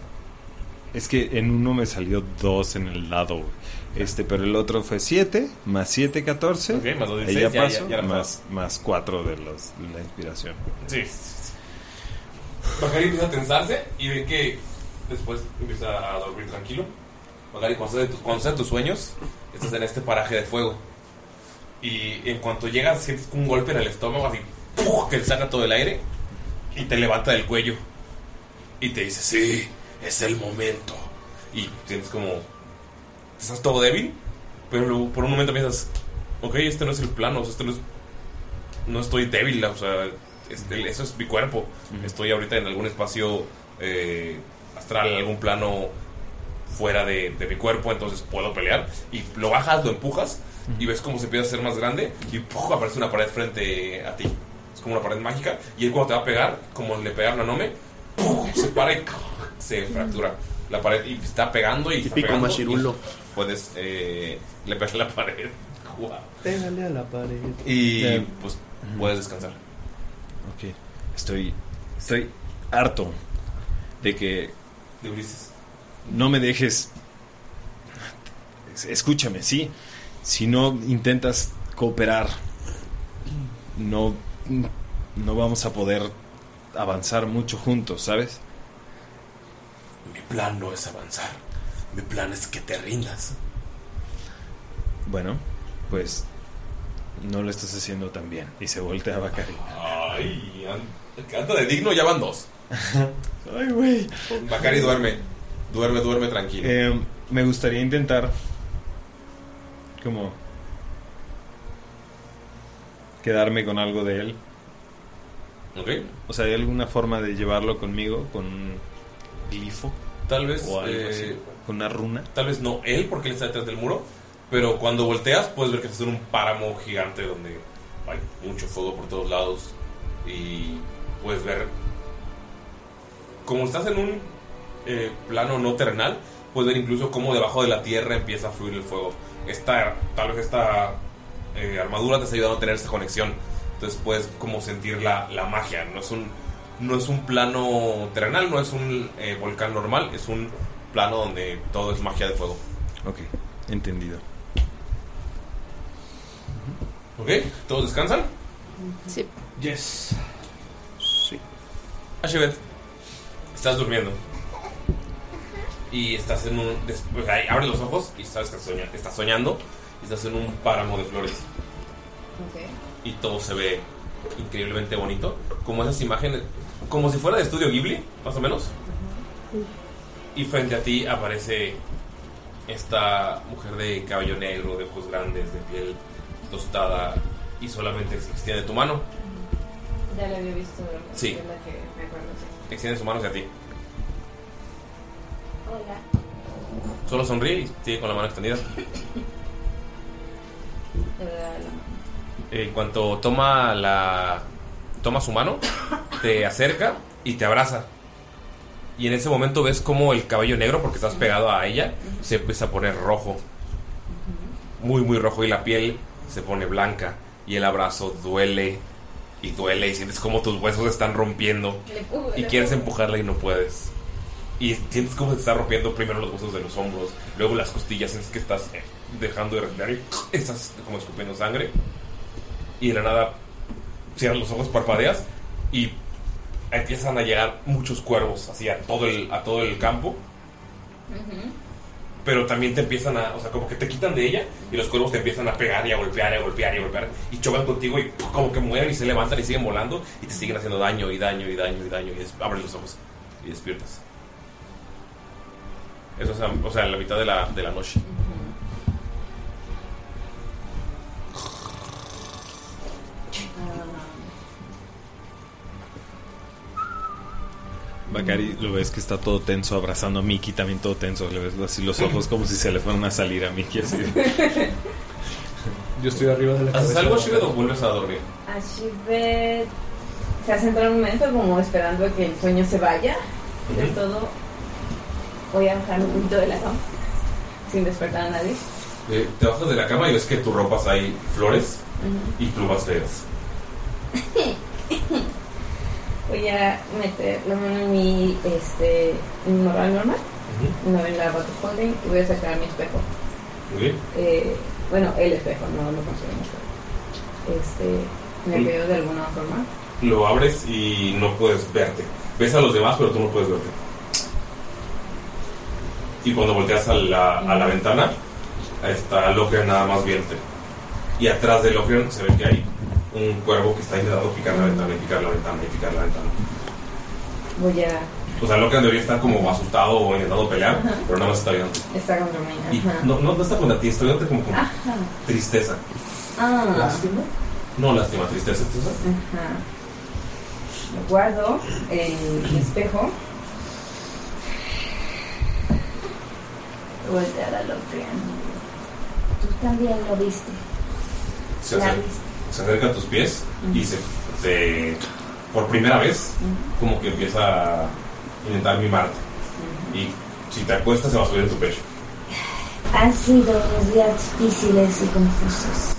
[SPEAKER 2] Es que en uno me salió 2 en el lado. güey. Este, pero el otro fue 7, más 7, 14.
[SPEAKER 1] Ok, más dos,
[SPEAKER 2] Ahí
[SPEAKER 1] 16,
[SPEAKER 2] ya
[SPEAKER 1] ya-
[SPEAKER 2] paso,
[SPEAKER 1] ya- ya lo
[SPEAKER 2] más, más 4 de, los, de la inspiración.
[SPEAKER 1] Sí. Bacari empieza a tensarse y ve que después empieza a dormir tranquilo. Bacari, cuando estás en tus, cuando estás en tus sueños, estás en este paraje de fuego. Y en cuanto llegas, sientes un golpe en el estómago, así ¡puf! que te saca todo el aire y te levanta del cuello. Y te dice: Sí, es el momento. Y tienes como. Estás todo débil, pero luego por un momento piensas: Ok, este no es el plano, o sea, este no es no estoy débil, o sea, este, eso es mi cuerpo. Estoy ahorita en algún espacio eh, astral, en algún plano fuera de, de mi cuerpo, entonces puedo pelear. Y lo bajas, lo empujas y ves cómo se empieza a hacer más grande y ¡puf! aparece una pared frente a ti. Es como una pared mágica y él cuando te va a pegar, como le pegaron a Nome, ¡puf! se para y [laughs] se fractura la pared y está pegando y... está
[SPEAKER 5] Típico
[SPEAKER 1] pegando,
[SPEAKER 5] Machirulo.
[SPEAKER 1] y Puedes... eh, le pegas la [laughs] pared. Guau.
[SPEAKER 8] Pégale a la pared.
[SPEAKER 1] Y
[SPEAKER 2] Ya.
[SPEAKER 1] pues puedes descansar.
[SPEAKER 2] Ok. Estoy. Estoy harto de que.
[SPEAKER 1] De Ulises.
[SPEAKER 2] No me dejes. es- Escúchame, ¿sí? Si no intentas cooperar, no. No vamos a poder avanzar mucho juntos, ¿sabes?
[SPEAKER 1] Mi plan no es avanzar. Mi plan es que te rindas.
[SPEAKER 2] Bueno, pues. No lo estás haciendo tan bien. Y se voltea a Bacari.
[SPEAKER 1] Ay, an- anda de digno, ya van dos.
[SPEAKER 2] [laughs] Ay, güey.
[SPEAKER 1] Bacari duerme. Duerme, duerme tranquilo.
[SPEAKER 2] Eh, me gustaría intentar como quedarme con algo de él.
[SPEAKER 1] Ok.
[SPEAKER 2] O sea, ¿hay alguna forma de llevarlo conmigo con un glifo?
[SPEAKER 1] Tal vez,
[SPEAKER 2] O algo así,
[SPEAKER 1] eh,
[SPEAKER 2] con una runa.
[SPEAKER 1] Tal vez no él, porque él está detrás del muro. Pero cuando volteas, puedes ver que estás en un páramo gigante donde hay mucho fuego por todos lados. Y puedes ver. Como estás en un eh, plano no terrenal, puedes ver incluso cómo debajo de la tierra empieza a fluir el fuego. Esta, tal vez esta eh, armadura te está ayudando a tener esta conexión. Entonces puedes como sentir la, la magia. No es un no es un plano terrenal, no es un eh, volcán normal, es un plano donde todo es magia de fuego.
[SPEAKER 2] Ok, entendido.
[SPEAKER 1] ¿Ok? ¿Todos descansan?
[SPEAKER 4] Sí.
[SPEAKER 1] Yes. Ah, Sí. Ashibet, estás durmiendo. Y estás en un. Después, ahí, abres los ojos y sabes que soña- estás soñando. Y estás en un páramo de flores. y todo se ve increíblemente bonito. Como esas imágenes, como si fuera de estudio Ghibli, más o menos. Y frente a ti aparece esta mujer de cabello negro, de ojos grandes, de piel tostada y solamente se extiende tu mano.
[SPEAKER 3] Ya la había visto.
[SPEAKER 1] Sí.
[SPEAKER 3] Es la que me acuerdo, sí.
[SPEAKER 1] Extiende su mano hacia ti.
[SPEAKER 4] Hola.
[SPEAKER 1] Solo sonríe y sigue con la mano extendida.
[SPEAKER 3] De verdad, la
[SPEAKER 1] En cuanto toma la toma su mano, te acerca y te abraza. Y en ese momento ves como el cabello negro, porque estás pegado a ella, se empieza a poner rojo. muy, muy rojo y la piel se pone blanca y el abrazo duele y duele y sientes como tus huesos se están rompiendo
[SPEAKER 11] Le pudo,
[SPEAKER 1] y
[SPEAKER 11] le
[SPEAKER 1] quieres
[SPEAKER 11] pudo.
[SPEAKER 1] empujarla y no puedes. Y sientes como se está rompiendo primero los huesos de los hombros, luego las costillas, sientes que estás eh, dejando de respirar y estás como escupiendo sangre. Y de la nada cierras los ojos, parpadeas y empiezan a llegar muchos cuervos hacia todo el, a todo el campo pero también te empiezan a, o sea, como que te quitan de ella y los cuervos te empiezan a pegar y a golpear y a golpear y a golpear y chocan contigo y ¡puf! como que mueren y se levantan y siguen volando y te siguen haciendo daño y daño y daño y daño y des- abres los ojos y despiertas. Eso es, a- o sea, en la mitad de la, de la noche. Mm.
[SPEAKER 2] Bakari lo ves que está todo tenso abrazando a Mickey, también todo tenso. Le ves así los ojos como si se le fueran a salir a Mickey
[SPEAKER 1] [laughs]
[SPEAKER 2] así.
[SPEAKER 8] Yo estoy arriba de la
[SPEAKER 1] ¿Haces
[SPEAKER 8] cabeza.
[SPEAKER 1] algo, Shivet, o vuelves a dormir?
[SPEAKER 3] A Shivet se hace entrar un momento como esperando a que el sueño se vaya. Y de
[SPEAKER 1] Ujú.
[SPEAKER 3] todo, voy a bajar un poquito de la cama sin despertar
[SPEAKER 1] [laughs]
[SPEAKER 3] a nadie.
[SPEAKER 1] Eh, te bajas de la cama y ves que en tu ropa hay flores
[SPEAKER 3] Ujú.
[SPEAKER 1] y plumas feas.
[SPEAKER 3] Voy a meter la mano en mi, este, en mi morral normal, no en la bottle holding, y voy a sacar mi espejo.
[SPEAKER 1] Muy bien.
[SPEAKER 3] Eh, bueno, el espejo, no lo conseguimos. Este, me
[SPEAKER 1] Mm.
[SPEAKER 3] veo de alguna forma.
[SPEAKER 1] Lo abres y no puedes verte. Ves a los demás, pero tú no puedes verte. Y cuando volteas a la, a la ventana, ahí está Locren nada más vierte. Y atrás de Locren se ve que hay un cuervo que está intentando picar la ventana y picar la ventana y picar la ventana.
[SPEAKER 3] Voy a.
[SPEAKER 1] O sea, Locren debería estar como asustado o intentando pelear,
[SPEAKER 3] Ajá.
[SPEAKER 1] pero nada más está viendo.
[SPEAKER 3] Está contra mí.
[SPEAKER 1] Y
[SPEAKER 3] Ajá.
[SPEAKER 1] no, no, no está contra ti, está viéndote como con
[SPEAKER 3] Ajá.
[SPEAKER 1] tristeza.
[SPEAKER 3] Ah.
[SPEAKER 1] ¿Lástima? No lástima, tristeza. tristeza.
[SPEAKER 3] Ajá. Lo guardo en mi espejo. Voltear a Locrian.
[SPEAKER 7] Tú también lo viste.
[SPEAKER 1] se, acer- se acerca a tus pies y se, se- por primera vez como que empieza a intentar mimarte y si te acuestas se va a subir en tu pecho
[SPEAKER 7] Han sido unos días difíciles y confusos.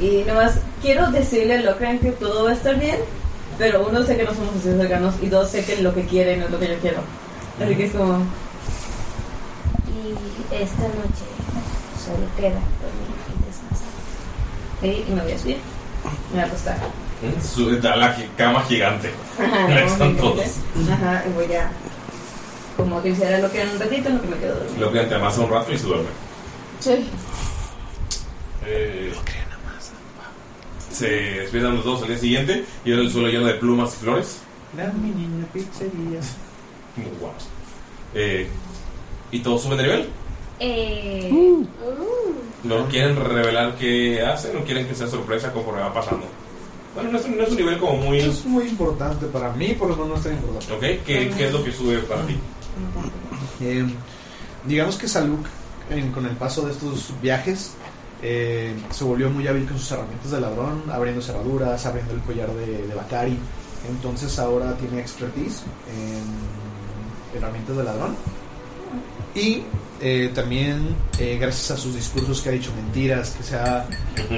[SPEAKER 3] Y nomás quiero decirle a Locrian que todo va a estar bien, pero uno sé que no somos así cercanos y dos sé que lo que quiere no es lo que yo quiero. Así que es como.
[SPEAKER 7] Y esta noche solo queda dormir y descansar.
[SPEAKER 3] Sí, y me voy a subir. Me voy a acostar.
[SPEAKER 1] ¿Mm? Sube a la gi- cama gigante
[SPEAKER 3] Ajá,
[SPEAKER 1] en la que están
[SPEAKER 3] obviamente.
[SPEAKER 1] todos
[SPEAKER 3] Ajá, y voy a. Como que hiciera lo que era un ratito, en lo que me quedo dormido.
[SPEAKER 1] lo que te amasa un rato y se duerme
[SPEAKER 3] Sí.
[SPEAKER 1] Eh, se despiertan los dos al día siguiente y ven el suelo lleno de plumas y flores
[SPEAKER 8] Dame, niña, pizzería.
[SPEAKER 1] Muy guapos. Eh, y todos suben de nivel
[SPEAKER 7] Eh,
[SPEAKER 3] Uh.
[SPEAKER 1] no quieren revelar qué hacen no quieren que sea sorpresa conforme va pasando Bueno, no es, un, no es un nivel como muy.
[SPEAKER 8] Es muy importante para mí, por lo menos no es tan importante.
[SPEAKER 1] ¿Ok? ¿Qué, qué es lo que sube para ti?
[SPEAKER 8] Eh, digamos que Saluk, en- con el paso de estos viajes, eh, se volvió muy hábil con sus herramientas de ladrón, abriendo cerraduras, abriendo el collar de, de Bakari. Entonces ahora tiene expertise en herramientas de ladrón. Y eh, también, eh, gracias a sus discursos que ha dicho mentiras, que se ha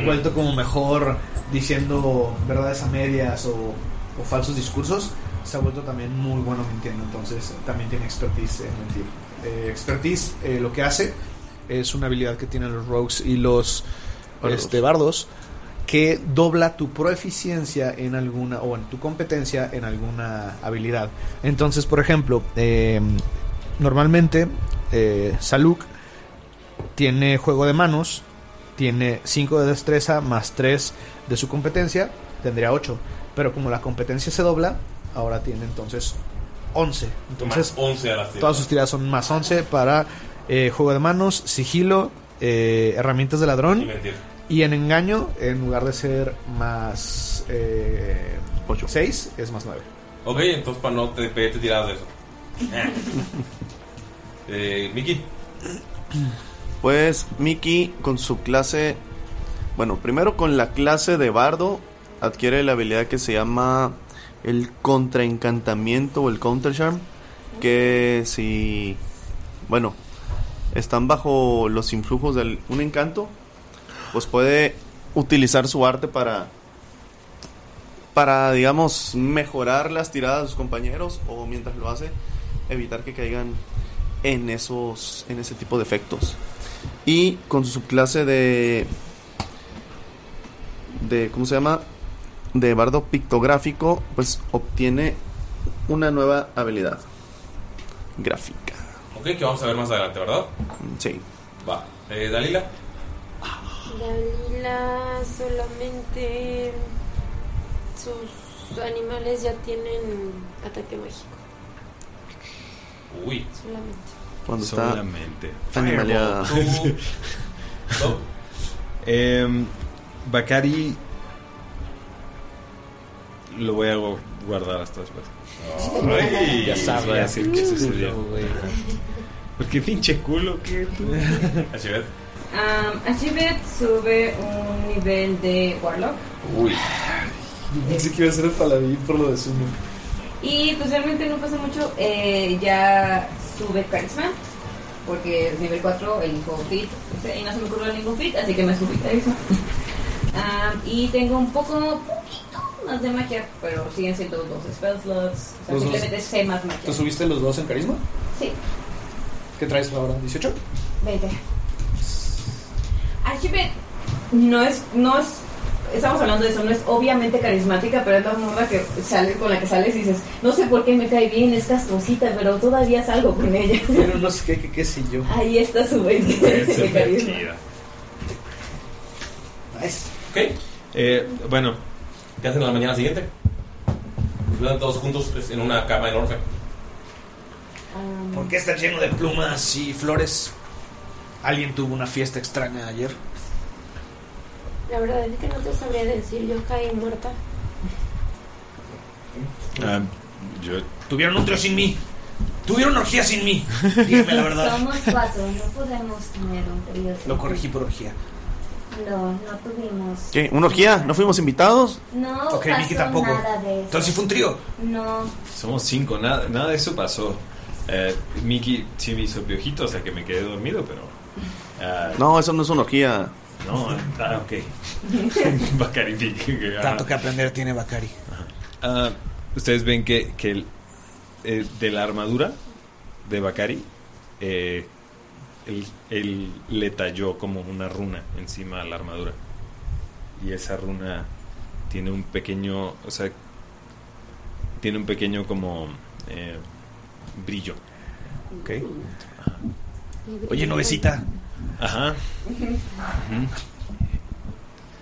[SPEAKER 8] vuelto como mejor diciendo verdades a medias o, o falsos discursos, se ha vuelto también muy bueno mintiendo. Entonces, también tiene expertise en mentir. Eh, expertise, eh, lo que hace es una habilidad que tienen los rogues y los
[SPEAKER 5] Bardos.
[SPEAKER 8] este, bardos que dobla tu proeficiencia en alguna o en tu competencia en alguna habilidad. Entonces, por ejemplo, eh, normalmente eh, Saluk tiene juego de manos, tiene 5 de destreza más 3 de su competencia, tendría 8. Pero como la competencia se dobla, ahora tiene entonces 11. Entonces,
[SPEAKER 1] Más 11 a las
[SPEAKER 8] todas sus tiradas son más 11 para eh, juego de manos, sigilo, eh, herramientas de ladrón.
[SPEAKER 1] Y mentir.
[SPEAKER 8] Y en engaño, en lugar de ser más 6, es más 9.
[SPEAKER 1] Ok, entonces para no te pedirte tiradas
[SPEAKER 8] [laughs]
[SPEAKER 1] de eso. eh, Miki,
[SPEAKER 5] Pues Mickey con su clase, bueno, primero con la clase de bardo adquiere la habilidad que se llama el contraencantamiento o el counter charm, que si, bueno, están bajo los influjos de un encanto, pues puede utilizar su arte para para digamos mejorar las tiradas de sus compañeros o mientras lo hace evitar que caigan en esos en ese tipo de efectos y con su subclase de de cómo se llama de bardo pictográfico pues obtiene una nueva habilidad gráfica
[SPEAKER 1] Ok, que vamos a ver más adelante, ¿verdad?
[SPEAKER 5] sí
[SPEAKER 1] Va. Eh, Dalila.
[SPEAKER 4] Dalila solamente sus animales ya tienen ataque mágico.
[SPEAKER 1] Uy.
[SPEAKER 4] Solamente.
[SPEAKER 5] Cuando está
[SPEAKER 2] Solamente. [laughs]
[SPEAKER 5] animaleada.
[SPEAKER 2] Fireball. Oh. Em, Bakari. Lo voy a gu- guardar hasta después.
[SPEAKER 1] Ay,
[SPEAKER 2] ya sabes. Voy a decir qué sucedió. Porque pinche culo que tú.
[SPEAKER 1] Achivet.
[SPEAKER 3] Um, Ashibet sube un nivel de Warlock.
[SPEAKER 1] Uy.
[SPEAKER 12] Pensé que iba a ser el paladín por lo de su
[SPEAKER 3] Y pues realmente no pasa mucho. eh, ya sube Charisma. Porque es nivel 4, elijo Fit. o sea, Y no se me ocurrió ningún Fit, así que me subí Charisma. Um, y tengo un poco, poquito más de magia. Pero siguen siendo dos spell slots. O sea,
[SPEAKER 12] Los dos.
[SPEAKER 3] simplemente sé más magia.
[SPEAKER 12] ¿Te subiste los dos en carisma?
[SPEAKER 3] Sí,
[SPEAKER 12] ¿Qué traes ahora? ¿18?
[SPEAKER 3] vete. Archibald no es, no es, estamos hablando de eso, no es obviamente carismática, pero es la morra que sale con la que sales y dices, no sé por qué me cae bien esta cositas, pero todavía salgo con ella.
[SPEAKER 12] Bueno, no sé qué, qué, qué sé yo.
[SPEAKER 3] Ahí está su
[SPEAKER 12] [laughs]
[SPEAKER 3] 20 de carisma.
[SPEAKER 1] Ok.
[SPEAKER 8] Eh,
[SPEAKER 2] bueno.
[SPEAKER 1] ¿Qué hacen a la mañana siguiente? Están todos juntos pues, en una cama enorme.
[SPEAKER 4] Ah,
[SPEAKER 10] ¿Por qué está lleno de plumas y flores? Alguien tuvo una fiesta extraña ayer.
[SPEAKER 4] La verdad es que no te sabría decir, yo caí muerta.
[SPEAKER 10] Tuvieron un trío sin mí. Tuvieron orgía sin mí. Dígame
[SPEAKER 7] [laughs]
[SPEAKER 10] la verdad.
[SPEAKER 7] Somos cuatro, no podemos tener un trío.
[SPEAKER 10] Lo corregí por orgía.
[SPEAKER 7] No, no tuvimos.
[SPEAKER 5] ¿Qué? ¿Una orgía? ¿No fuimos invitados?
[SPEAKER 7] No
[SPEAKER 5] Ok,
[SPEAKER 7] pasó
[SPEAKER 5] Vicky tampoco.
[SPEAKER 7] nada de eso.
[SPEAKER 2] Entonces fue un trío.
[SPEAKER 7] No. [laughs]
[SPEAKER 2] Somos cinco, nada, nada de eso pasó. Eh, Mickey sí me hizo piojito, o sea que me quedé dormido, pero. ah,
[SPEAKER 5] No, eso no es una orgía.
[SPEAKER 2] No, ah,
[SPEAKER 10] [laughs]
[SPEAKER 2] ok. Bacari Pique.
[SPEAKER 10] Tanto que aprender tiene Bakari.
[SPEAKER 2] Ah, Ustedes ven que, que el- eh, de la armadura de Bakari, eh, él, él le talló como una runa encima a la armadura. Y esa runa tiene un pequeño, o sea, tiene un pequeño como eh, brillo. Ok.
[SPEAKER 10] Oye, novecita.
[SPEAKER 2] Ajá. Ujú.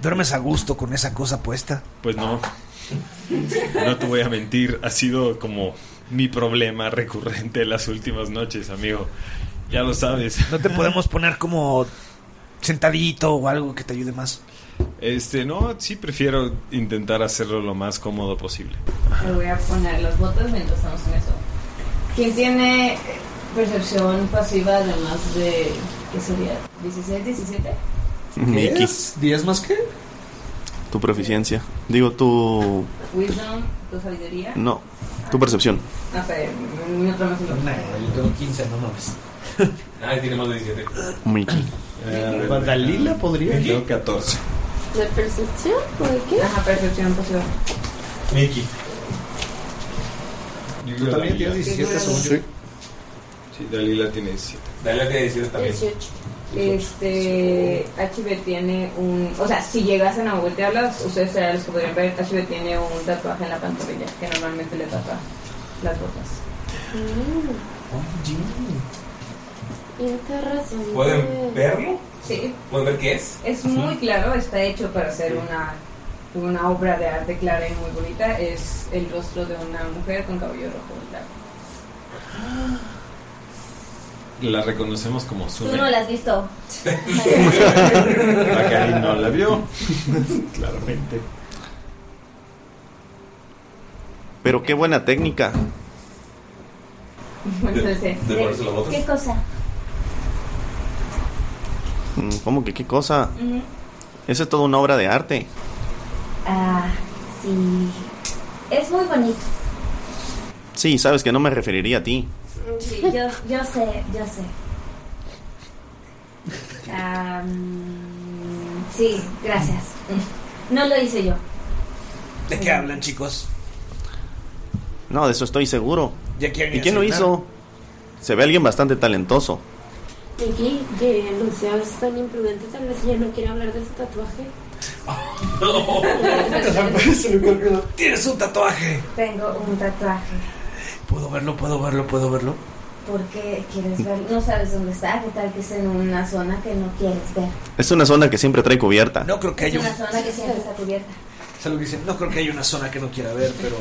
[SPEAKER 10] ¿Duermes a gusto con esa cosa puesta?
[SPEAKER 2] Pues no. No te voy a mentir, ha sido como mi problema recurrente las últimas noches, amigo. Ya lo sabes.
[SPEAKER 10] ¿No te podemos poner como sentadito o algo que te ayude más?
[SPEAKER 2] Este, no, sí prefiero intentar hacerlo lo más cómodo posible.
[SPEAKER 3] Me voy a poner las botas mientras estamos en eso. ¿Quién tiene eh, percepción pasiva además de, qué sería, 16, 17?
[SPEAKER 5] Mickey,
[SPEAKER 12] ¿10 más qué?
[SPEAKER 5] tu proficiencia. Digo, tu...
[SPEAKER 3] Wisdom, tu sabiduría.
[SPEAKER 5] No, tu percepción.
[SPEAKER 3] No sé, no otra más.
[SPEAKER 12] yo tengo 15, no
[SPEAKER 8] [laughs]
[SPEAKER 12] mames.
[SPEAKER 1] Nadie tiene más de 17.
[SPEAKER 5] Mickey.
[SPEAKER 8] Eh,
[SPEAKER 2] Dalila
[SPEAKER 1] podría.
[SPEAKER 2] Yo 14.
[SPEAKER 4] ¿De percepción? ¿O de qué?
[SPEAKER 3] Ajá, percepción pasiva.
[SPEAKER 1] Mickey.
[SPEAKER 2] Tú también tienes
[SPEAKER 3] 17, según yo.
[SPEAKER 2] Sí. Sí, Dalila tiene 17.
[SPEAKER 1] Dalila tiene 17 también.
[SPEAKER 4] 18.
[SPEAKER 3] Este, HB tiene un. O sea, si llegasen a voltearlas, ustedes serán los que podrían ver. HB tiene un tatuaje en la pantorrilla que normalmente le tapa las botas.
[SPEAKER 7] Mm.
[SPEAKER 3] Oh,
[SPEAKER 1] ¿Pueden verlo?
[SPEAKER 3] Sí,
[SPEAKER 1] ¿Pueden ver qué es?
[SPEAKER 3] es muy
[SPEAKER 1] [laughs]
[SPEAKER 8] [laughs]
[SPEAKER 3] claro, está hecho para ser una, una obra de arte clara y muy bonita. Es el rostro de una mujer con cabello rojo y largo.
[SPEAKER 1] Ah.
[SPEAKER 2] La reconocemos como
[SPEAKER 7] Tú
[SPEAKER 2] Sune.
[SPEAKER 7] no la has
[SPEAKER 8] [laughs]
[SPEAKER 7] visto.
[SPEAKER 2] Bacari no la
[SPEAKER 5] [laughs]
[SPEAKER 2] vio. Claramente.
[SPEAKER 5] Pero qué buena técnica.
[SPEAKER 3] Entonces,
[SPEAKER 5] de ponerse las botas?
[SPEAKER 7] ¿Qué cosa?
[SPEAKER 5] Mm, ¿Cómo que qué cosa?
[SPEAKER 7] Ujú.
[SPEAKER 5] Esa es toda una obra de arte.
[SPEAKER 7] Ah, sí. Es muy bonito.
[SPEAKER 5] Sí, sabes que no me referiría a ti.
[SPEAKER 7] Sí, yo, yo sé, yo sé. Am, Sí, gracias. No lo hice yo.
[SPEAKER 10] ¿De qué hablan, chicos?
[SPEAKER 5] No, de eso estoy seguro.
[SPEAKER 10] Ya quieren
[SPEAKER 5] ¿Y
[SPEAKER 10] ir a
[SPEAKER 5] quién lo
[SPEAKER 10] cenar.
[SPEAKER 5] hizo? Se ve alguien bastante talentoso.
[SPEAKER 4] Mickey, que no seas tan imprudente, tal vez ella no quiera hablar de su tatuaje.
[SPEAKER 10] Tienes un tatuaje.
[SPEAKER 7] Tengo un tatuaje.
[SPEAKER 10] Puedo verlo, puedo verlo, puedo verlo.
[SPEAKER 7] ¿Por qué quieres ver? No sabes dónde está. ¿Qué tal que es en una zona que no quieres ver?
[SPEAKER 5] Es una zona que siempre trae cubierta.
[SPEAKER 10] No creo que
[SPEAKER 7] Es
[SPEAKER 10] haya
[SPEAKER 7] una
[SPEAKER 10] un-
[SPEAKER 7] zona que siempre está cubierta.
[SPEAKER 10] es algo que dicen, no creo que haya una zona que no quiera ver, pero.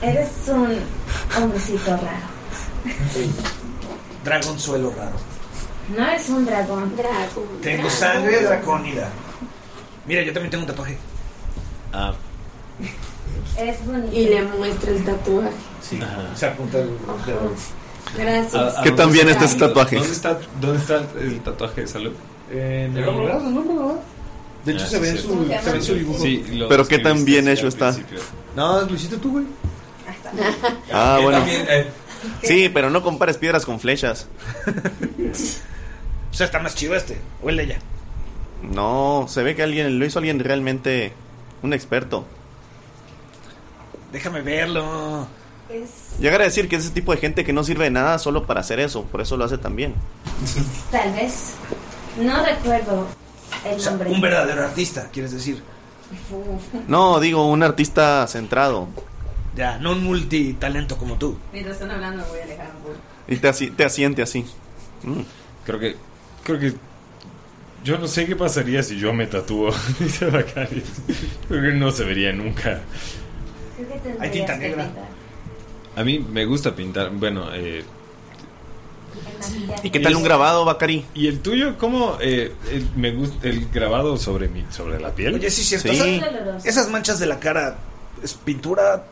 [SPEAKER 7] Eres un hombrecito raro.
[SPEAKER 10] Dragón suelo raro.
[SPEAKER 7] No eres un dragón. Dragón.
[SPEAKER 10] Tengo sangre dracónida. Mira, yo también tengo un tatuaje.
[SPEAKER 2] Ah,
[SPEAKER 7] Es bonito.
[SPEAKER 4] Y le muestra el tatuaje.
[SPEAKER 2] sí.
[SPEAKER 8] Se apunta el dedo.
[SPEAKER 4] Gracias.
[SPEAKER 5] ¿Qué tan bien está
[SPEAKER 4] este
[SPEAKER 5] ese tatuaje?
[SPEAKER 2] ¿Dónde está, dónde está el tatuaje de salud?
[SPEAKER 8] En el brazo, ¿no? ¿Verdad? De hecho,
[SPEAKER 2] Ah,
[SPEAKER 8] se, ve
[SPEAKER 2] sí,
[SPEAKER 8] en
[SPEAKER 2] sí.
[SPEAKER 8] su, se ve en su dibujo.
[SPEAKER 2] Sí, lo
[SPEAKER 5] Pero qué tan
[SPEAKER 2] escribiste
[SPEAKER 5] bien
[SPEAKER 2] al
[SPEAKER 5] hecho está.
[SPEAKER 2] principio.
[SPEAKER 8] No, lo hiciste tú, güey.
[SPEAKER 5] Ah,
[SPEAKER 8] Yo
[SPEAKER 5] bueno.
[SPEAKER 8] también,
[SPEAKER 2] eh.
[SPEAKER 5] Sí, pero no compares piedras con flechas.
[SPEAKER 10] [laughs] O sea, está más chido este. O el de ella.
[SPEAKER 5] No, se ve que alguien lo hizo alguien realmente un experto.
[SPEAKER 10] Déjame verlo.
[SPEAKER 5] Llegar a decir que ese tipo de gente que no sirve de nada solo para hacer eso, por eso lo hace también.
[SPEAKER 7] Tal vez. No recuerdo el nombre.
[SPEAKER 10] Un verdadero artista, quieres decir.
[SPEAKER 5] No, digo, un artista centrado.
[SPEAKER 10] Ya, no un multitalento como tú.
[SPEAKER 3] [laughs] Mientras están hablando, me voy a alejar un poco.
[SPEAKER 5] Y te, asi- te asiente así. Mm.
[SPEAKER 2] Creo que. Creo que. Yo no sé qué pasaría si yo me tatúo, [laughs] dice Bacari. Creo que no se vería nunca.
[SPEAKER 7] Creo que
[SPEAKER 10] Hay
[SPEAKER 7] tendrías
[SPEAKER 10] tinta
[SPEAKER 7] que
[SPEAKER 10] negra.
[SPEAKER 7] pintar.
[SPEAKER 2] A mí me gusta pintar. Bueno, eh,
[SPEAKER 7] El maquillaje.
[SPEAKER 5] ¿Y qué tal un grabado, Bacari?
[SPEAKER 2] ¿Y el tuyo cómo? eh, el, me gusta el grabado sobre mi, sobre la piel.
[SPEAKER 10] Oye, sí, cierto.
[SPEAKER 5] Sí.
[SPEAKER 10] O sea, esas manchas de la cara es pintura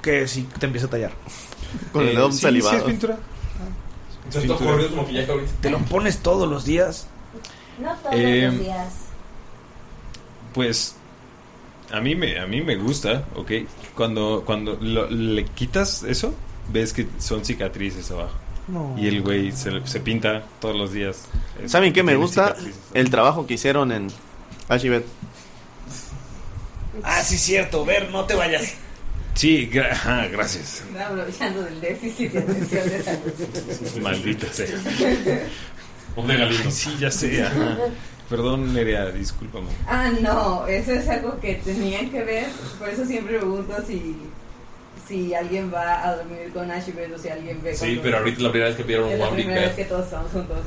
[SPEAKER 10] que sí te empieza a tallar.
[SPEAKER 5] Con el
[SPEAKER 2] Eh,
[SPEAKER 5] dedo
[SPEAKER 2] sí,
[SPEAKER 5] salivado.
[SPEAKER 2] sí es pintura.
[SPEAKER 1] Se está corriendo su maquillaje ahorita.
[SPEAKER 10] Te lo pones todos los días.
[SPEAKER 7] No todos
[SPEAKER 2] Eh,
[SPEAKER 7] los días.
[SPEAKER 2] Pues a mí me a mí me gusta, ¿ok? Cuando cuando lo- le quitas eso, ves que son cicatrices abajo.
[SPEAKER 8] No.
[SPEAKER 2] Y el güey se, se pinta todos los días. Eh,
[SPEAKER 5] ¿Saben qué me
[SPEAKER 2] tiene
[SPEAKER 5] gusta?
[SPEAKER 2] cicatrices.
[SPEAKER 5] El trabajo que hicieron en Ashibet.
[SPEAKER 10] Ah, sí, cierto. Ver, no te vayas.
[SPEAKER 2] Sí, gra- ajá, gracias.
[SPEAKER 3] Estaba aprovechando del déficit de atención de salud. [laughs]
[SPEAKER 2] Maldita sea. Sí, ya sé. ajá. Perdón, Nerea, discúlpame.
[SPEAKER 3] Ah, no, eso es algo que tenían que ver. Por eso siempre pregunto si, si alguien va a dormir con Ashibet o si alguien ve con
[SPEAKER 1] Sí, pero ahorita es la primera vez que pidieron
[SPEAKER 3] Es
[SPEAKER 1] un
[SPEAKER 3] la
[SPEAKER 1] One Big
[SPEAKER 3] primera vez
[SPEAKER 1] Bed.
[SPEAKER 3] que todos estamos juntos.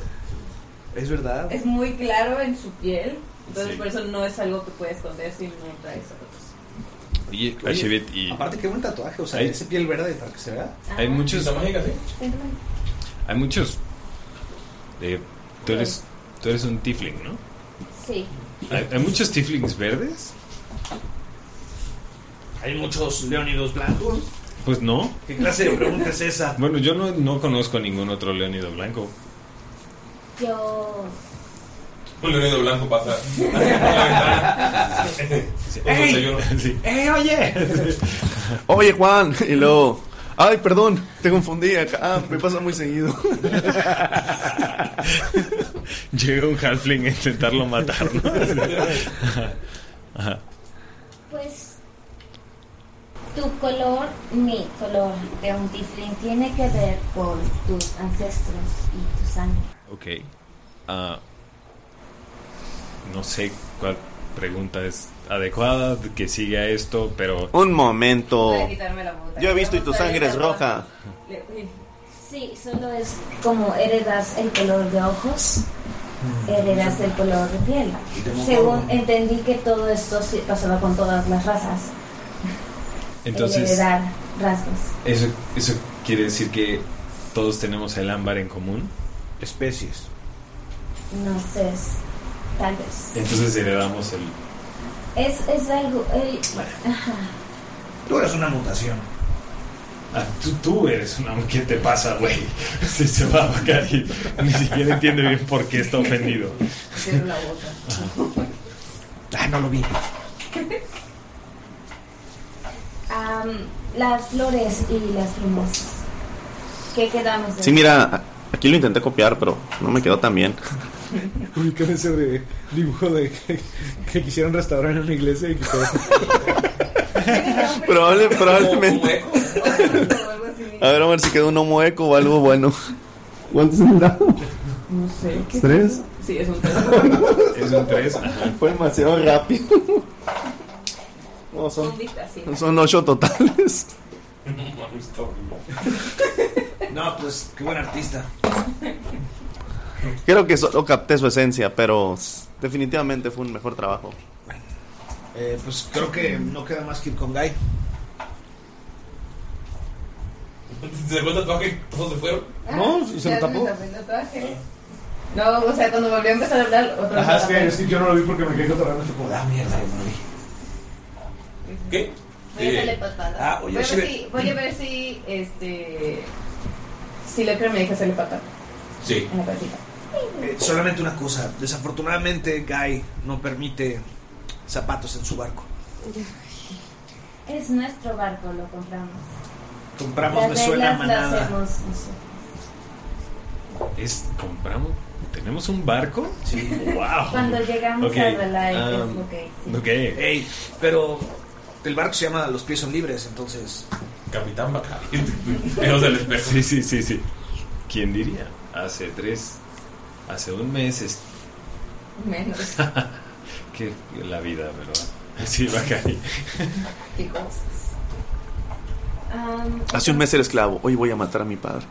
[SPEAKER 8] Es verdad.
[SPEAKER 3] Es muy claro en su piel, entonces
[SPEAKER 2] Sí.
[SPEAKER 3] por eso no es algo que puedes esconder si no traes otros.
[SPEAKER 2] Oye,
[SPEAKER 8] Oye,
[SPEAKER 2] Ashibet, y
[SPEAKER 8] Aparte, qué buen tatuaje. O sea,
[SPEAKER 2] Ahí.
[SPEAKER 8] ese piel verde para que se vea.
[SPEAKER 2] hay muchos
[SPEAKER 1] mágica, sí.
[SPEAKER 2] hay muchos eh, tú eres tú eres un tiefling, ¿no?
[SPEAKER 7] Sí.
[SPEAKER 2] ¿Hay, hay muchos tieflings verdes?
[SPEAKER 10] Hay muchos
[SPEAKER 8] [laughs]
[SPEAKER 10] leónidos blancos.
[SPEAKER 2] Pues no.
[SPEAKER 10] ¿Qué clase de pregunta es esa?
[SPEAKER 2] Bueno, yo no, no conozco ningún otro leónido blanco.
[SPEAKER 7] Yo.
[SPEAKER 1] Un leonido blanco [laughs] pasa. por la ventana. Un
[SPEAKER 2] ¡Ey!
[SPEAKER 1] desayuno.
[SPEAKER 2] [laughs] Sí.
[SPEAKER 10] ¡Eh, oye!
[SPEAKER 5] Oye, Juan. Y luego, ay, perdón, te confundí. acá. Ah, me pasa
[SPEAKER 2] [laughs]
[SPEAKER 5] muy seguido.
[SPEAKER 2] [laughs] Llega un halfling a intentarlo matar,
[SPEAKER 10] [laughs]
[SPEAKER 2] ¿no?
[SPEAKER 7] Pues tu color, mi color de un tiflin tiene que ver con tus ancestros y tu sangre.
[SPEAKER 2] Ok. Ah, no sé cuál pregunta es adecuada que sigue a esto, pero...
[SPEAKER 5] Un momento.
[SPEAKER 3] Voy a quitarme la bota.
[SPEAKER 5] Yo he visto y tu sangre es roja.
[SPEAKER 3] Le- uy,
[SPEAKER 7] Sí, solo es como heredas el color de ojos, heredas el color de piel. Según entendí que todo esto sí pasaba con todas las razas, el
[SPEAKER 2] Entonces,
[SPEAKER 7] heredar rasgos.
[SPEAKER 2] eso, eso quiere decir que todos tenemos el ámbar en común.
[SPEAKER 8] Especies.
[SPEAKER 7] No sé, es- tal vez.
[SPEAKER 2] Entonces eh, heredamos el...
[SPEAKER 7] Es, es algo, el-
[SPEAKER 10] Tú eres una mutación.
[SPEAKER 2] Ah, tú, tú eres una... ¿Qué te pasa, güey? [laughs] Se, se va a vacar y ni siquiera entiende bien por qué está ofendido.
[SPEAKER 3] Cierro la
[SPEAKER 7] [laughs]
[SPEAKER 3] boca.
[SPEAKER 10] Ah, no lo vi.
[SPEAKER 7] am, las flores y las plumas. ¿Qué quedamos de
[SPEAKER 5] Sí, mira, Aquí lo intenté copiar, pero no me quedó tan bien.
[SPEAKER 12] Ubican ese de dibujo de que, que quisieron restaurar en una iglesia y que todo.
[SPEAKER 5] Probable- probablemente. A ver, Omar, si quedó un homo eco o algo bueno.
[SPEAKER 13] ¿Cuántos han dado?
[SPEAKER 14] No sé. ¿qué
[SPEAKER 13] ¿Tres?
[SPEAKER 14] tal? Sí, es un
[SPEAKER 5] [laughs]
[SPEAKER 14] tres.
[SPEAKER 2] Es un 3.
[SPEAKER 5] Fue demasiado rápido. No, son, son ocho totales.
[SPEAKER 10] [laughs] No, pues qué buen artista.
[SPEAKER 5] Creo que solo capté su esencia, pero s- definitivamente fue un mejor trabajo.
[SPEAKER 10] Eh, pues creo que no queda más que ir con Guy.
[SPEAKER 1] ¿Se sacó el tatuaje? ¿Todos se fueron?
[SPEAKER 14] Ah,
[SPEAKER 8] No, se lo tapó.
[SPEAKER 14] No, o sea, cuando volvió a empezar a hablar, otra vez.
[SPEAKER 6] Ajá, es
[SPEAKER 14] tapó.
[SPEAKER 6] que, es que yo no lo vi porque me quedé cotorreando. Estoy como, ah, mierda, yo no lo vi.
[SPEAKER 1] ¿Qué?
[SPEAKER 14] Voy a hacerle patada.
[SPEAKER 6] Ah, oye,
[SPEAKER 14] voy, a
[SPEAKER 6] sí
[SPEAKER 14] ver
[SPEAKER 6] ve-
[SPEAKER 14] si, voy a ver si, este... Si Leclerc me deja hacerle patada
[SPEAKER 1] Sí.
[SPEAKER 14] en la patita.
[SPEAKER 10] Eh, solamente una cosa. Desafortunadamente, Guy no permite zapatos en su barco.
[SPEAKER 7] Es nuestro barco, lo compramos.
[SPEAKER 2] Compramos me
[SPEAKER 7] Las
[SPEAKER 2] suena
[SPEAKER 7] reglas las
[SPEAKER 2] manada.
[SPEAKER 7] hacemos nosotros.
[SPEAKER 2] Es, compramos. ¿Tenemos un barco? Sí. Wow.
[SPEAKER 7] Cuando llegamos
[SPEAKER 2] Ok,
[SPEAKER 7] a Relay, es
[SPEAKER 2] um,
[SPEAKER 7] lo que
[SPEAKER 2] Ok.
[SPEAKER 10] Ey, pero el barco se llama Los Pies Son Libres, entonces.
[SPEAKER 1] Capitán Bacari. [laughs]
[SPEAKER 2] Pero del espejo. Sí, sí, sí, sí. ¿Quién diría? Hace tres, hace un mes es [laughs]
[SPEAKER 14] Menos.
[SPEAKER 2] que la vida, ¿verdad? [laughs] Sí, Bacari.
[SPEAKER 14] Qué cosas.
[SPEAKER 7] Am,
[SPEAKER 5] Hace un mes era esclavo, hoy voy a matar a mi padre.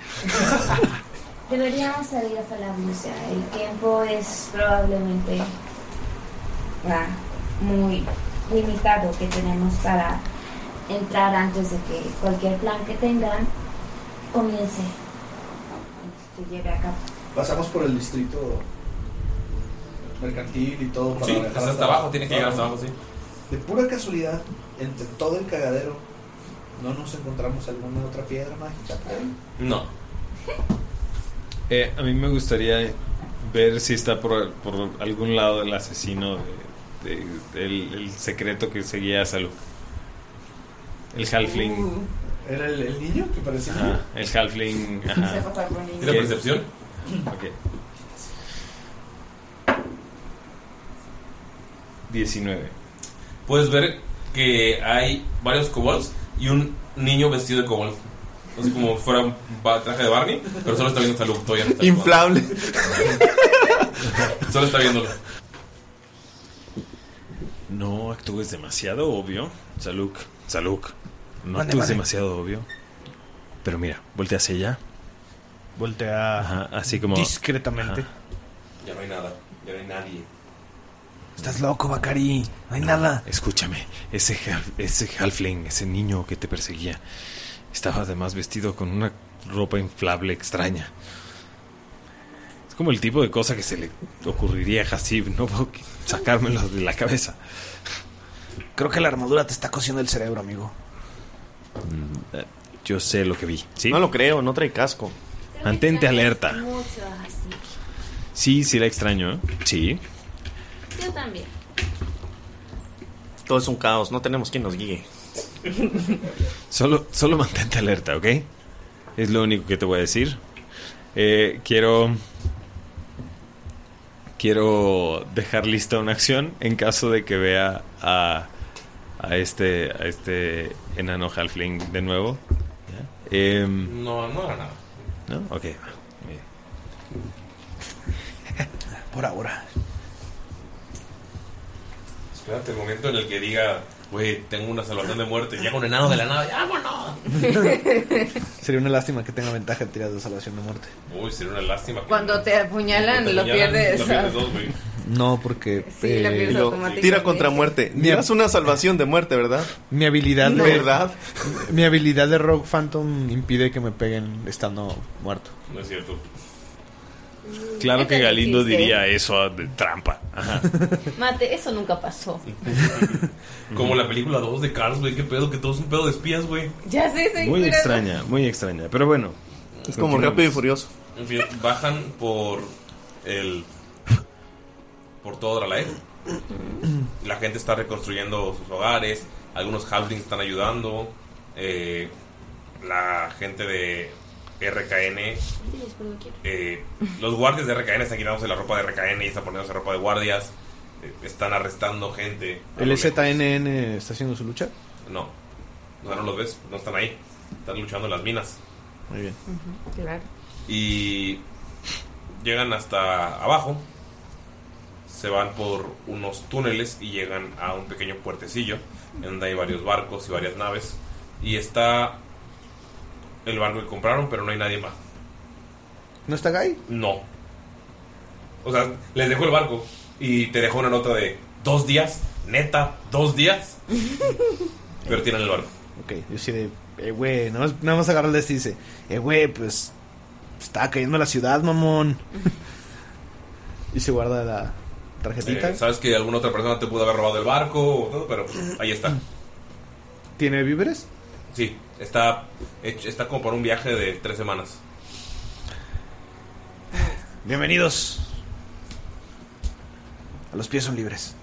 [SPEAKER 7] deberíamos salir a Falabusa. El tiempo es probablemente ah, muy limitado que tenemos para entrar antes de que cualquier plan que tengan comience. Que lleve a cabo.
[SPEAKER 13] Pasamos por el distrito mercantil y todo para
[SPEAKER 1] Sí,
[SPEAKER 13] viajar
[SPEAKER 1] hasta abajo, tienes que llegar hasta abajo, sí.
[SPEAKER 13] De pura casualidad, entre todo el cagadero, no nos encontramos alguna otra piedra mágica. por ahí?
[SPEAKER 1] No.
[SPEAKER 2] Eh, a mí me gustaría ver si está por, por algún lado el asesino, de, de- el, el secreto que seguía a Salud. El Halfling.
[SPEAKER 13] ¿Era el, el niño que parecía?
[SPEAKER 2] Ajá, el Halfling.
[SPEAKER 13] Se
[SPEAKER 2] Ajá.
[SPEAKER 13] va a pasar por niño.
[SPEAKER 1] ¿Tira
[SPEAKER 13] [clears throat]
[SPEAKER 2] ¿Qué?
[SPEAKER 1] percepción?
[SPEAKER 2] Ok. 19.
[SPEAKER 1] Puedes ver que hay varios kobolds y un niño vestido de kobold. Así como fuera un ba- traje de Barney, pero solo está viendo salud. Todavía no está
[SPEAKER 5] Inflable.
[SPEAKER 1] actuando. Solo está viéndolo.
[SPEAKER 2] No actúes demasiado obvio, Saluk. Saluk, no
[SPEAKER 8] Mande,
[SPEAKER 2] actúes
[SPEAKER 8] mande.
[SPEAKER 2] demasiado obvio. Pero mira, voltea hacia allá.
[SPEAKER 8] Voltea
[SPEAKER 2] Ajá, así como.
[SPEAKER 8] discretamente.
[SPEAKER 2] Ajá.
[SPEAKER 1] Ya no hay nada. Ya no hay nadie.
[SPEAKER 10] Estás loco, Bacari. No hay nada.
[SPEAKER 2] Escúchame, ese, hal- ese halfling, ese niño que te perseguía, estaba además vestido con una ropa inflable extraña. Es como el tipo de cosa que se le ocurriría a Hasib, no [laughs] puedo qu- sacármelo de la cabeza.
[SPEAKER 10] Creo que la armadura te está cosiendo el cerebro, amigo.
[SPEAKER 2] Mm, eh, Yo sé lo que vi. ¿sí?
[SPEAKER 5] No lo creo, no trae casco.
[SPEAKER 2] Mantente alerta.
[SPEAKER 7] Mucho así.
[SPEAKER 2] Sí, sí la extraño, ¿eh? Sí.
[SPEAKER 7] Yo también.
[SPEAKER 5] Todo es un caos, no tenemos quien nos guíe.
[SPEAKER 2] Solo, solo mantente alerta, ¿ok? Es lo único que te voy a decir. Eh, quiero. Quiero dejar lista una acción en caso de que vea a, a este a este enano halfling de nuevo. ¿Ya? Em,
[SPEAKER 1] No, no era nada.
[SPEAKER 2] ¿No? Ok.
[SPEAKER 1] [laughs]
[SPEAKER 10] Por ahora.
[SPEAKER 1] Espérate el momento en el que diga, güey, tengo una salvación de muerte. Llega un enano de la nada. ¡Ya, vámonos!
[SPEAKER 8] Sería una lástima que tenga ventaja en tiras de salvación de muerte.
[SPEAKER 1] Uy, sería una lástima. que-
[SPEAKER 14] [laughs] Cuando te apuñalan,
[SPEAKER 1] Cuando te
[SPEAKER 14] lo
[SPEAKER 1] apuñalan,
[SPEAKER 14] pierdes.
[SPEAKER 1] Lo pierdes dos, güey.
[SPEAKER 8] No, porque.
[SPEAKER 14] Sí, la pierdes
[SPEAKER 8] eh,
[SPEAKER 14] automáticamente.
[SPEAKER 5] Tira contra muerte. Miras una salvación de muerte, ¿verdad?
[SPEAKER 8] Mi habilidad de.
[SPEAKER 5] ¿Verdad?
[SPEAKER 8] Mi habilidad de Rock Phantom impide que me peguen estando muerto.
[SPEAKER 1] No es cierto.
[SPEAKER 2] Claro que Galindo
[SPEAKER 14] existe.
[SPEAKER 2] diría eso ah, de trampa. Ajá.
[SPEAKER 14] Mate, eso nunca pasó.
[SPEAKER 1] Como la película 2 de Cars, güey. Qué pedo, que todo es un pedo de espías, güey.
[SPEAKER 14] Ya sé, sí,
[SPEAKER 2] Muy
[SPEAKER 14] pero-
[SPEAKER 2] extraña, muy extraña. Pero bueno.
[SPEAKER 5] Es como
[SPEAKER 2] continuemos.
[SPEAKER 5] rápido y furioso.
[SPEAKER 1] En fin, bajan por el. por todo Dralae. La gente está reconstruyendo sus hogares. Algunos halflings están ayudando. eh, la gente de RKN.
[SPEAKER 4] Diles cuando quieran.
[SPEAKER 1] eh, los guardias de RKN están quitándose la ropa de RKN y están poniéndose ropa de guardias. eh, están arrestando gente.
[SPEAKER 13] Ah,
[SPEAKER 8] ¿El ZNN está haciendo su lucha?
[SPEAKER 1] No. O sea, no los ves, no están ahí. Están luchando en las minas.
[SPEAKER 8] Muy bien.
[SPEAKER 14] Claro.
[SPEAKER 1] Y llegan hasta abajo. Se van por unos túneles y llegan a un pequeño puertecillo. En donde hay varios barcos y varias naves. Y está el barco que compraron, pero no hay nadie más.
[SPEAKER 8] ¿No está Guy?
[SPEAKER 1] No. O sea, les dejó el barco y te dejó una nota de dos días. Neta, dos días. pero tienen el barco.
[SPEAKER 8] Ok, yo sí de, eh, güey, nada más, nada más agarra el de este y dice, eh, güey, pues está cayendo la ciudad, [laughs] mamón. y se guarda la tarjetita.
[SPEAKER 1] Eh, Sabes que alguna otra persona te pudo haber robado el barco o todo, pero pues, ahí está.
[SPEAKER 8] [clears throat] ¿Tiene víveres?
[SPEAKER 1] Sí, está, hecho- está como para un viaje de tres semanas.
[SPEAKER 8] Bienvenidos. A los pies son libres.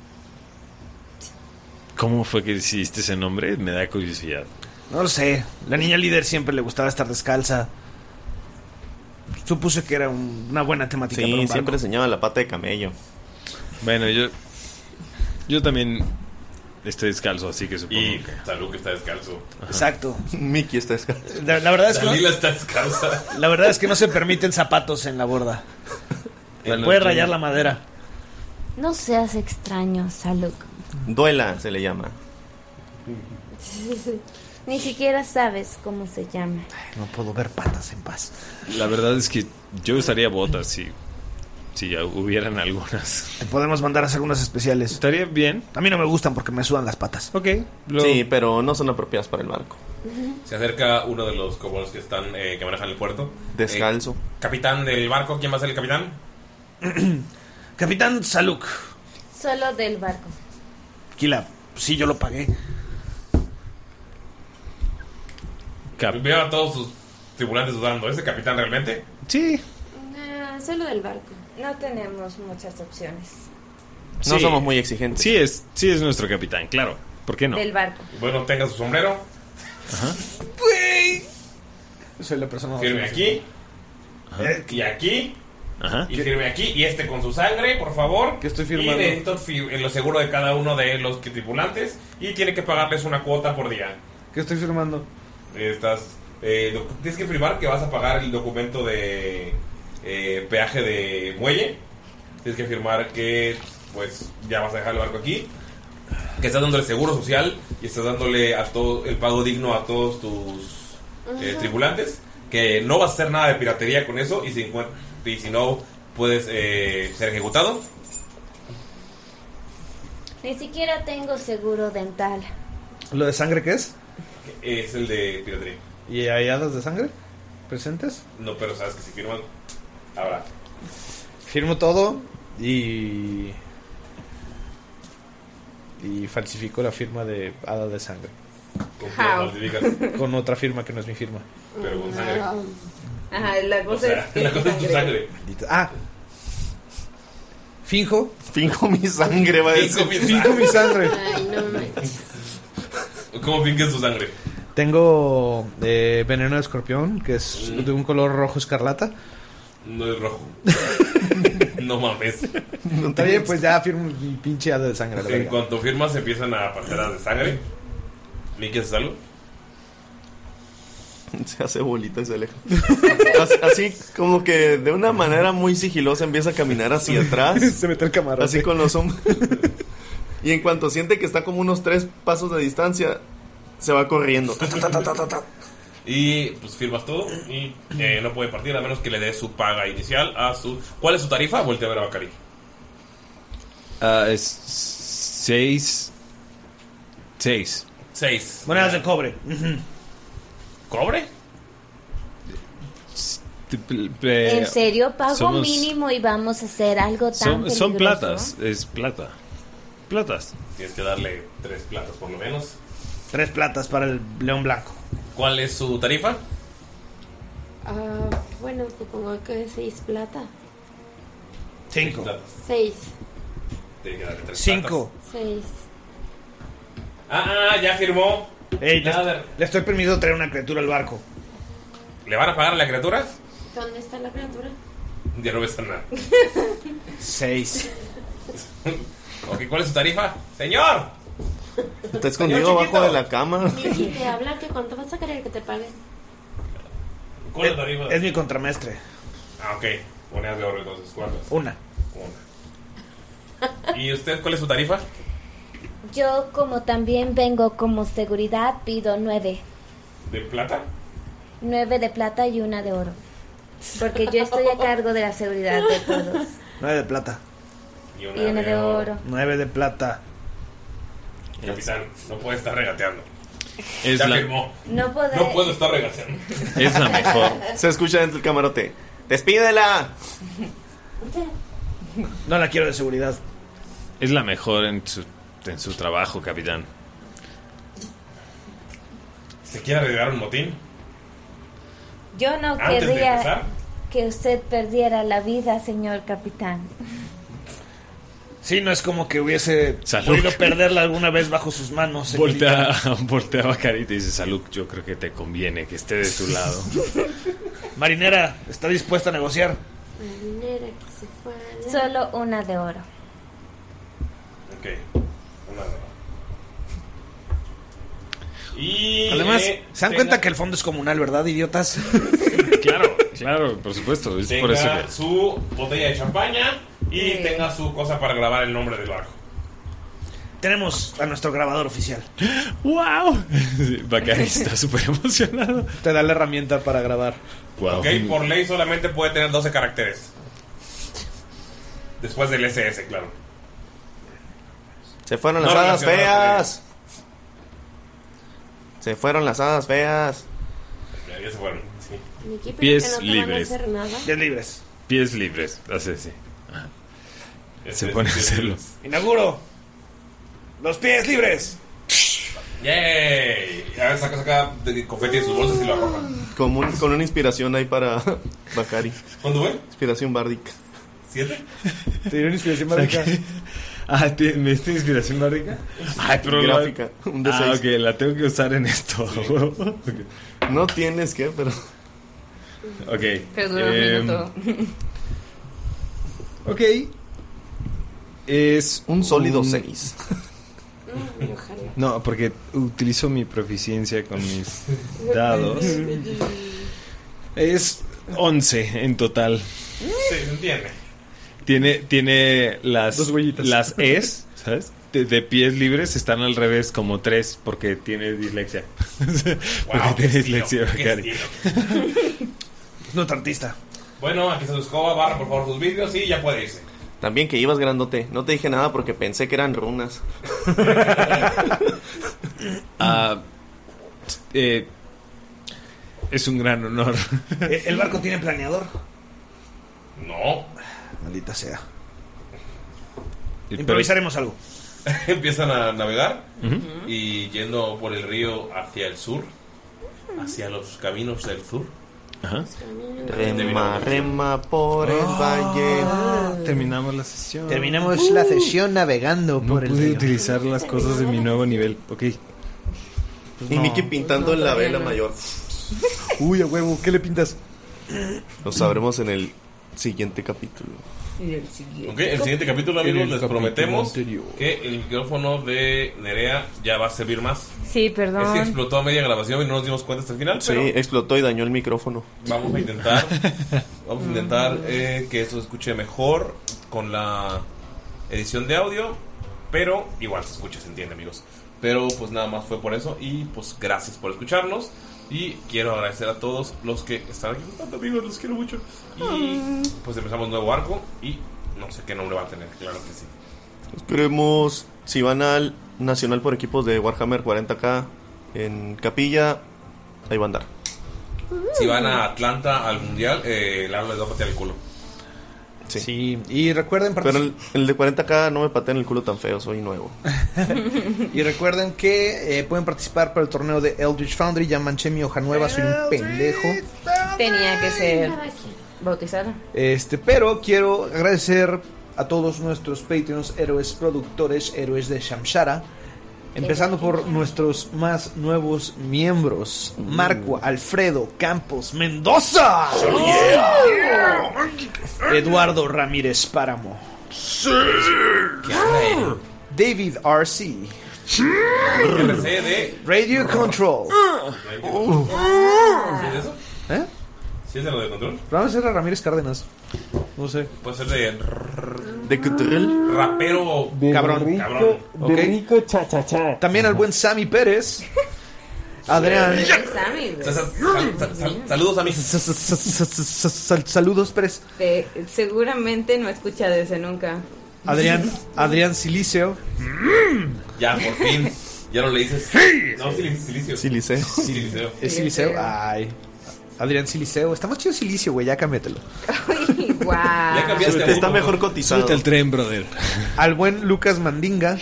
[SPEAKER 2] ¿Cómo fue que hiciste ese nombre? Me da curiosidad.
[SPEAKER 8] No lo sé, la niña líder siempre le gustaba estar descalza. Supuse que era un- una buena temática para un
[SPEAKER 5] Sí,
[SPEAKER 8] barco.
[SPEAKER 5] siempre enseñaba la pata de camello.
[SPEAKER 2] Bueno, yo. Yo también estoy descalzo, así que supongo
[SPEAKER 1] Y
[SPEAKER 2] que.
[SPEAKER 1] Salud que está descalzo.
[SPEAKER 8] Exacto.
[SPEAKER 5] [laughs] Mickey está descalzo.
[SPEAKER 8] La, la verdad es que no,
[SPEAKER 1] Dalila está descalza.
[SPEAKER 8] la verdad es que no se permiten zapatos en la borda.
[SPEAKER 5] Bueno,
[SPEAKER 8] Puede
[SPEAKER 5] yo-
[SPEAKER 8] rayar la madera.
[SPEAKER 7] No seas extraño, Saluk. [laughs]
[SPEAKER 5] Duela se le llama.
[SPEAKER 7] Ni siquiera sabes cómo se llama.
[SPEAKER 8] No puedo ver patas en paz.
[SPEAKER 2] La verdad es que yo usaría botas si, si hubieran algunas.
[SPEAKER 8] Te podemos mandar a hacer unas especiales.
[SPEAKER 2] Estaría bien.
[SPEAKER 8] A mí no me gustan porque me sudan las patas.
[SPEAKER 2] Ok.
[SPEAKER 5] Sí, pero no son apropiadas para el barco. [laughs]
[SPEAKER 1] Se acerca uno de los cobolos que están eh, que manejan el puerto.
[SPEAKER 5] Descalzo.
[SPEAKER 1] Eh, capitán del barco, ¿quién va a ser el capitán?
[SPEAKER 8] [clears throat] Capitán Saluk.
[SPEAKER 7] Solo del barco.
[SPEAKER 8] Kila, sí, yo lo pagué.
[SPEAKER 1] Veo a todos sus tripulantes dudando. ¿Es el capitán realmente?
[SPEAKER 8] Sí.
[SPEAKER 4] solo del barco. No tenemos muchas opciones.
[SPEAKER 5] No somos muy exigentes.
[SPEAKER 2] Sí es, sí es nuestro capitán, claro. ¿Por qué no?
[SPEAKER 4] Del barco.
[SPEAKER 1] Bueno, tenga su sombrero.
[SPEAKER 8] Soy la persona
[SPEAKER 1] Firme aquí. Eh,
[SPEAKER 2] Ajá.
[SPEAKER 1] Y aquí.
[SPEAKER 2] Ajá.
[SPEAKER 1] Y firme aquí. Y este con su sangre, por favor. Que estoy
[SPEAKER 8] firmando.
[SPEAKER 1] Y de esto fi- en lo seguro de cada uno de los que- tripulantes. Y tiene que pagarles una cuota por día.
[SPEAKER 8] ¿Qué estoy firmando?
[SPEAKER 1] Estás. eh, doc- tienes que firmar que vas a pagar el documento de eh, peaje de muelle. Tienes que firmar que, pues, ya vas a dejar el barco aquí. Que estás dándole seguro social y estás dándole a todo el pago digno a todos tus eh,
[SPEAKER 2] Ajá.
[SPEAKER 1] tripulantes. Que no vas a hacer nada de piratería con eso y si, encuent- y si no, puedes eh, ser ejecutado.
[SPEAKER 7] Ni siquiera tengo seguro dental.
[SPEAKER 8] ¿Lo de sangre qué es?
[SPEAKER 1] Es el de piratería.
[SPEAKER 8] ¿Y hay hadas de sangre? ¿Presentes?
[SPEAKER 1] No, pero sabes que si firman, habrá.
[SPEAKER 8] Firmo todo y. Y falsifico la firma de hada de sangre.
[SPEAKER 1] ¿Cómo
[SPEAKER 14] How?
[SPEAKER 1] falsificas?
[SPEAKER 8] Con otra firma que no es mi firma.
[SPEAKER 1] Pero con sangre.
[SPEAKER 14] Ajá, la cosa
[SPEAKER 1] [laughs]
[SPEAKER 14] es que.
[SPEAKER 8] Maldita- Ah. Finjo.
[SPEAKER 5] Finjo mi sangre, va a decir.
[SPEAKER 8] Finjo mi sangre.
[SPEAKER 14] Ay, no manches.
[SPEAKER 1] [laughs] ¿Cómo finges tu sangre?
[SPEAKER 8] Tengo eh, veneno de escorpión, que es de un color rojo escarlata.
[SPEAKER 1] No es
[SPEAKER 5] [laughs]
[SPEAKER 1] rojo. no mames.
[SPEAKER 8] Está bien, pues ya firmo mi pinche hada de sangre. a la
[SPEAKER 1] En
[SPEAKER 8] verga.
[SPEAKER 1] cuanto firmas empiezan a parteras de sangre. Miki, ¿haces algo?
[SPEAKER 5] Se hace bolita y se
[SPEAKER 8] [laughs]
[SPEAKER 5] aleja. Así, así como que de una manera muy sigilosa empieza a caminar hacia atrás.
[SPEAKER 8] [laughs] Se mete el camarote.
[SPEAKER 5] Así con los hombros. [laughs] Y en cuanto siente que está como unos tres pasos de distancia, se va corriendo. Ta, ta, ta, ta, ta, ta, ta.
[SPEAKER 1] Y pues firmas todo y eh, no puede partir a menos que le dé su paga inicial a su... ¿Cuál es su tarifa? Voltea a ver a Bacari.
[SPEAKER 2] Ah, es seis. Seis.
[SPEAKER 1] Seis.
[SPEAKER 8] Monedas de cobre.
[SPEAKER 1] ¿Cobre?
[SPEAKER 7] ¿En serio? Pago
[SPEAKER 2] Eh, somos-
[SPEAKER 7] mínimo y vamos a hacer algo tan
[SPEAKER 2] Son, son
[SPEAKER 7] peligroso?
[SPEAKER 2] platas, es plata. Platas.
[SPEAKER 1] Tienes que darle tres platas por lo menos.
[SPEAKER 8] Tres platas para el león blanco.
[SPEAKER 1] ¿Cuál es su tarifa?
[SPEAKER 4] Ah, bueno, supongo que es seis plata.
[SPEAKER 8] Cinco.
[SPEAKER 4] Seis.
[SPEAKER 1] Tiene que darle tres
[SPEAKER 8] Cinco.
[SPEAKER 4] Seis.
[SPEAKER 1] platas. Ah, ah, ya firmó.
[SPEAKER 8] Ey, le, le estoy permitiendo traer una criatura al barco.
[SPEAKER 1] ¿Le van a pagar a la criatura?
[SPEAKER 4] ¿Dónde está la criatura?
[SPEAKER 1] Ya no ves nada.
[SPEAKER 15] Seis.
[SPEAKER 1] ok, ¿cuál es su tarifa? Señor.
[SPEAKER 5] Está escondido abajo de la
[SPEAKER 1] [laughs]
[SPEAKER 5] cama.
[SPEAKER 4] Y te habla que cuánto vas a querer que te paguen.
[SPEAKER 1] ¿Cuál es la tarifa?
[SPEAKER 8] Es mi contramestre.
[SPEAKER 1] Ah, ok. Monedas de oro entonces, ¿cuántas?
[SPEAKER 8] Una.
[SPEAKER 1] ¿Y usted cuál es su tarifa?
[SPEAKER 7] Yo, como también vengo como seguridad, pido nueve.
[SPEAKER 1] ¿De plata?
[SPEAKER 7] Nueve de plata y una de oro. Porque yo estoy a cargo de la seguridad de todos.
[SPEAKER 8] Nueve de plata.
[SPEAKER 1] Y
[SPEAKER 7] Y una de oro.
[SPEAKER 8] Nueve de plata.
[SPEAKER 1] Capitán, no puede estar regateando.
[SPEAKER 5] Es
[SPEAKER 1] ya
[SPEAKER 5] la-
[SPEAKER 1] firmó.
[SPEAKER 7] No podré.
[SPEAKER 1] No puedo estar regateando.
[SPEAKER 5] Es la mejor. Se escucha dentro del camarote. ¡Despídela!
[SPEAKER 8] No la quiero de seguridad.
[SPEAKER 2] Es la mejor en su, en su trabajo, capitán.
[SPEAKER 1] ¿Se quiere agregar un motín?
[SPEAKER 7] Yo no
[SPEAKER 1] Antes de
[SPEAKER 7] querría
[SPEAKER 1] empezar.
[SPEAKER 7] que usted perdiera la vida, señor capitán.
[SPEAKER 8] Sí, no es como que hubiese podido perderla alguna vez bajo sus manos. señorita.
[SPEAKER 2] Voltea, [laughs] voltea a Bacarita y dice, Salud, yo creo que te conviene que esté de tu
[SPEAKER 10] [laughs]
[SPEAKER 2] lado.
[SPEAKER 8] [laughs] Marinera, ¿está dispuesta a negociar?
[SPEAKER 4] Marinera que se fue a la-
[SPEAKER 7] Solo una de oro.
[SPEAKER 1] Ok. Una de Y.
[SPEAKER 8] Además,
[SPEAKER 1] eh,
[SPEAKER 8] se dan
[SPEAKER 1] tenga-
[SPEAKER 8] cuenta que el fondo es comunal, ¿verdad, idiotas? [laughs]
[SPEAKER 2] claro, claro, por supuesto. Es por eso
[SPEAKER 1] Tenga
[SPEAKER 2] que...
[SPEAKER 1] su botella de champaña y tenga su cosa para grabar el nombre del barco.
[SPEAKER 8] Tenemos a nuestro grabador oficial.
[SPEAKER 2] ¡Wow! Bacari está súper emocionado.
[SPEAKER 8] Te da la herramienta para grabar.
[SPEAKER 2] Wow.
[SPEAKER 1] Ok, por ley solamente puede tener 12 caracteres. Después del SS, claro.
[SPEAKER 5] Se fueron las
[SPEAKER 1] No
[SPEAKER 5] hadas
[SPEAKER 1] relacionado
[SPEAKER 5] feas. Se fueron las hadas feas.
[SPEAKER 1] Ya ya se fueron, sí.
[SPEAKER 4] Miki, pero
[SPEAKER 2] Pies
[SPEAKER 4] que no te van a
[SPEAKER 2] libres.
[SPEAKER 4] hacer nada.
[SPEAKER 8] Pies libres.
[SPEAKER 2] Pies libres, así, sí. Ajá. Se pone a hacerlo.
[SPEAKER 8] Inauguro. Los pies libres.
[SPEAKER 1] ¡Yay! A ver, saca, saca de- confeti de sus bolsas y lo arroja.
[SPEAKER 5] Con, un- con una inspiración
[SPEAKER 1] [laughs]
[SPEAKER 5] ahí para Bacari.
[SPEAKER 1] ¿Cuándo fue?
[SPEAKER 5] Inspiración bárdica.
[SPEAKER 1] ¿Siete?
[SPEAKER 16] ¿Te dieron inspiración
[SPEAKER 2] básica?
[SPEAKER 16] básica?
[SPEAKER 2] Ah, ¿te- ¿me diste inspiración básica? Ay, pero la-
[SPEAKER 5] Gráfica, un D6.
[SPEAKER 2] Ah, ok, la tengo que usar en esto. [laughs]
[SPEAKER 5] No tienes que, pero.
[SPEAKER 2] Ok.
[SPEAKER 3] Pero Pues dura un
[SPEAKER 2] em,
[SPEAKER 3] minuto.
[SPEAKER 2] Ok. Es
[SPEAKER 5] un sólido
[SPEAKER 2] un-
[SPEAKER 5] 6.
[SPEAKER 2] [laughs] No, porque utilizo mi proficiencia con mis
[SPEAKER 3] [laughs]
[SPEAKER 2] dados. Es 11 en total.
[SPEAKER 1] Sí, se entiende.
[SPEAKER 2] Tiene, tiene las,
[SPEAKER 16] Dos huellitas.
[SPEAKER 2] las es, ¿sabes? De, de pies libres están al revés como tres porque tiene dislexia. [laughs] porque tiene dislexia, Bacari.
[SPEAKER 8] No artista.
[SPEAKER 1] Bueno, aquí está su escoba, barra por favor sus vídeos y ya puede irse.
[SPEAKER 5] También que ibas grandote. No te dije nada porque pensé que
[SPEAKER 1] [laughs]
[SPEAKER 5] eran runas.
[SPEAKER 2] Ah, eh, es un gran honor.
[SPEAKER 8] Eh, ¿El barco tiene planeador?
[SPEAKER 1] No.
[SPEAKER 8] Maldita sea. Improvisaremos algo.
[SPEAKER 1] [laughs] Empiezan a navegar
[SPEAKER 2] Ujú.
[SPEAKER 1] y yendo por el río hacia el sur, hacia los caminos del sur.
[SPEAKER 2] Ajá.
[SPEAKER 5] Rema, rema por el
[SPEAKER 16] Ah,
[SPEAKER 5] valle.
[SPEAKER 2] Terminamos la sesión.
[SPEAKER 8] Terminamos
[SPEAKER 1] Uh.
[SPEAKER 8] la sesión navegando por el
[SPEAKER 2] Pude
[SPEAKER 8] río.
[SPEAKER 2] utilizar las cosas de mi nuevo nivel. Ok.
[SPEAKER 5] Y Mickey pintando en la vela mayor.
[SPEAKER 16] Uy, a huevo, ¿qué le pintas?
[SPEAKER 5] Lo sabremos en el siguiente capítulo.
[SPEAKER 3] Y el siguiente.
[SPEAKER 1] Ok, el siguiente capítulo,
[SPEAKER 5] En
[SPEAKER 1] amigos,
[SPEAKER 5] el
[SPEAKER 1] les
[SPEAKER 5] capítulo
[SPEAKER 1] prometemos
[SPEAKER 5] anterior.
[SPEAKER 1] que el micrófono de Nerea ya va a servir más.
[SPEAKER 3] Sí, perdón.
[SPEAKER 1] Es que explotó a media grabación y no nos dimos cuenta hasta el final,
[SPEAKER 5] Sí,
[SPEAKER 1] pero
[SPEAKER 5] explotó y dañó el micrófono.
[SPEAKER 1] vamos a
[SPEAKER 5] [laughs]
[SPEAKER 1] intentar, vamos a intentar eh, que eso se escuche mejor con la edición de audio, pero igual se escucha, se entiende, amigos. Pero pues nada más fue por eso y pues gracias por escucharnos y quiero agradecer a todos los que están aquí, tanto amigos, los quiero mucho y pues empezamos nuevo arco y no sé qué nombre va a tener, claro que sí.
[SPEAKER 5] Esperemos si van al Nacional por equipos de Warhammer 40k en Capilla, ahí va a andar.
[SPEAKER 1] Si van a Atlanta al mundial, eh, Lalo les va a patear el culo.
[SPEAKER 5] Sí.
[SPEAKER 8] y recuerden
[SPEAKER 5] Pero el, el de 40k no me pateen el culo tan feo, soy nuevo.
[SPEAKER 8] Y recuerden que eh, pueden participar para el torneo de Eldritch Foundry. Ya manché mi hoja nueva, soy un pendejo.
[SPEAKER 3] Tenía que ser bautizada.
[SPEAKER 8] Este, pero quiero agradecer a todos nuestros Patreons, héroes productores, héroes de Shamshara, Empezando por nuestros más nuevos miembros. Marco, Alfredo, Campos, Mendoza. Eduardo Ramírez Páramo. David RC.
[SPEAKER 1] RCD.
[SPEAKER 8] Radio Control.
[SPEAKER 1] ¿Sí es eso?
[SPEAKER 8] ¿Eh?
[SPEAKER 1] ¿Sí es de lo de control?
[SPEAKER 8] Vamos a hacer a Ramírez Cárdenas. No sé.
[SPEAKER 1] Puede ser de
[SPEAKER 8] ¿De control?
[SPEAKER 1] rapero
[SPEAKER 8] De Cabrón. rico-
[SPEAKER 1] cabrón.
[SPEAKER 8] de
[SPEAKER 12] rico cha cha cha.
[SPEAKER 8] También al buen Sammy Pérez. Adrián.
[SPEAKER 1] Sa- sa- sal- sal- sal- Saludos a mí.
[SPEAKER 8] Sal- Saludos Pérez.
[SPEAKER 17] Te- seguramente no he escuchado ese nunca.
[SPEAKER 8] Adrián. Adrián Silicio. Mm.
[SPEAKER 1] Ya, por fin. Ya no le dices. No, Sili- silicio.
[SPEAKER 8] Siliceo.
[SPEAKER 1] Siliceo.
[SPEAKER 8] ¿Es Siliceo? Ay. Adrián Siliceo. Está más chido Silicio, güey. Ya cámbiatelo.
[SPEAKER 17] Guau.
[SPEAKER 8] Súbete al tren, brother. Ah, Al buen Lucas Mandinga.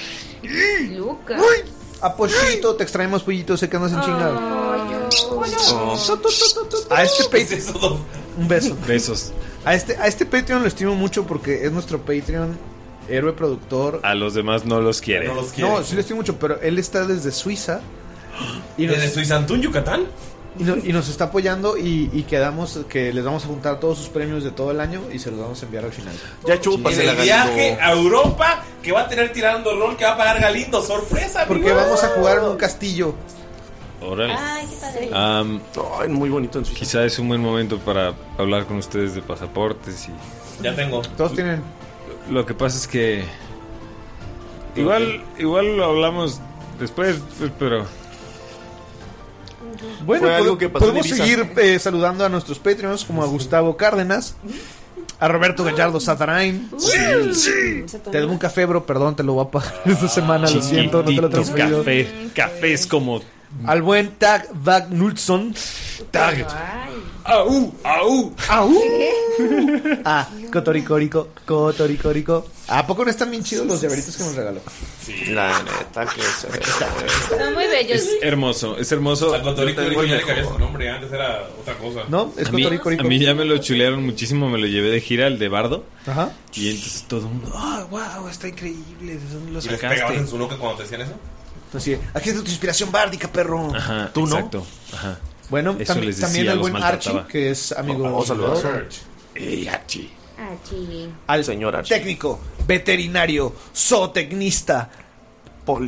[SPEAKER 17] Lucas.
[SPEAKER 8] A Pochito, te extraemos, pollito. Sé que andas en chingado. A este Patreon. Un beso.
[SPEAKER 2] Besos.
[SPEAKER 8] A este, a este Patreon lo estimo mucho porque es nuestro Patreon héroe productor.
[SPEAKER 2] A los demás no los quiere.
[SPEAKER 8] No, sí lo estimo mucho, pero él está desde Suiza.
[SPEAKER 1] ¿Desde Suizantún, Yucatán?
[SPEAKER 8] Y, no- y nos está apoyando y, y quedamos que les vamos a juntar todos sus premios de todo el año y se los vamos a enviar al final.
[SPEAKER 5] Ya
[SPEAKER 1] En el viaje a Europa que va a tener tirando rol que va a pagar Galindo. ¡Sorpresa,
[SPEAKER 8] Porque vamos a jugar en un castillo.
[SPEAKER 2] Órale.
[SPEAKER 17] Ay, qué padre.
[SPEAKER 2] Am,
[SPEAKER 5] muy bonito en
[SPEAKER 2] Quizá es un buen momento para hablar con ustedes de pasaportes y.
[SPEAKER 1] Ya tengo.
[SPEAKER 8] Todos tienen.
[SPEAKER 2] Lo que pasa es que. Igual, igual lo hablamos después, pues, pero.
[SPEAKER 8] Bueno,
[SPEAKER 2] Fue algo
[SPEAKER 8] pod-
[SPEAKER 2] que pasó en
[SPEAKER 8] podemos
[SPEAKER 2] Ibiza.
[SPEAKER 8] seguir eh, saludando a nuestros Patreons como a Gustavo Cárdenas, a Roberto Gallardo Satarain.
[SPEAKER 2] Sí,
[SPEAKER 8] Te debo un café, bro, perdón, te lo voy a pagar [laughs] esta semana, lo siento, no te lo he
[SPEAKER 2] Chiquitito,
[SPEAKER 8] transferido.
[SPEAKER 2] Café, café es como.
[SPEAKER 8] Al buen Tag Vagnulson. Tag. Au, au, au. Ah, cotoricorico, cotoricorico. ¿A poco no están bien chidos los llaveritos que nos regaló?
[SPEAKER 5] Sí. La neta que se ve.
[SPEAKER 17] Son muy bellos.
[SPEAKER 2] Es hermoso, es hermoso.
[SPEAKER 1] San Cotorico, ya le cambié su nombre, antes era otra cosa.
[SPEAKER 2] a mí, a mí ya me lo chulearon muchísimo, me lo llevé de gira al de Bardo.
[SPEAKER 8] Ajá.
[SPEAKER 2] Y entonces todo el mundo.
[SPEAKER 8] Ah, wow, está increíble. ¿de dónde lo
[SPEAKER 1] ¿Y les
[SPEAKER 2] sacaste?
[SPEAKER 1] pegabas en su nuca cuando te decían eso?
[SPEAKER 8] Así, aquí está tu inspiración bárdica, perro.
[SPEAKER 2] Ajá,
[SPEAKER 8] ¿Tú no?
[SPEAKER 2] exacto. Ajá.
[SPEAKER 8] Bueno,
[SPEAKER 2] Eso
[SPEAKER 8] también,
[SPEAKER 2] les decía,
[SPEAKER 8] también el
[SPEAKER 2] los
[SPEAKER 8] buen
[SPEAKER 2] maltrataba.
[SPEAKER 8] Archie, que es amigo.
[SPEAKER 2] Oh, oh, saludos.
[SPEAKER 5] Ey, Hachi.
[SPEAKER 18] Ah, sí.
[SPEAKER 8] Al
[SPEAKER 5] señor Archie.
[SPEAKER 8] técnico, veterinario, zootecnista,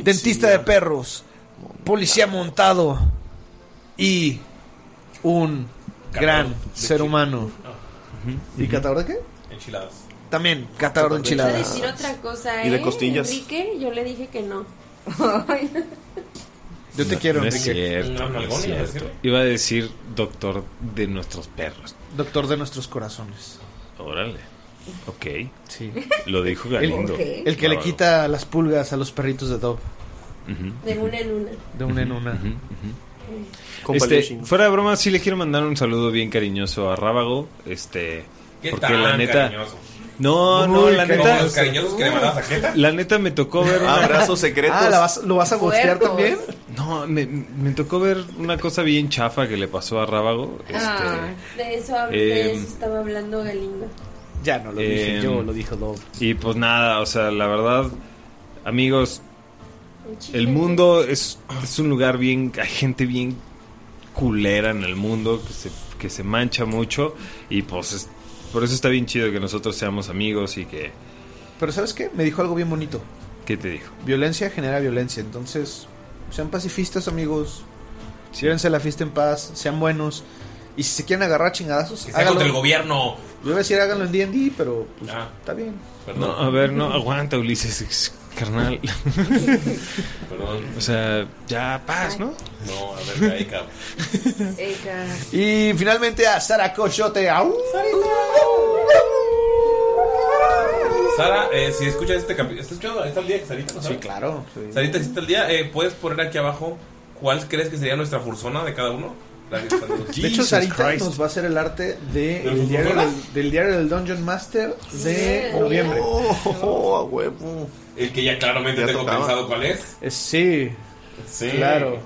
[SPEAKER 8] dentista de perros, policía montado y un gran ser humano. ¿Y catador de qué?
[SPEAKER 1] Enchiladas.
[SPEAKER 8] También, catador de
[SPEAKER 4] Voy a
[SPEAKER 8] enchiladas.
[SPEAKER 4] decir otra cosa, ¿eh?
[SPEAKER 8] Y de costillas.
[SPEAKER 4] Enrique, yo le dije que
[SPEAKER 8] [laughs]
[SPEAKER 4] no.
[SPEAKER 8] Yo te quiero,
[SPEAKER 2] No es
[SPEAKER 8] Enrique.
[SPEAKER 2] cierto, no es
[SPEAKER 8] Nalgón, iba a
[SPEAKER 2] cierto. Iba a decir doctor de nuestros perros.
[SPEAKER 8] Doctor de nuestros corazones.
[SPEAKER 2] Órale. Ok.
[SPEAKER 8] Sí.
[SPEAKER 2] Lo dijo
[SPEAKER 8] El,
[SPEAKER 2] Galindo.
[SPEAKER 8] el que le
[SPEAKER 2] Bárbaro.
[SPEAKER 8] quita las pulgas a los perritos de Dob.
[SPEAKER 4] De una en una.
[SPEAKER 8] De una en una. Ah,
[SPEAKER 2] Este, fuera de broma, sí le quiero mandar un saludo bien cariñoso a Rábago. Este.
[SPEAKER 1] ¿Qué
[SPEAKER 2] porque
[SPEAKER 1] tan
[SPEAKER 2] la neta.
[SPEAKER 1] cariñoso?
[SPEAKER 2] No, no,
[SPEAKER 1] Uy,
[SPEAKER 2] la
[SPEAKER 1] ¿como
[SPEAKER 2] neta.
[SPEAKER 1] los cariñosos que le mandaba Saqueta?
[SPEAKER 2] La neta me tocó ver. una-
[SPEAKER 5] Abrazos secretos. Ah, ¿la vas-
[SPEAKER 8] lo vas a gostear Cuerpos. también?
[SPEAKER 2] No, me, me tocó ver una cosa bien chafa que le pasó a Rábago. Este,
[SPEAKER 4] Ah, de, eso, hab-
[SPEAKER 2] em,
[SPEAKER 4] de eso estaba hablando Galindo.
[SPEAKER 8] Ya no
[SPEAKER 2] Em,
[SPEAKER 8] dijo Dob.
[SPEAKER 2] Y pues nada, o sea, la verdad, amigos, el mundo es, es un lugar bien, hay gente bien culera en el mundo que se, que se mancha mucho y pues es- por eso está bien chido que nosotros seamos amigos y que...
[SPEAKER 8] Pero ¿sabes qué? Me dijo algo bien bonito.
[SPEAKER 2] ¿Qué te dijo?
[SPEAKER 8] Violencia genera violencia, entonces sean pacifistas amigos, llévense la fiesta en paz, sean buenos y si se quieren agarrar chingadazos,
[SPEAKER 1] Que sea contra el gobierno. Ah.
[SPEAKER 8] Yo iba a decir háganlo en D&D, pero pues, está bien.
[SPEAKER 2] No, a ver, no, aguanta Ulises, [laughs] carnal.
[SPEAKER 1] Perdón.
[SPEAKER 2] O sea, ya paz, ¿no?
[SPEAKER 1] No, a ver, ahí cabrón.
[SPEAKER 8] [laughs] Y finalmente a Sara Coyote. ¡au!
[SPEAKER 1] Sara, eh, si escuchas este capítulo, ¿estás escuchando? ¿Está el día que Sarita no Sí,
[SPEAKER 8] claro.
[SPEAKER 1] Sarita, si está el día, eh, puedes poner aquí abajo cuál crees que sería nuestra fursona de cada uno. La que está-
[SPEAKER 8] De hecho,
[SPEAKER 1] Jesus
[SPEAKER 8] Sarita
[SPEAKER 1] Christ.
[SPEAKER 8] nos va a hacer el arte de
[SPEAKER 1] ¿De
[SPEAKER 8] el
[SPEAKER 1] los
[SPEAKER 8] diario
[SPEAKER 1] novelas?
[SPEAKER 8] del, del diario del Dungeon Master de
[SPEAKER 1] Sí.
[SPEAKER 8] noviembre.
[SPEAKER 1] Oh, El que ya claramente
[SPEAKER 8] Ya
[SPEAKER 1] tengo
[SPEAKER 8] tocaba.
[SPEAKER 1] pensado cuál es.
[SPEAKER 8] Eh, Sí,
[SPEAKER 1] Sí.
[SPEAKER 8] claro.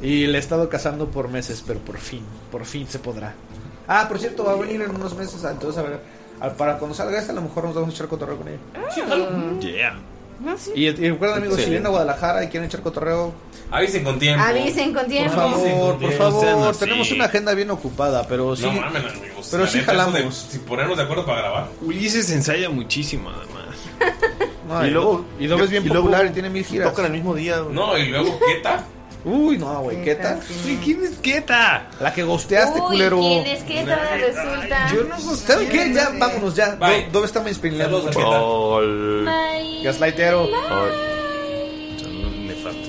[SPEAKER 8] Y le he estado cazando por meses, pero por fin, por fin se podrá. Ah, por cierto, va a venir en unos este,
[SPEAKER 19] Mm.
[SPEAKER 8] meses. ah, Entonces, a ver, al- para cuando salga esta, a lo mejor nos vamos a echar cotorreo con ella.
[SPEAKER 2] Yeah.
[SPEAKER 19] No, sí.
[SPEAKER 8] Y, y recuerden, amigos, si
[SPEAKER 19] Excelente.
[SPEAKER 8] vienen a Guadalajara y quieren echar cotorreo.
[SPEAKER 1] Avisen con tiempo.
[SPEAKER 19] Avisen con tiempo.
[SPEAKER 8] Por favor, por
[SPEAKER 1] Sean
[SPEAKER 8] favor.
[SPEAKER 1] así.
[SPEAKER 8] Tenemos una agenda bien ocupada, pero sí.
[SPEAKER 1] No mamen, amigos.
[SPEAKER 8] pero
[SPEAKER 1] La
[SPEAKER 8] sí
[SPEAKER 1] neta, eso
[SPEAKER 8] jalamos.
[SPEAKER 1] de- Si ponernos de acuerdo para grabar.
[SPEAKER 2] Ulises ensaya muchísimo, además.
[SPEAKER 8] [laughs] No, y luego- y luego es bien popular y tiene mil giras.
[SPEAKER 2] Tocan el
[SPEAKER 5] mismo día.
[SPEAKER 1] No, y luego Keta.
[SPEAKER 8] Uy, no, güey, Keta.
[SPEAKER 2] Güey, ¿Quién es Keta?
[SPEAKER 8] La que gosteaste,
[SPEAKER 19] Uy,
[SPEAKER 8] culero.
[SPEAKER 19] ¿quién es Keta? Ahora resulta.
[SPEAKER 8] Yo no gosté. ¿Saben qué? Ya, vámonos ya. Do- ¿Dónde está mi espinilero?
[SPEAKER 19] Bye.
[SPEAKER 8] Gaslightero.
[SPEAKER 2] Nefasto.